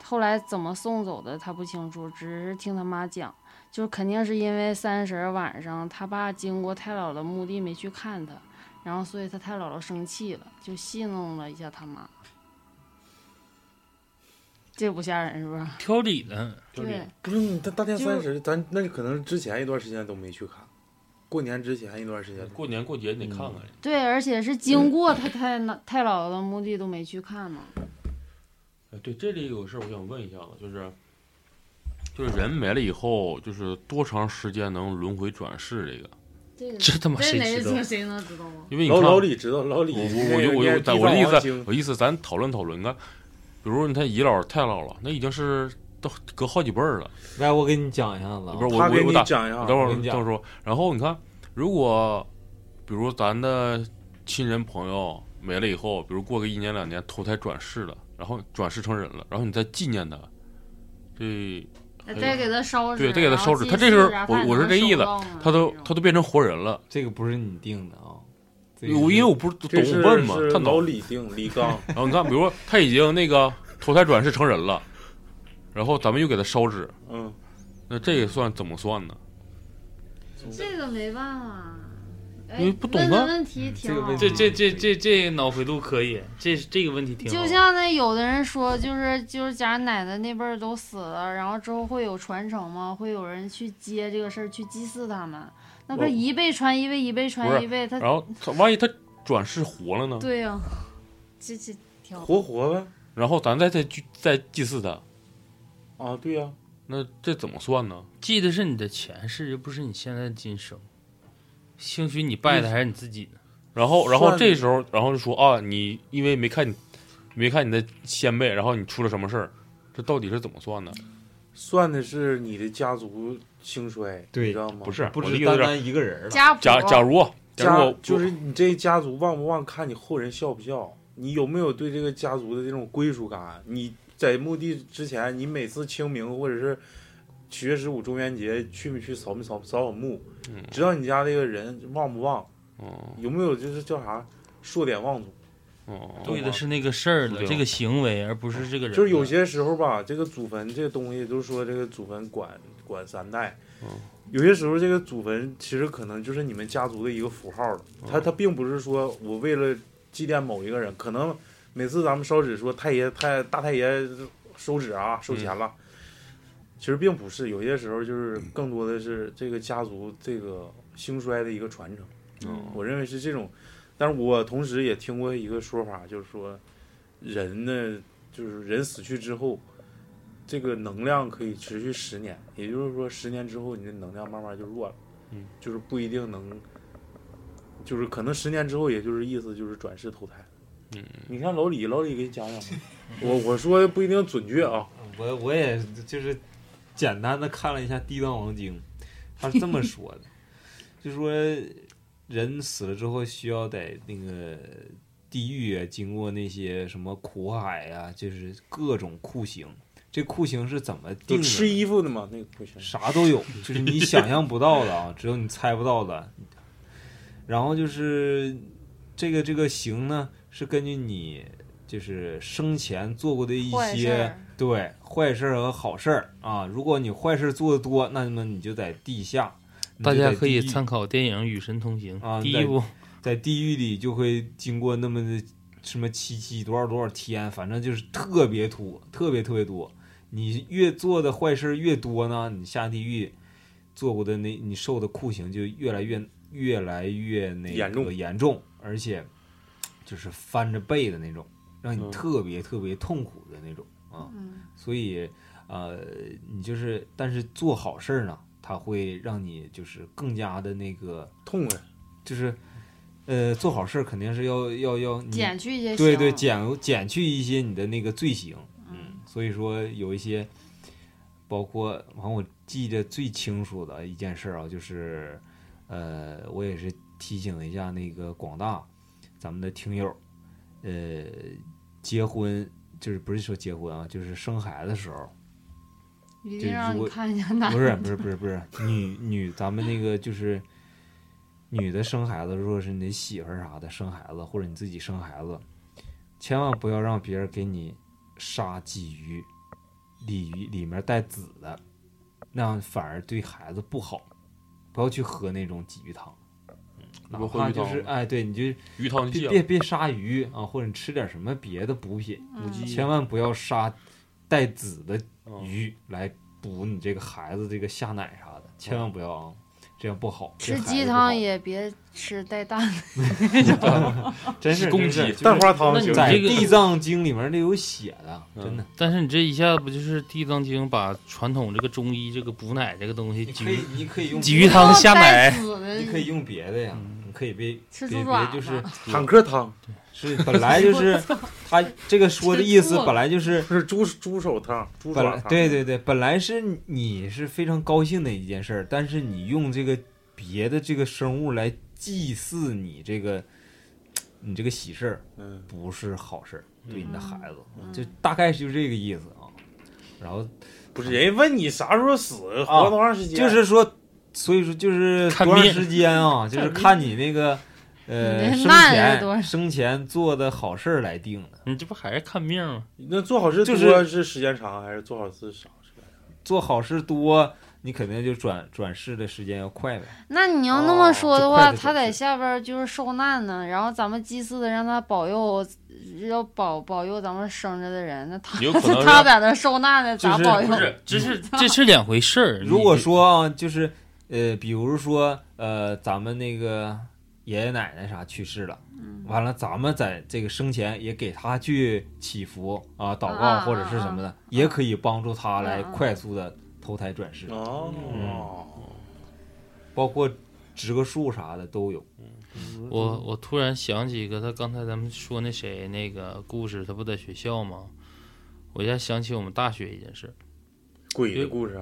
Speaker 3: 后来怎么送走的他不清楚，只是听他妈讲，就是肯定是因为三十儿晚上他爸经过太姥姥墓地没去看他，然后所以他太姥姥生气了，就戏弄了一下他妈。这不吓人是不是？
Speaker 6: 挑理的，
Speaker 3: 对，
Speaker 2: 不是你，他大年
Speaker 3: 就
Speaker 2: 三十，咱那可能之前一段时间都没去看，过年之前一段时间。
Speaker 5: 过年过节你得看看，
Speaker 3: 对，而且是经过他太老太姥姥的墓地都没去看呢。
Speaker 5: 哎，对，这里有个事儿我想问一下子，就是，就是人没了以后，就是多长时间能轮回转世这个？
Speaker 3: 这个
Speaker 6: 这他妈谁知道？
Speaker 3: 谁能知道啊？
Speaker 5: 因为你
Speaker 2: 老
Speaker 5: 看，
Speaker 2: 老
Speaker 5: 我
Speaker 2: 李知道，老李
Speaker 5: 我
Speaker 2: 那
Speaker 5: 我
Speaker 2: 个
Speaker 5: 就我
Speaker 2: 念
Speaker 5: 就
Speaker 2: 地藏
Speaker 5: 咱我的意
Speaker 2: 王
Speaker 5: 思
Speaker 2: 经，
Speaker 5: 我意思，咱讨论讨论看，比如你看姨姥太姥姥，那已经是都隔好几辈儿了，
Speaker 8: 来，我给你讲一下子啊
Speaker 5: 不是我
Speaker 2: 他给
Speaker 5: 我
Speaker 2: 你
Speaker 5: 我打
Speaker 2: 讲一下
Speaker 5: 我等
Speaker 2: 啊，
Speaker 5: 会儿
Speaker 8: 我跟你讲
Speaker 5: 这么说。然后你看，如果比如咱的亲人朋友没了以后，比如过个一年两年投胎转世了，然后转世成人了，然后你再纪念他，这
Speaker 3: 再给他烧纸，
Speaker 5: 对再给他
Speaker 3: 然后
Speaker 5: 烧纸
Speaker 3: 祭
Speaker 5: 他这时候
Speaker 3: 祀然后
Speaker 5: 我
Speaker 3: 还能
Speaker 5: 我是这意思
Speaker 3: 收到呢
Speaker 5: 他都
Speaker 3: 那种
Speaker 5: 他都变成活人了。
Speaker 8: 这个不是你定的啊，这个
Speaker 5: 我因为
Speaker 8: 是
Speaker 5: 我不是懂
Speaker 2: 这
Speaker 5: 我
Speaker 2: 是
Speaker 5: 问嘛，
Speaker 2: 是
Speaker 5: 他
Speaker 2: 老
Speaker 5: 脑
Speaker 2: 李定李 刚，
Speaker 5: 然后你看，比如说他已经那个投胎转世成人了，然后咱们又给他烧纸，
Speaker 2: 嗯，
Speaker 5: 那这个算怎么算呢？
Speaker 3: 这个没办法。哎
Speaker 5: 因为不懂
Speaker 3: 问的
Speaker 5: 啊
Speaker 3: 问题挺
Speaker 8: 这个
Speaker 3: 好
Speaker 8: 问
Speaker 3: 的，
Speaker 8: 题
Speaker 6: 这这这这这脑回路可以，这这个问题挺好。
Speaker 3: 就像那有的人说，就是就是家奶奶那辈儿都死了，然后之后会有传承吗？会有人去接这个事儿，去祭祀他们？那不是
Speaker 5: 我
Speaker 3: 一辈传一辈，一辈
Speaker 5: 哦不
Speaker 3: 传
Speaker 5: 是
Speaker 3: 一辈，他
Speaker 5: 然后他万一他转世活了呢？
Speaker 3: 对 呀、这这挺好。
Speaker 2: 活活呗。
Speaker 5: 然后咱再再去再祭祀他，
Speaker 2: 啊，对呀，
Speaker 5: 那这怎么算呢？
Speaker 6: 记得是你的前世，又不是你现在的今生。兴许你拜的还是你自己呢。
Speaker 5: 然后，然后
Speaker 2: 算
Speaker 5: 这时候，然后就说啊，你因为没看你，没看你的先辈，然后你出了什么事儿，这到底是怎么算的？
Speaker 2: 算的是你的家族兴衰，
Speaker 8: 对
Speaker 2: 你知道吗？
Speaker 5: 不是，
Speaker 8: 不
Speaker 5: 我的
Speaker 8: 是
Speaker 5: 意思
Speaker 8: 单
Speaker 5: 是，
Speaker 8: 单一个人啊了。
Speaker 3: 家谱
Speaker 5: 假假如啊假如
Speaker 2: 家
Speaker 5: 我
Speaker 2: 就是你这家族旺不旺，看你后人孝不孝，你有没有对这个家族的这种归属感？你在墓地之前，你每次清明或者是七月十五、中元节去没去扫没扫扫扫墓
Speaker 5: 嗯，
Speaker 2: 知道你家这个人旺不旺，
Speaker 5: 嗯
Speaker 2: 有没有就是叫啥数典忘祖？
Speaker 5: 嗯，
Speaker 6: 对的是那个事儿的
Speaker 5: 对
Speaker 6: 这个行为，而不是这个人的。
Speaker 2: 就是有些时候吧，这个祖坟这个东西，都说这个祖坟管管三代
Speaker 5: 嗯，
Speaker 2: 有些时候这个祖坟其实可能就是你们家族的一个符号了。
Speaker 5: 嗯
Speaker 2: 它它并不是说我为了祭奠某一个人，可能每次咱们烧纸说太爷太大太爷收纸啊收钱了，
Speaker 5: 嗯
Speaker 2: 其实并不是，有些时候就是更多的是这个家族这个兴衰的一个传承。
Speaker 5: 嗯
Speaker 2: 我认为是这种，但是我同时也听过一个说法，就是说人呢，就是人死去之后，这个能量可以持续十年，也就是说十年之后你的能量慢慢就弱了，
Speaker 5: 嗯，
Speaker 2: 就是不一定能，就是可能十年之后，也就是意思就是转世投胎。
Speaker 5: 嗯，
Speaker 2: 你看老李，老李给你讲讲 吧，我我说的不一定准确啊，
Speaker 8: 我我也就是简单的看了一下《地藏王经》，他是这么说 的，就说人死了之后需要在那个地狱啊，经过那些什么苦海啊，就是各种酷刑。这酷刑是怎么
Speaker 2: 就
Speaker 8: 定的？
Speaker 2: 吃衣服的嘛，那个不行，
Speaker 8: 啥都有，就是你想象不到的啊，只有你猜不到的。然后就是这个这个刑呢，是根据你就是生前做过的一
Speaker 3: 坏事
Speaker 8: 些
Speaker 3: 儿
Speaker 8: 对坏事儿和好事儿啊。如果你坏事儿做的多，那么你就在地下，你就
Speaker 6: 大家
Speaker 8: 在
Speaker 6: 可以
Speaker 8: 地狱
Speaker 6: 参考电影《与神同行》
Speaker 8: 啊
Speaker 6: 第
Speaker 8: 在
Speaker 6: 一部，
Speaker 8: 在地狱里就会经过那么的什么七七多少多少天，反正就是特别多，特别特别多。你越做的坏事越多呢，你下地狱做过的那你受的酷刑就越来越越来越那个
Speaker 2: 严重
Speaker 8: 严重，而且就是翻着背的那种，让你
Speaker 2: 嗯
Speaker 8: 特别特别痛苦的那种啊。
Speaker 3: 嗯，
Speaker 8: 所以呃，你就是但是做好事儿呢，它会让你就是更加的那个。
Speaker 2: 痛快，
Speaker 8: 就是，呃，做好事儿肯定是要要要你
Speaker 3: 减去一些
Speaker 8: 嗯对
Speaker 3: 行
Speaker 8: 对减减去一些你的那个罪行，
Speaker 3: 嗯，
Speaker 8: 所以说有一些，包括完我记得最清楚的一件事儿啊，就是，呃，我也是提醒一下那个广大咱们的听友，呃，结婚就是不是说结婚啊，就是生孩子的时候，
Speaker 3: 一
Speaker 8: 对
Speaker 3: 定让
Speaker 8: 如
Speaker 3: 你
Speaker 8: 果
Speaker 3: 看一下 男
Speaker 8: 不是不是不是不是女女，咱们那个就是女的生孩子，如果是你的媳妇儿啥的生孩子，或者你自己生孩子，千万不要让别人给你杀鲫鱼、鲤鱼里面带籽的，那样反而对孩子不好。不要去喝那种鲫鱼汤，
Speaker 5: 那
Speaker 8: 哪
Speaker 5: 不喝
Speaker 8: 怕
Speaker 5: 鱼
Speaker 8: 就
Speaker 5: 汤
Speaker 8: 是
Speaker 5: 吗
Speaker 8: 哎，对，你就
Speaker 5: 鱼汤
Speaker 8: 别
Speaker 5: 酱
Speaker 8: 别别杀鱼啊，或者你吃点什么别的补品，
Speaker 3: 母鸡
Speaker 8: 千万不要杀带籽的
Speaker 5: 嗯
Speaker 8: 鱼来补你这个孩子这个下奶啥的，千万不要啊，这样不好。
Speaker 3: 吃
Speaker 8: 对孩子
Speaker 3: 鸡
Speaker 8: 不好哦
Speaker 3: 汤也别吃带蛋的，
Speaker 8: 真是
Speaker 5: 公
Speaker 8: 真是
Speaker 5: 鸡
Speaker 8: 就是
Speaker 2: 蛋花汤
Speaker 6: 那你
Speaker 2: 行。
Speaker 8: 在
Speaker 6: 这个
Speaker 8: 《地藏经》里面那有写的，真的。
Speaker 6: 但是你这一下子不就是《地藏经》把传统这个中医这个补奶这个东西，鲫鱼，
Speaker 8: 你可以用
Speaker 6: 鲫鱼汤下奶
Speaker 3: 带
Speaker 4: 哦
Speaker 3: 死的
Speaker 8: 你可以用别的嗯呀，你可以别
Speaker 3: 吃猪
Speaker 8: 别别
Speaker 3: 爪
Speaker 8: 就
Speaker 3: 子
Speaker 8: 是
Speaker 2: 坦克汤
Speaker 8: 是本来就是他这个说的意
Speaker 3: 吃
Speaker 8: 思
Speaker 3: 醋了
Speaker 8: 本来就是
Speaker 2: 不是猪猪手汤、猪
Speaker 8: 本
Speaker 2: 爪
Speaker 8: 来
Speaker 2: 汤。
Speaker 8: 对对对，本来是你是非常高兴的一件事儿，但是你用这个别的这个生物来祭祀你这个你这个喜事儿，
Speaker 2: 嗯，
Speaker 8: 不是好事儿，对你的孩子，
Speaker 3: 嗯
Speaker 8: 就大概是就这个意思啊。然后
Speaker 2: 不是人家问你啥时候死，活多长时间？
Speaker 8: 啊就是说，所以说就是
Speaker 6: 看
Speaker 8: 多长
Speaker 6: 命
Speaker 8: 时间啊，就是看你那个呃
Speaker 3: 你那
Speaker 8: 生
Speaker 3: 慢是多
Speaker 8: 前
Speaker 3: 少
Speaker 8: 生前做的好事儿来定的。
Speaker 6: 你这不还是看命吗？
Speaker 2: 那做好事
Speaker 8: 就
Speaker 2: 多
Speaker 8: 是
Speaker 2: 是时间长还是做好事少？
Speaker 8: 做好事多，你肯定就转转世的时间要快呗。
Speaker 3: 那你要那么说的
Speaker 8: 哦
Speaker 3: 话，
Speaker 8: 就快的
Speaker 3: 他
Speaker 8: 就
Speaker 3: 在
Speaker 8: 是
Speaker 3: 下边就是受难呢，然后咱们祭祀的让他保佑，要保保佑咱们生着的人，那他
Speaker 5: 有可能
Speaker 3: 他
Speaker 5: 是
Speaker 3: 在那受难呢，咋
Speaker 8: 就是
Speaker 3: 保佑
Speaker 6: 不？是，这是这是两回事儿。
Speaker 8: 如果说啊，就是呃，比如说呃，咱们那个爷爷奶奶啥去世了，
Speaker 3: 嗯
Speaker 8: 完了咱们在这个生前也给他去祈福啊、祷告
Speaker 3: 啊嗯
Speaker 8: 或者是什么的，也可以帮助他来快速的投胎转
Speaker 7: 嗯
Speaker 8: 世，
Speaker 2: 哦，
Speaker 8: 包括植个树啥的都有。
Speaker 6: 你我我突然想起一个，他刚才咱们说那谁那个故事，他不在学校吗？我一下想起我们大学一件事，
Speaker 2: 鬼的故事啊，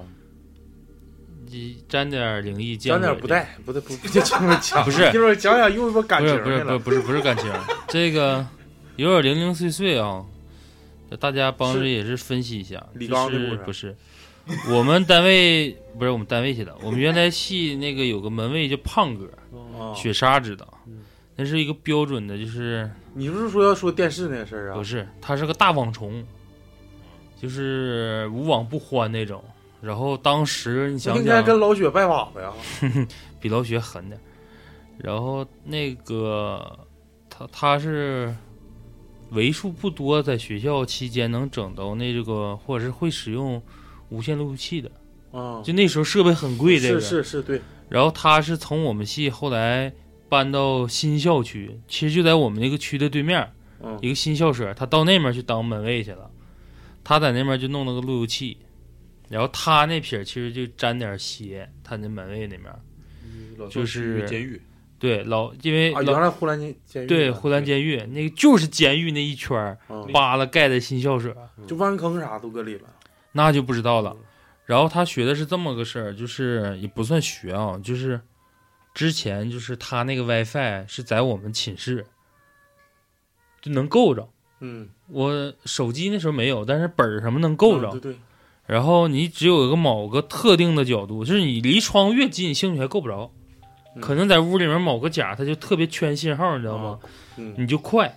Speaker 6: 你沾点儿灵异，
Speaker 2: 讲点
Speaker 6: 见鬼
Speaker 2: 不
Speaker 6: 这个
Speaker 2: 带，不带不不 就这么讲，
Speaker 6: 不是
Speaker 2: 一会儿讲讲又一波感
Speaker 6: 不
Speaker 2: 情
Speaker 6: 是不
Speaker 2: 来
Speaker 6: 是不是
Speaker 2: 了。
Speaker 6: 不是不是感情， 这个有点零零碎碎啊，大家帮着
Speaker 2: 是
Speaker 6: 也是分析一 下，
Speaker 2: 李
Speaker 6: 就
Speaker 2: 刚的
Speaker 6: 是
Speaker 2: 故事
Speaker 6: 不是？我们单位不是我们单位去的，我们原来系那个有个门卫叫胖哥，
Speaker 2: 哦
Speaker 6: 雪莎知道，那是一个标准的，就是
Speaker 2: 你不是说要说电视那事儿啊
Speaker 6: 不？是他是个大网虫，就是无网不欢那种。然后当时你想
Speaker 2: 应该
Speaker 6: 想，
Speaker 2: 跟老雪拜把子呀。
Speaker 6: 比老雪狠点儿。然后那个他他是为数不多在学校期间能整到那个或者是会使用无线路由器的，
Speaker 2: 啊，
Speaker 6: 就那时候设备很贵这个。
Speaker 2: 是是是，对，
Speaker 6: 然后他是从我们系后来搬到新校区，其实就在我们那个区的对面儿，
Speaker 2: 嗯
Speaker 6: 一个新校舍，他到那边去当门卫去了，他在那边就弄了个路由器，然后他那撇儿其实就沾点儿邪，他那门卫那面儿。就是
Speaker 5: 监狱，
Speaker 6: 对，老因为
Speaker 2: 啊，
Speaker 6: 老、
Speaker 2: 原来呼兰监监狱
Speaker 6: 对
Speaker 2: 啊
Speaker 6: 呼兰监狱那个就是监狱那一圈儿
Speaker 2: 嗯
Speaker 6: 扒了盖的新校舍，
Speaker 2: 就挖坑啥都搁里边。
Speaker 6: 那就不知道
Speaker 2: 嗯
Speaker 6: 了。然后他学的是这么个事儿，就是也不算学啊，就是之前就是他那个 WiFi 是在我们寝室就能够着，
Speaker 2: 嗯，
Speaker 6: 我手机那时候没有，但是本儿什么能够
Speaker 2: 嗯
Speaker 6: 着。
Speaker 2: 对对，
Speaker 6: 然后你只有一个某个特定的角度，就是你离窗越近，兴许还够不着，
Speaker 2: 嗯
Speaker 6: 可能在屋里面某个角儿它就特别圈信号，你知道吗？
Speaker 2: 嗯
Speaker 6: 你就快。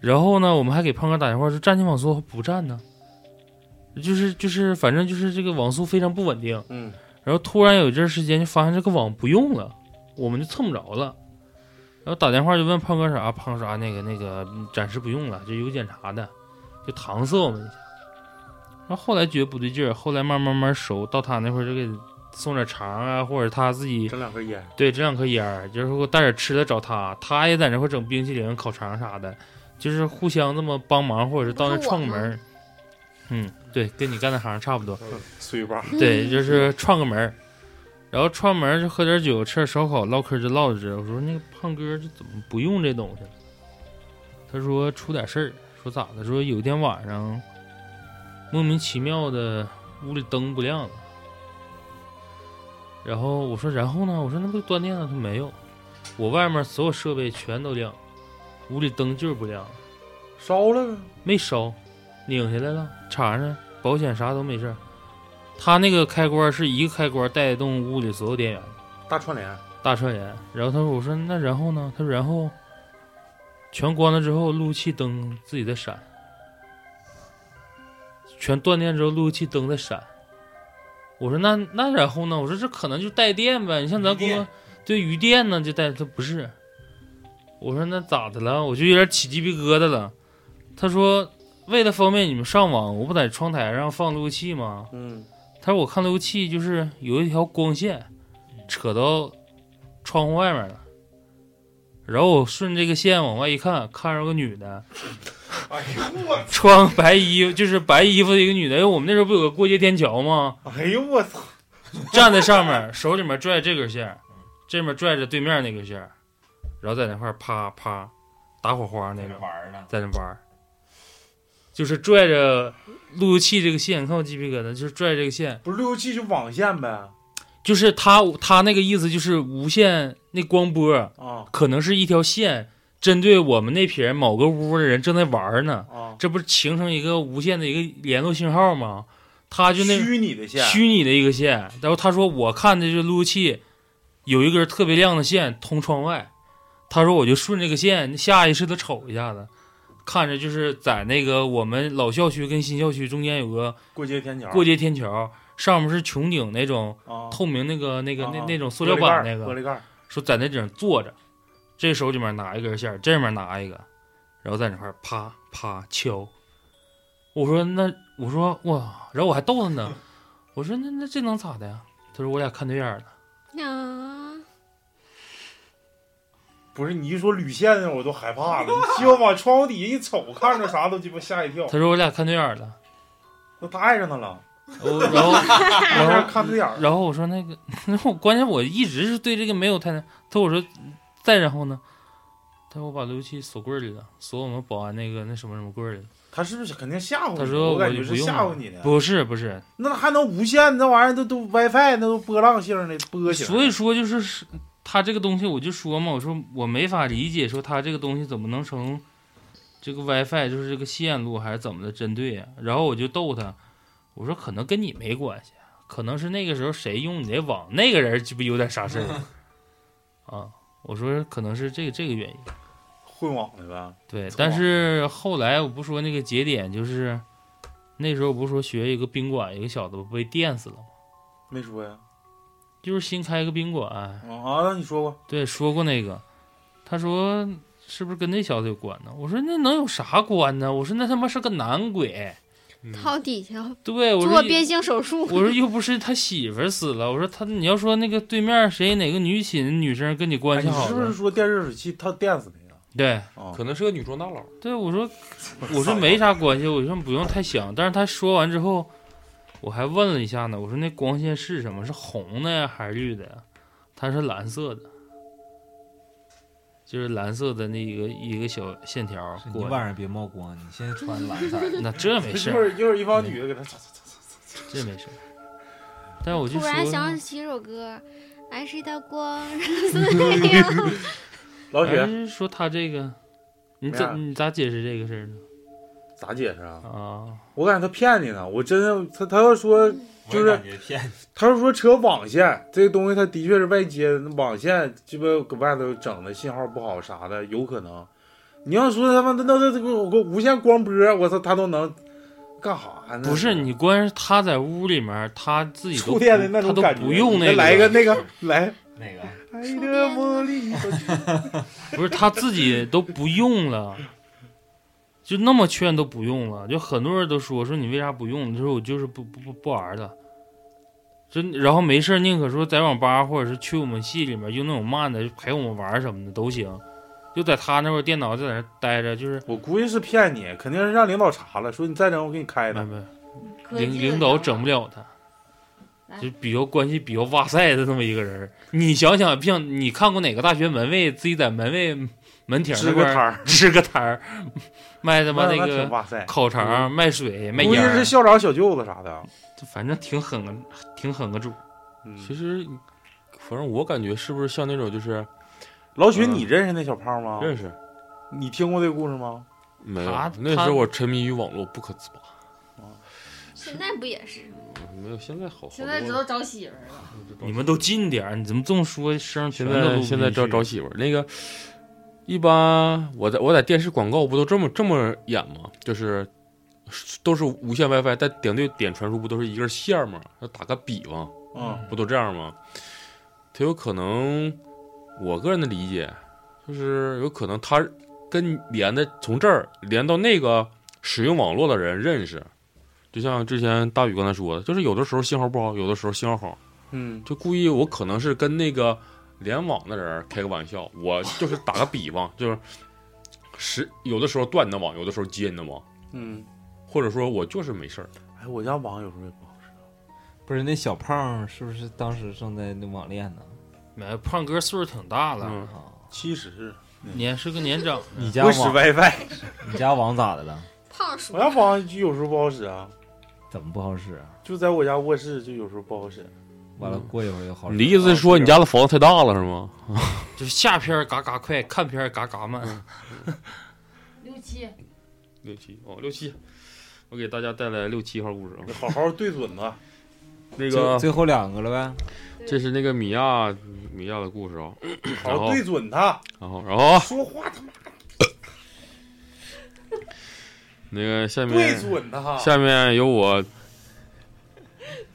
Speaker 6: 然后呢，我们还给胖哥打电话说站起网速不站呢，就是就是反正就是这个网速非常不稳定。
Speaker 2: 嗯，
Speaker 6: 然后突然有一阵儿时间就发现这个网不用了，我们就蹭不着了。然后打电话就问胖哥啥，胖哥说啊那个那个嗯暂时不用了，这有检查的，就搪塞我们一下。然后后来觉得不对劲儿，后来慢慢慢熟，到他那块儿就给送点肠啊，或者他自己
Speaker 2: 整两根烟。
Speaker 6: 对，整两颗烟儿，就是我带点吃的找他，他也在那块儿整冰淇淋、烤肠啥的，就是互相这么帮忙，或者是到那儿
Speaker 4: 不是我
Speaker 6: 串个
Speaker 4: 吗
Speaker 6: 门儿。嗯，对，跟你干的行差不多。
Speaker 2: 碎吧，
Speaker 4: 嗯
Speaker 6: 对，就是串个门儿，然后串门儿就喝点酒，吃点烧烤，唠嗑就唠着这。我说那个胖哥这怎么不用这东西了？他说出点事儿，说咋的？说有一天晚上莫名其妙的屋里灯不亮了。然后我说，然后呢？我说那不断电了？他说没有，我外面所有设备全都亮，屋里灯就是不亮，
Speaker 2: 烧了呗。
Speaker 6: 没烧，拧下来了，插上，保险啥都没事儿。它那个开关是一个开关带动屋里所有电源，
Speaker 2: 大串联，
Speaker 6: 大串联。然后他说：“我说那然后呢？”他说：“然后全关了之后，路由器灯自己在闪，全断电之后，路由器灯在闪。”我说：“那那然后呢？”我说：“这可能就带电呗。你像咱
Speaker 7: 余
Speaker 6: 工
Speaker 7: 电
Speaker 6: 作对余电呢，就带他不是。”我说：“那咋的了？”我就有点起鸡皮疙瘩了。他说：“为了方便你们上网，我不在窗台上放路由器吗？”
Speaker 2: 嗯，
Speaker 6: 他说我看路由器就是有一条光线
Speaker 2: 嗯
Speaker 6: 扯到窗户外面了，然后我顺这个线往外一看，看着个女的，
Speaker 2: 哎呦
Speaker 6: 穿白衣服，就是白衣服的一个女的。因哎为我们那时候不有个过街天桥吗？
Speaker 2: 哎呦我操，
Speaker 6: 站在上面， 手里面拽这根线儿，这面拽着对面那根线儿，然后在那块儿啪啪打火花那
Speaker 7: 在
Speaker 6: 种
Speaker 2: 哎
Speaker 7: 那。玩儿呢，
Speaker 6: 在那玩儿，就是拽着路由器这个线，你看我鸡皮疙瘩，就是拽这个线，
Speaker 2: 不是路由器就网线呗
Speaker 6: 就是他他那个意思就是无线那光波
Speaker 2: 啊
Speaker 6: 可能是一条线，针对我们那撇某个屋的人正在玩儿呢，
Speaker 2: 啊，
Speaker 6: 这不是形成一个无线的一个联络信号吗？他就那
Speaker 2: 虚拟的线，
Speaker 6: 虚拟的一个线，然后他说我看的这路由器有一根特别亮的线通窗外，他说我就顺这个线下意识的瞅一下子，看着就是在那个我们老校区跟新校区中间有个
Speaker 2: 过街天桥，
Speaker 6: 过街天桥，上面是穹顶那种
Speaker 2: 啊，
Speaker 6: 透明那个那个那
Speaker 2: 啊
Speaker 6: 那种塑料板那
Speaker 2: 玻
Speaker 6: 个，
Speaker 2: 璃盖儿，
Speaker 6: 说在那顶上坐着，这手里面拿一根线儿，这面拿一个，然后在那块儿啪啪敲。我说那我说哇，然后我还逗他呢，我说那那这能咋的呀？他说我俩看对眼儿了，
Speaker 4: 啊，
Speaker 2: 不是你一说铝线的我都害怕 了，你希望往窗户底下一瞅，看着啥都鸡巴吓一跳，
Speaker 6: 他说我俩看对眼儿了，
Speaker 2: 那他爱上他了，
Speaker 6: 我然后
Speaker 2: 这
Speaker 6: 然
Speaker 2: 样
Speaker 6: 后
Speaker 2: 看对眼儿，
Speaker 6: 然后我说那个， 然后关键我一直是对这个没有太那，他说我说再然后呢？他说我把路由器锁柜儿里了，锁我们保安那个那什么什么柜儿里了。
Speaker 2: 他是不是肯定吓唬你？
Speaker 6: 他说
Speaker 2: 我感
Speaker 6: 我
Speaker 2: 觉
Speaker 6: 就是不用
Speaker 2: 吓唬
Speaker 6: 了
Speaker 2: 你的，
Speaker 6: 不是不是，
Speaker 2: 那还能无线？那玩意儿都都 WiFi，那都波浪性的波形的。
Speaker 6: 所以说就是是他这个东西，我就说嘛，我说我没法理解，说他这个东西怎么能成这个 WiFi 就是这个线路还是怎么的针对啊？然后我就逗他，我说可能跟你没关系，啊可能是那个时候谁用你的网，那个人鸡巴有点啥事儿啊。我说可能是这个这个原因，
Speaker 2: 混网的呗。
Speaker 6: 对。
Speaker 2: 错
Speaker 6: 但是后来我不说那个节点，就是那时候不是说学一个宾馆，一个小子不被电死了吗？
Speaker 2: 没说呀？
Speaker 6: 就是新开一个宾馆，
Speaker 2: 啊啊，那你说过
Speaker 6: 对，说过那个，他说是不是跟那小子有关呢？我说那能有啥关呢？我说那他妈是个男鬼，
Speaker 5: 嗯
Speaker 4: 套底下
Speaker 6: 对我
Speaker 4: 做
Speaker 6: 说
Speaker 4: 变性手术，
Speaker 6: 我说又不是他媳妇儿死了，我说他你要说那个对面谁哪个女寝女生跟你
Speaker 2: 哎
Speaker 6: 关系
Speaker 2: 你
Speaker 6: 好
Speaker 2: 是
Speaker 6: 的，
Speaker 2: 不是说电热水器它电死你了？
Speaker 6: 对
Speaker 2: 啊
Speaker 5: 可，能是个女装大佬，
Speaker 6: 对，我说我说没啥关系，我说不用太想。但是他说完之后，我还问了一下呢，我说那光线是什么？是红的呀还是绿的呀？他是蓝色的，就是蓝色的那一个一个小线条
Speaker 7: 是你
Speaker 6: 过来。
Speaker 7: 晚上别冒光，你先穿蓝色儿。
Speaker 6: 那这没
Speaker 2: 一
Speaker 6: 事
Speaker 2: 会
Speaker 6: 儿，
Speaker 2: 儿一会儿一帮女的给他擦擦擦擦擦。
Speaker 6: 这没事儿。但我就
Speaker 4: 突
Speaker 6: 说，
Speaker 4: 然想起一首歌，《爱是一道光》，那样
Speaker 2: 老
Speaker 6: 还
Speaker 2: 雪
Speaker 6: 是说他这个，你
Speaker 2: 没
Speaker 6: 咋
Speaker 2: 啥
Speaker 6: 你咋解释这个事儿呢？
Speaker 2: 咋解释啊？
Speaker 6: 啊，
Speaker 2: 我感觉他骗你呢。我真的，他他要说
Speaker 7: 我也
Speaker 2: 就是
Speaker 7: 感觉骗你，
Speaker 2: 他要说扯网线这个东西，他的确是外接网线，鸡巴搁外头整的信号不好啥的，有可能。你要说他妈那那那个个无线光波，我操，他都能干啥呢？
Speaker 6: 不是你，关键是他在屋里面，他自己都
Speaker 2: 触电的那
Speaker 6: 他
Speaker 2: 种
Speaker 6: 都
Speaker 2: 感觉，
Speaker 6: 不用
Speaker 2: 你
Speaker 6: 那
Speaker 2: 再来一个，那个来。哎
Speaker 7: 那个
Speaker 2: 爱
Speaker 4: 触
Speaker 2: 的
Speaker 4: 电
Speaker 2: 魔力，
Speaker 6: 不是他自己都不用了，就那么劝都不用了。就很多人都说说你为啥不用？他说我就是不不不不玩了。真然后没事儿宁可说在网吧或者是去我们系里面用那种慢的陪我们玩儿什么的都行，就在他那块儿电脑在那儿待着，就是
Speaker 2: 我估计是骗你，肯定是让领导查了，说你再整我给你开
Speaker 6: 没
Speaker 2: 的。
Speaker 6: 没
Speaker 3: 科
Speaker 6: 领
Speaker 3: 技的
Speaker 6: 领导
Speaker 3: 呀
Speaker 6: 整不了他，
Speaker 3: 来
Speaker 6: 就比较关系比较哇塞的这么一个人儿。你想想，像你看过哪个大学门卫自己在门卫门厅
Speaker 2: 支
Speaker 6: 那
Speaker 2: 个
Speaker 6: 块儿
Speaker 2: 摊儿，
Speaker 6: 支个摊儿，卖他妈那嗯
Speaker 2: 挺
Speaker 6: 个
Speaker 2: 哇塞，
Speaker 6: 烤肠、卖水、卖
Speaker 2: 估计
Speaker 6: 烟儿
Speaker 2: 是，校长小舅子啥的。
Speaker 6: 就反正挺狠个，挺狠个主。
Speaker 2: 嗯
Speaker 5: 其实反正我感觉是不是像那种就是
Speaker 2: 老许，
Speaker 5: 嗯
Speaker 2: 你认识那小胖吗？
Speaker 5: 认识
Speaker 2: 你听过这个故事吗？
Speaker 5: 没有
Speaker 6: 他？
Speaker 5: 那时候我沉迷于网络不可自拔，
Speaker 4: 现在不也是？
Speaker 5: 嗯没有，现在好。
Speaker 3: 现在知道找媳妇儿了。
Speaker 6: 你们都近点儿，你怎么这么说声全
Speaker 5: 现
Speaker 6: 都录
Speaker 5: 在
Speaker 6: 不
Speaker 5: 现在
Speaker 6: 进
Speaker 5: 找
Speaker 6: 去
Speaker 5: 找媳妇儿那个，一般我在我在电视广告不都这么这么演吗？就是都是无线 WiFi，但顶对点传输不都是一根线儿吗？要打个比方，
Speaker 2: 嗯
Speaker 5: 不都这样吗？他有可能，我个人的理解就是有可能他跟连的从这儿连到那个使用网络的人认识，就像之前大宇刚才说的，就是有的时候信号不好，有的时候信号好。
Speaker 2: 嗯，
Speaker 5: 就故意我可能是跟那个联网的人开个玩笑，我就是打个比方，就是时有的时候断你的网，有的时候接你的网，
Speaker 2: 嗯，
Speaker 5: 或者说我就是没事儿，
Speaker 2: 哎，我家网有时候也不好使，
Speaker 8: 不是那小胖是不是当时正在那网恋呢？啊
Speaker 6: 没胖哥岁数挺大了，
Speaker 5: 嗯，
Speaker 2: 七十，
Speaker 6: 年是个年长的。
Speaker 8: 你家
Speaker 2: 不使
Speaker 8: 网
Speaker 2: WiFi，
Speaker 8: 你家网咋的了？
Speaker 4: 胖叔
Speaker 2: 我家网就有时候不好使啊，
Speaker 8: 怎么不好使啊？
Speaker 2: 就在我家卧室就有时候不好使，
Speaker 8: 完了过一会儿又好使。
Speaker 5: 你的意思是说你家的房子太大了是吗？
Speaker 6: 就是下片儿嘎嘎快，看片儿嘎嘎慢。
Speaker 3: 六七，
Speaker 5: 六七哦，六七，我给大家带来六七号故事啊，
Speaker 2: 好好对准吧。
Speaker 5: 那
Speaker 8: 最
Speaker 5: 个
Speaker 8: 最后两个了呗？
Speaker 5: 这是那个米亚米亚的故事啊，
Speaker 2: 好
Speaker 5: 然
Speaker 2: 好
Speaker 5: 后
Speaker 2: 对准它，
Speaker 5: 然后然后啊
Speaker 2: 说话他妈
Speaker 5: 那个下
Speaker 2: 对
Speaker 5: 面
Speaker 2: 准它。
Speaker 5: 下面由我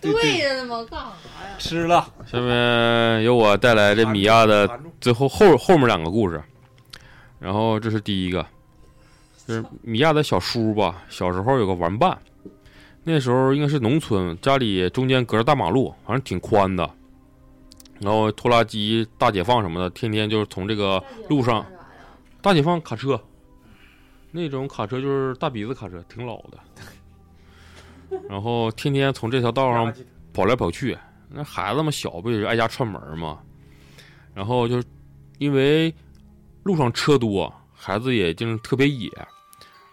Speaker 4: 对着呢吗？干啥呀？
Speaker 8: 吃了，
Speaker 5: 下面由我带来这米亚的
Speaker 2: 拦住
Speaker 5: 最后后后面两个故事，然后这是第一个，就是米娅的小叔吧，小时候有个玩伴，那时候应该是农村，家里中间隔着大马路，反正挺宽的，然后拖拉机大解放什么的，天天就是从这个路上大解放卡车，那种卡车就是大鼻子卡车，挺老的，然后天天从这条道上
Speaker 2: 压起它
Speaker 5: 跑来跑去。那孩子嘛，小不也是挨家串门儿嘛。然后就是因为路上车多，孩子也就是特别野。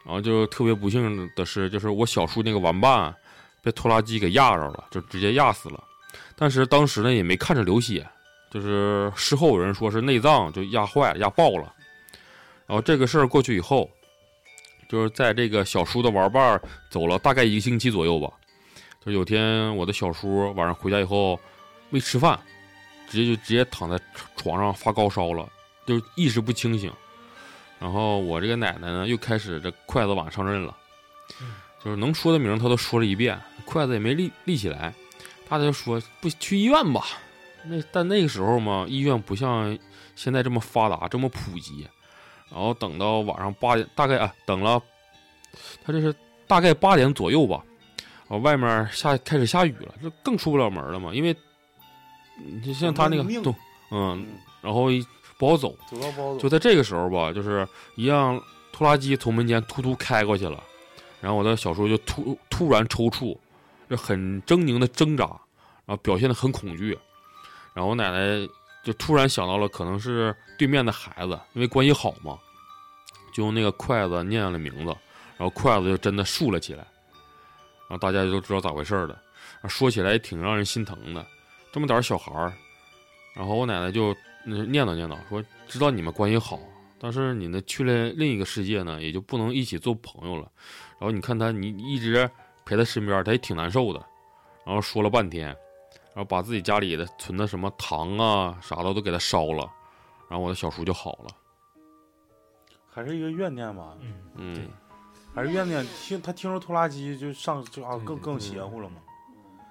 Speaker 5: 然后就特别不幸的是，就是我小叔那个玩伴被拖拉机给压着了，就直接压死了。但是当时呢也没看着流血，就是事后有人说是内脏就压坏了、压爆了。然后这个事儿过去以后，就是在这个小叔的玩伴儿走了大概一个星期左右吧，就有天我的小叔晚上回家以后没吃饭，直接就直接躺在床上发高烧了，就意识不清醒。然后我这个奶奶呢又开始这筷子碗上任了，就是能说的名儿她都说了一遍，筷子也没立立起来。大家就说不去医院吧，那但那个时候嘛，医院不像现在这么发达，这么普及。然后等到晚上八点，大概啊，等了，他这是大概八点左右吧，啊，外面下开始下雨了，这更出不了门了嘛，因为你就像他那个
Speaker 2: 命
Speaker 5: 东，嗯，然后一不好走，
Speaker 2: 走到包
Speaker 5: 就
Speaker 2: 走，
Speaker 5: 在这个时候吧，就是一辆拖拉机从门前突突开过去了，然后我的小叔就突突然抽搐，这很狰狞的挣扎，然后表现的很恐惧，然后我奶奶就突然想到了可能是对面的孩子，因为关系好嘛，就用那个筷子念了名字，然后筷子就真的竖了起来，然后大家就都知道咋回事儿了。啊说起来也挺让人心疼的，这么点儿小孩儿，然后我奶奶就嗯念叨念叨说，知道你们关系好，但是你呢去了另一个世界呢，也就不能一起做朋友了。然后你看他，你一直陪他身边，他也挺难受的。然后说了半天，然后把自己家里的存的什么糖啊啥的都给他烧了，然后我的小叔就好了。
Speaker 2: 还是一个怨念吧，
Speaker 5: 嗯，
Speaker 2: 还是怨念。听他听着拖拉机就上就啊，更更邪乎了嘛。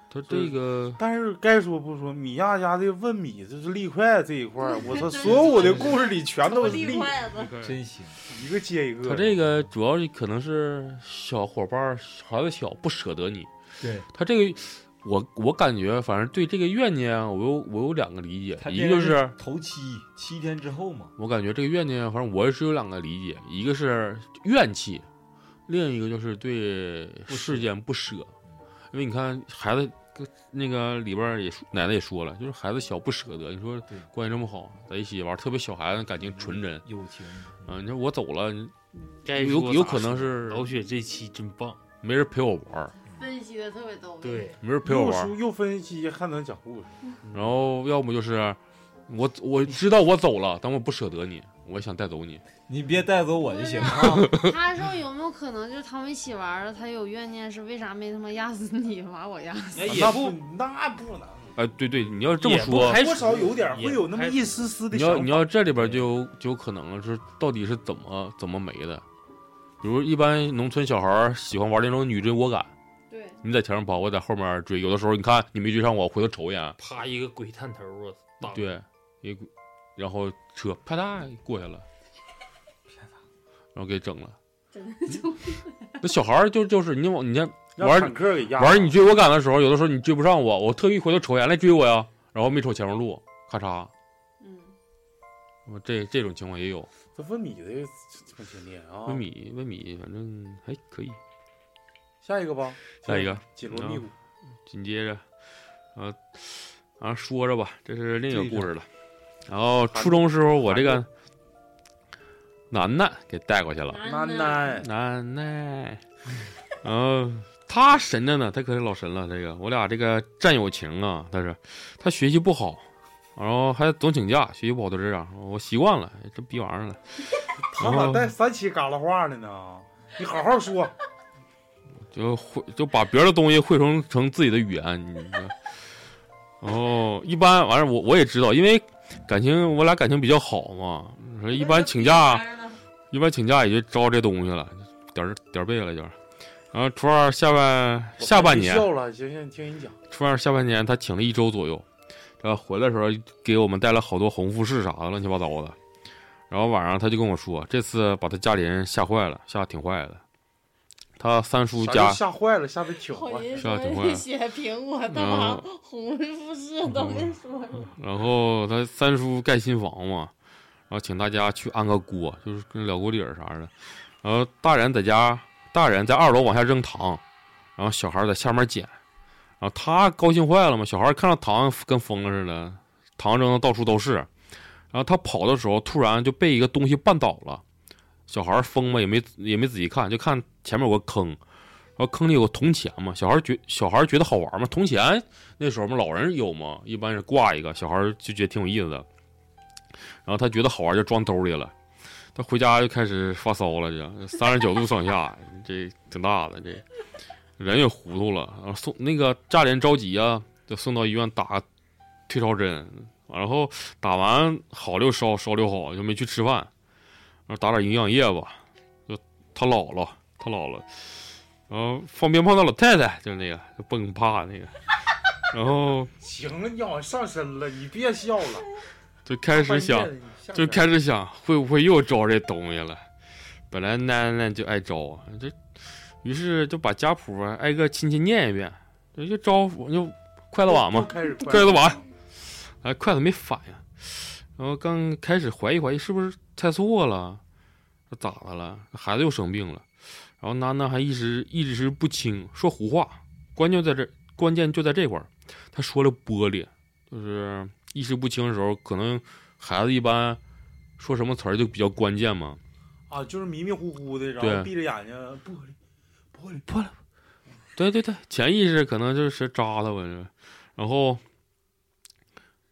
Speaker 5: 他这个
Speaker 2: 但是该说不说，米亚家的问米就是立块这一块儿，我操，所有的故事里全都是立，
Speaker 4: 筷
Speaker 6: 嗯
Speaker 4: 子，
Speaker 8: 真行。
Speaker 2: 一个接一个。
Speaker 5: 他这个主要是可能是小伙伴儿孩子小不舍得你，
Speaker 8: 对
Speaker 5: 他这个。我我感觉，反正对这个怨念啊，我有我有两个理解，
Speaker 8: 他
Speaker 5: 一个就是
Speaker 8: 头七七天之后嘛，
Speaker 5: 我感觉这个怨念，反正我是有两个理解，一个是怨气，另一个就是对事件不舍。因为你看孩子那个里边儿也说奶奶也说了，就是孩子小不舍得。你说
Speaker 8: 对
Speaker 5: 关系这么好，在一起玩儿，特别小孩子感情纯真
Speaker 8: 友情。
Speaker 5: 啊。你说我走了，你
Speaker 6: 该嗯哎说
Speaker 5: 有有
Speaker 6: 咋
Speaker 5: 可能
Speaker 6: 说
Speaker 5: 是
Speaker 6: 老雪这期真棒，
Speaker 5: 没人陪我玩儿，
Speaker 3: 分析的特别到位。，
Speaker 5: 没人陪我
Speaker 2: 又
Speaker 5: 玩儿
Speaker 2: 书，又分析，还能讲故事。
Speaker 5: 然后要么就是我我知道我走了，但我不舍得你。我想带走你。
Speaker 7: 你别带走我就行啊！
Speaker 3: 他说有没有可能就是他们一起玩了，他有怨念是为啥没他妈压死你，把我压
Speaker 2: 啊
Speaker 3: 死？
Speaker 8: 哎
Speaker 5: 那
Speaker 10: 那也
Speaker 5: 不
Speaker 10: 不那不能，
Speaker 5: 哎，对对，你要是这么
Speaker 6: 也不
Speaker 5: 说，
Speaker 6: 排除
Speaker 10: 多少有点
Speaker 6: 哎也
Speaker 10: 会有那么
Speaker 6: 排
Speaker 10: 一丝丝的
Speaker 5: 你
Speaker 10: 想
Speaker 5: 要
Speaker 10: 法。
Speaker 5: 你要这里边就有就有可能是到底是怎么怎么没的，比如一般农村小孩儿喜欢玩那种女追我赶，
Speaker 3: 对，
Speaker 5: 你在前面跑，我在后面追，有的时候你看你没追上我，回头瞅一眼，
Speaker 6: 啪一个鬼探头啊，当
Speaker 5: 对，一股然后车啪嗒过去 了，然后给整了。
Speaker 10: 嗯
Speaker 5: 那小孩儿就就是你往你这
Speaker 2: 让
Speaker 5: 玩
Speaker 2: 坦克给压了
Speaker 5: 玩你追我赶的时候，有的时候你追不上我，我特意回头瞅一眼来追我呀，然后没瞅前面路，咔嚓，
Speaker 3: 嗯，
Speaker 5: 那么这这种情况也有。
Speaker 2: 这问米这个这么天天啊，
Speaker 5: 问米问米，反正还可以。
Speaker 2: 下一个吧，
Speaker 5: 下一个
Speaker 2: 紧锣密鼓，
Speaker 5: 紧接着，啊啊，说着吧，这是另一个故事了。然后初中时候，我这个楠楠给带过去了，
Speaker 2: 楠楠
Speaker 5: 楠楠，然后他神着呢，他可是老神了。这个我俩这个战友情啊，他是他学习不好，然后还总请假，学习不好都这样，我习惯了，哎这逼玩意儿了。
Speaker 2: 他咋
Speaker 5: 嗯
Speaker 2: 带三期嘎啦话呢呢？你好好说，
Speaker 5: 就会就把别人的东西汇成成自己的语言，你 这。然后一般完事儿我我也知道，因为感情我俩感情比较好嘛，所以一般请假，一般请假也就招这东西了，点儿点儿背了就是。然后初二下半
Speaker 2: 我
Speaker 5: 下半
Speaker 2: 看你
Speaker 5: 年，
Speaker 2: 笑了，行行，听你讲，
Speaker 5: 初二下半年他请了一周左右，然后回来的时候给我们带了好多红富士啥的乱七八糟的。然后晚上他就跟我说，这次把他家里人吓坏了，吓挺坏的。他三叔
Speaker 2: 啥
Speaker 5: 家
Speaker 2: 叫吓坏了，吓得挺坏，
Speaker 3: 人
Speaker 5: 是啊挺坏
Speaker 3: 写苹果、
Speaker 5: 嗯
Speaker 3: 红富士说了，
Speaker 5: 然后他三叔盖新房嘛，然后请大家去安个锅，就是跟了锅底儿啥的。然后大人在家，大人在二楼往下扔糖，然后小孩在下面捡。然后他高兴坏了嘛，小孩看到糖跟疯了似的，糖扔的到处都是。然后他跑的时候，突然就被一个东西绊倒了。小孩疯嘛，也没也没仔细看，就看前面有个坑，然后坑里有个铜钱嘛。小孩觉小孩觉得好玩嘛，铜钱那时候嘛，老人有嘛，一般是挂一个，小孩儿就觉得挺有意思的。然后他觉得好玩，就装兜里了。他回家就开始发烧了，这三十九度上下，这挺大的，这人也糊涂了。然后送那个家里人着急啊，就送到医院打退烧针，然后打完好了又烧，烧了又好，就没去吃饭。然后打点营养液吧，就他姥姥，他姥姥，然后放鞭炮那老太太就是那个就蹦啪那个，然后
Speaker 2: 行了，你往上身了，你别笑了，
Speaker 5: 就 开始想
Speaker 2: 半，夜的你下
Speaker 5: 就
Speaker 2: 身
Speaker 5: 开始想会不会又招这东西了。本来奶奶就爱招啊，这于是就把家谱啊挨个亲戚念一遍，就就招我就筷子碗嘛，
Speaker 2: 开始
Speaker 5: 筷子碗，哎，筷子没反应，然后刚开始怀疑怀疑是不是猜错了，这咋的了？孩子又生病了，然后娜娜还一直一直不清，说胡话，关键在这关键就在这块儿，她说了玻璃，就是意识不清的时候，可能孩子一般说什么词儿就比较关键嘛，
Speaker 2: 啊，就是迷迷糊糊的，然
Speaker 5: 对
Speaker 2: 后闭着眼睛，玻璃，玻璃，玻璃，
Speaker 5: 对对对，潜意识可能就是扎他吧，这然后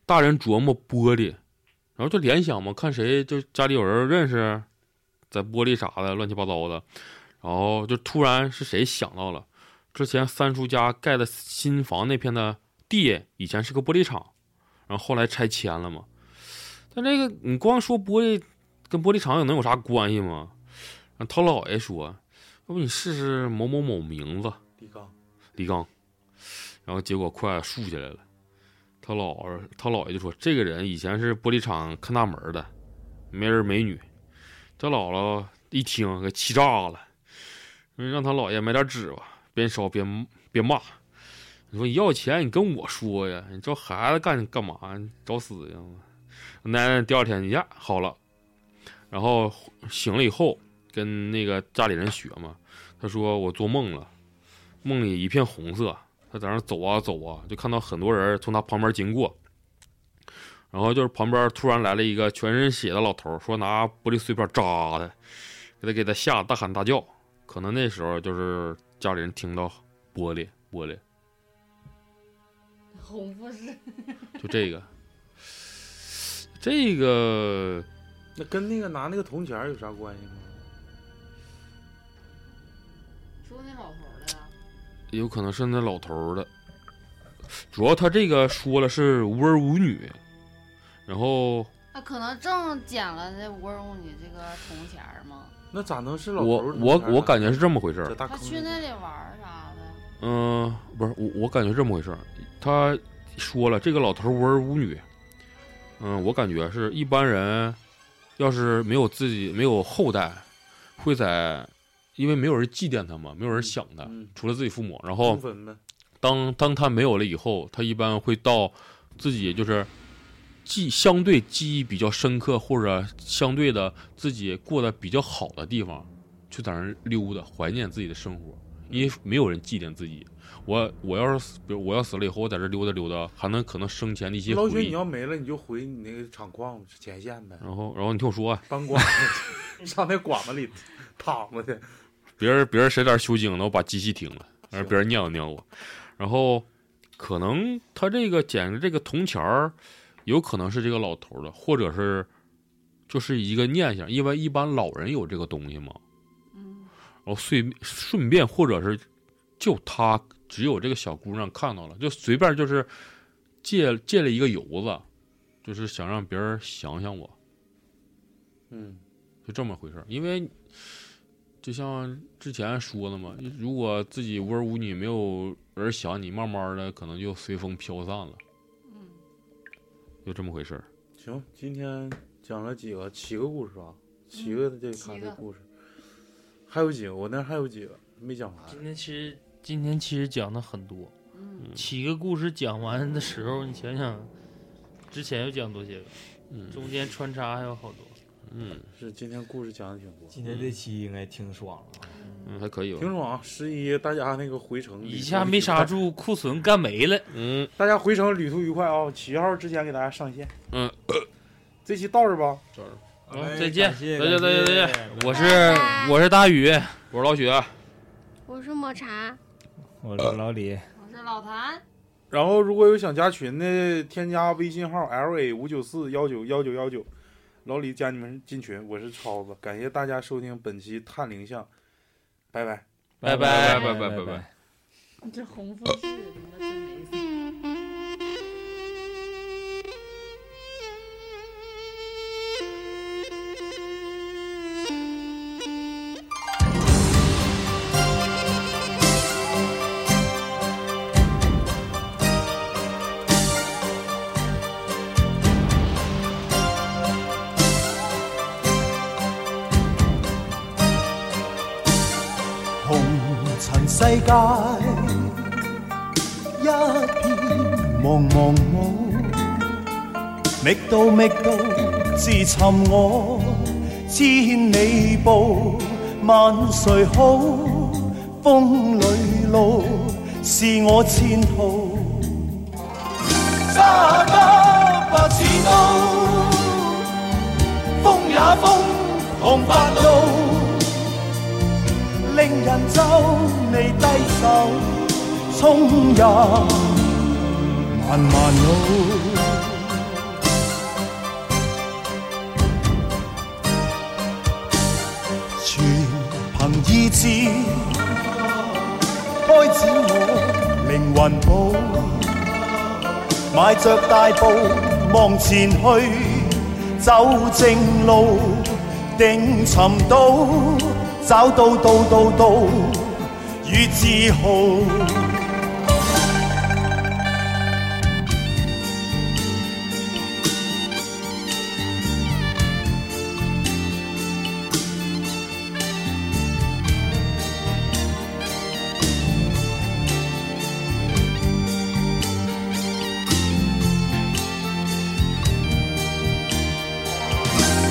Speaker 5: 大人琢磨玻璃，然后就联想嘛，看谁就家里有人认识，在玻璃啥的乱七八糟的，然后就突然是谁想到了，之前三叔家盖的新房那片的地以前是个玻璃厂，然后后来拆迁了嘛，但这个你光说玻璃跟玻璃厂有能有啥关系吗？然后他姥爷说，要不你试试某某某名字。
Speaker 2: 李刚，
Speaker 5: 李刚，然后结果快竖起来了。他姥儿他姥爷就说：“这个人以前是玻璃厂看大门儿的，没儿没女。”他姥姥一听给气炸了，让他姥爷买点纸吧，边烧边边骂：“你说你要钱，你跟我说呀！你这孩子干干嘛？你找死呀！”奶奶第二天一下好了，然后醒了以后跟那个家里人学嘛，他说：“我做梦了。”梦里一片红色，他在那儿走啊走啊，就看到很多人从他旁边经过，然后就是旁边突然来了一个全身血的老头儿，说拿玻璃碎片扎他，给他给他吓得大喊大叫。可能那时候就是家里人听到玻璃玻璃，
Speaker 3: 红富士，
Speaker 5: 就这个，这个
Speaker 2: 那跟那个拿那个铜钱儿有啥关系吗？
Speaker 3: 说那老头儿的呀，
Speaker 5: 有可能是那老头儿的。主要他这个说了是无儿无女，然后
Speaker 3: 那啊可能正捡了那五二五你这个铜钱儿嘛，
Speaker 2: 那咋能是老头
Speaker 5: 我
Speaker 2: 儿
Speaker 5: 我
Speaker 2: 拿钱儿
Speaker 5: 我
Speaker 2: 呢
Speaker 5: 感觉是这么回事
Speaker 2: 在
Speaker 5: 儿，
Speaker 2: 大
Speaker 3: 他
Speaker 2: 坑
Speaker 3: 去
Speaker 2: 里
Speaker 3: 那里玩儿啥的，
Speaker 5: 嗯、不是我我感觉是这么回事儿。他说了这个老头儿无儿无女，嗯、我感觉是一般人要是没有自己没有后代，会在因为没有人祭奠他嘛，没有人想他，
Speaker 2: 嗯
Speaker 5: 除了自己父母，然后
Speaker 2: 空坟呗，
Speaker 5: 当当他没有了以后，他一般会到自己就是记相对记忆比较深刻，或者相对的自己过得比较好的地方，去在那儿溜达，怀念自己的生活，因为没有人祭奠自己。我我要是比如我要死了以后，我在这溜达溜达，还能可能生前的一些
Speaker 2: 老雪
Speaker 5: 回
Speaker 2: 你
Speaker 5: 忆。
Speaker 2: 要没了，你就回你那个厂矿前线呗，
Speaker 5: 然后然后你听我说啊，
Speaker 2: 搬管子，上那管子里躺着去。
Speaker 5: 别人别人谁在这儿修经呢，我把机器停了，然后别人尿尿我，然后可能他这个捡的这个铜钱儿，有可能是这个老头儿的，或者是就是一个念想，因为一般老人有这个东西嘛，
Speaker 3: 嗯，
Speaker 5: 然后顺顺便或者是就他只有这个小姑娘看到了，就随便就是借借了一个油子，就是想让别人想想我，
Speaker 2: 嗯，
Speaker 5: 就这么回事儿。因为就像之前说的嘛，如果自己无儿无女，没有人想你，慢慢的可能就随风飘散了。
Speaker 3: 嗯，
Speaker 5: 就这么回事儿。
Speaker 2: 行，今天讲了几个，七个故事吧，七个这他
Speaker 3: 嗯七
Speaker 2: 的
Speaker 3: 个
Speaker 2: 故事，还有几个，我那儿还有几个没讲完。
Speaker 6: 啊今天其实今天其实讲的很多，
Speaker 3: 嗯，
Speaker 6: 七个故事讲完的时
Speaker 4: 嗯
Speaker 6: 候，你想想，之前又讲多些个，
Speaker 5: 嗯
Speaker 6: 中间穿插还有好多。
Speaker 5: 嗯
Speaker 2: 是今天故事讲的挺多，
Speaker 7: 今天这期应该挺爽了啊，
Speaker 5: 嗯，还可以
Speaker 2: 挺
Speaker 5: 吧。
Speaker 2: 爽啊。十一大家那个回程旅途
Speaker 6: 一下没刹，住，库存干没了。
Speaker 5: 嗯
Speaker 2: 大家回程旅途愉快啊！七号之前给大家上线，
Speaker 5: 嗯，
Speaker 2: 这期到这儿吧。
Speaker 6: 好
Speaker 7: 哎
Speaker 6: 再见
Speaker 7: 感谢
Speaker 5: 再见
Speaker 7: 感谢
Speaker 5: 再见再
Speaker 6: 我是
Speaker 4: 拜拜
Speaker 6: 我是大宇，
Speaker 5: 我是老许啊，
Speaker 4: 我是抹茶，
Speaker 8: 我是老李，
Speaker 3: 我是老谭，
Speaker 2: 然后如果有想加群的，添加微信号 l a 五九四幺九幺九幺九，老李加你们进群。我是超子，感谢大家收听本期探灵像，拜拜。
Speaker 5: 拜
Speaker 8: 拜
Speaker 5: 拜
Speaker 8: 拜
Speaker 5: 拜拜拜。
Speaker 3: 你这红富士他妈真没意思。
Speaker 10: 红尘世界，一片茫茫雾，觅到觅到，自尋我，千里步，萬誰好？風裏路，是我前途。揸得不似刀，風也風，紅白路。令人皱眉低首，冲入漫漫路。全凭意志，开展我灵魂步，迈着大步望前去，走正路，定寻到，找到到到到，與自豪。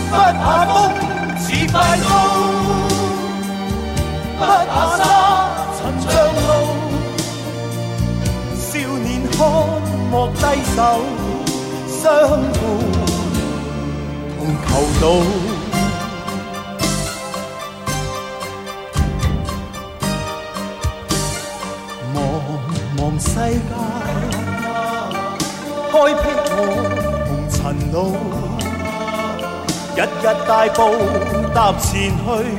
Speaker 10: 不怕风似快刀，不怕沙尘像路。少年看莫低首，相互同求道。茫茫世界，開闢我紅塵路。日日大步踏前去，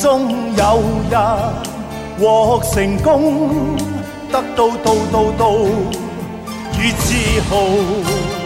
Speaker 10: 终有日获成功，得到到到到與自豪。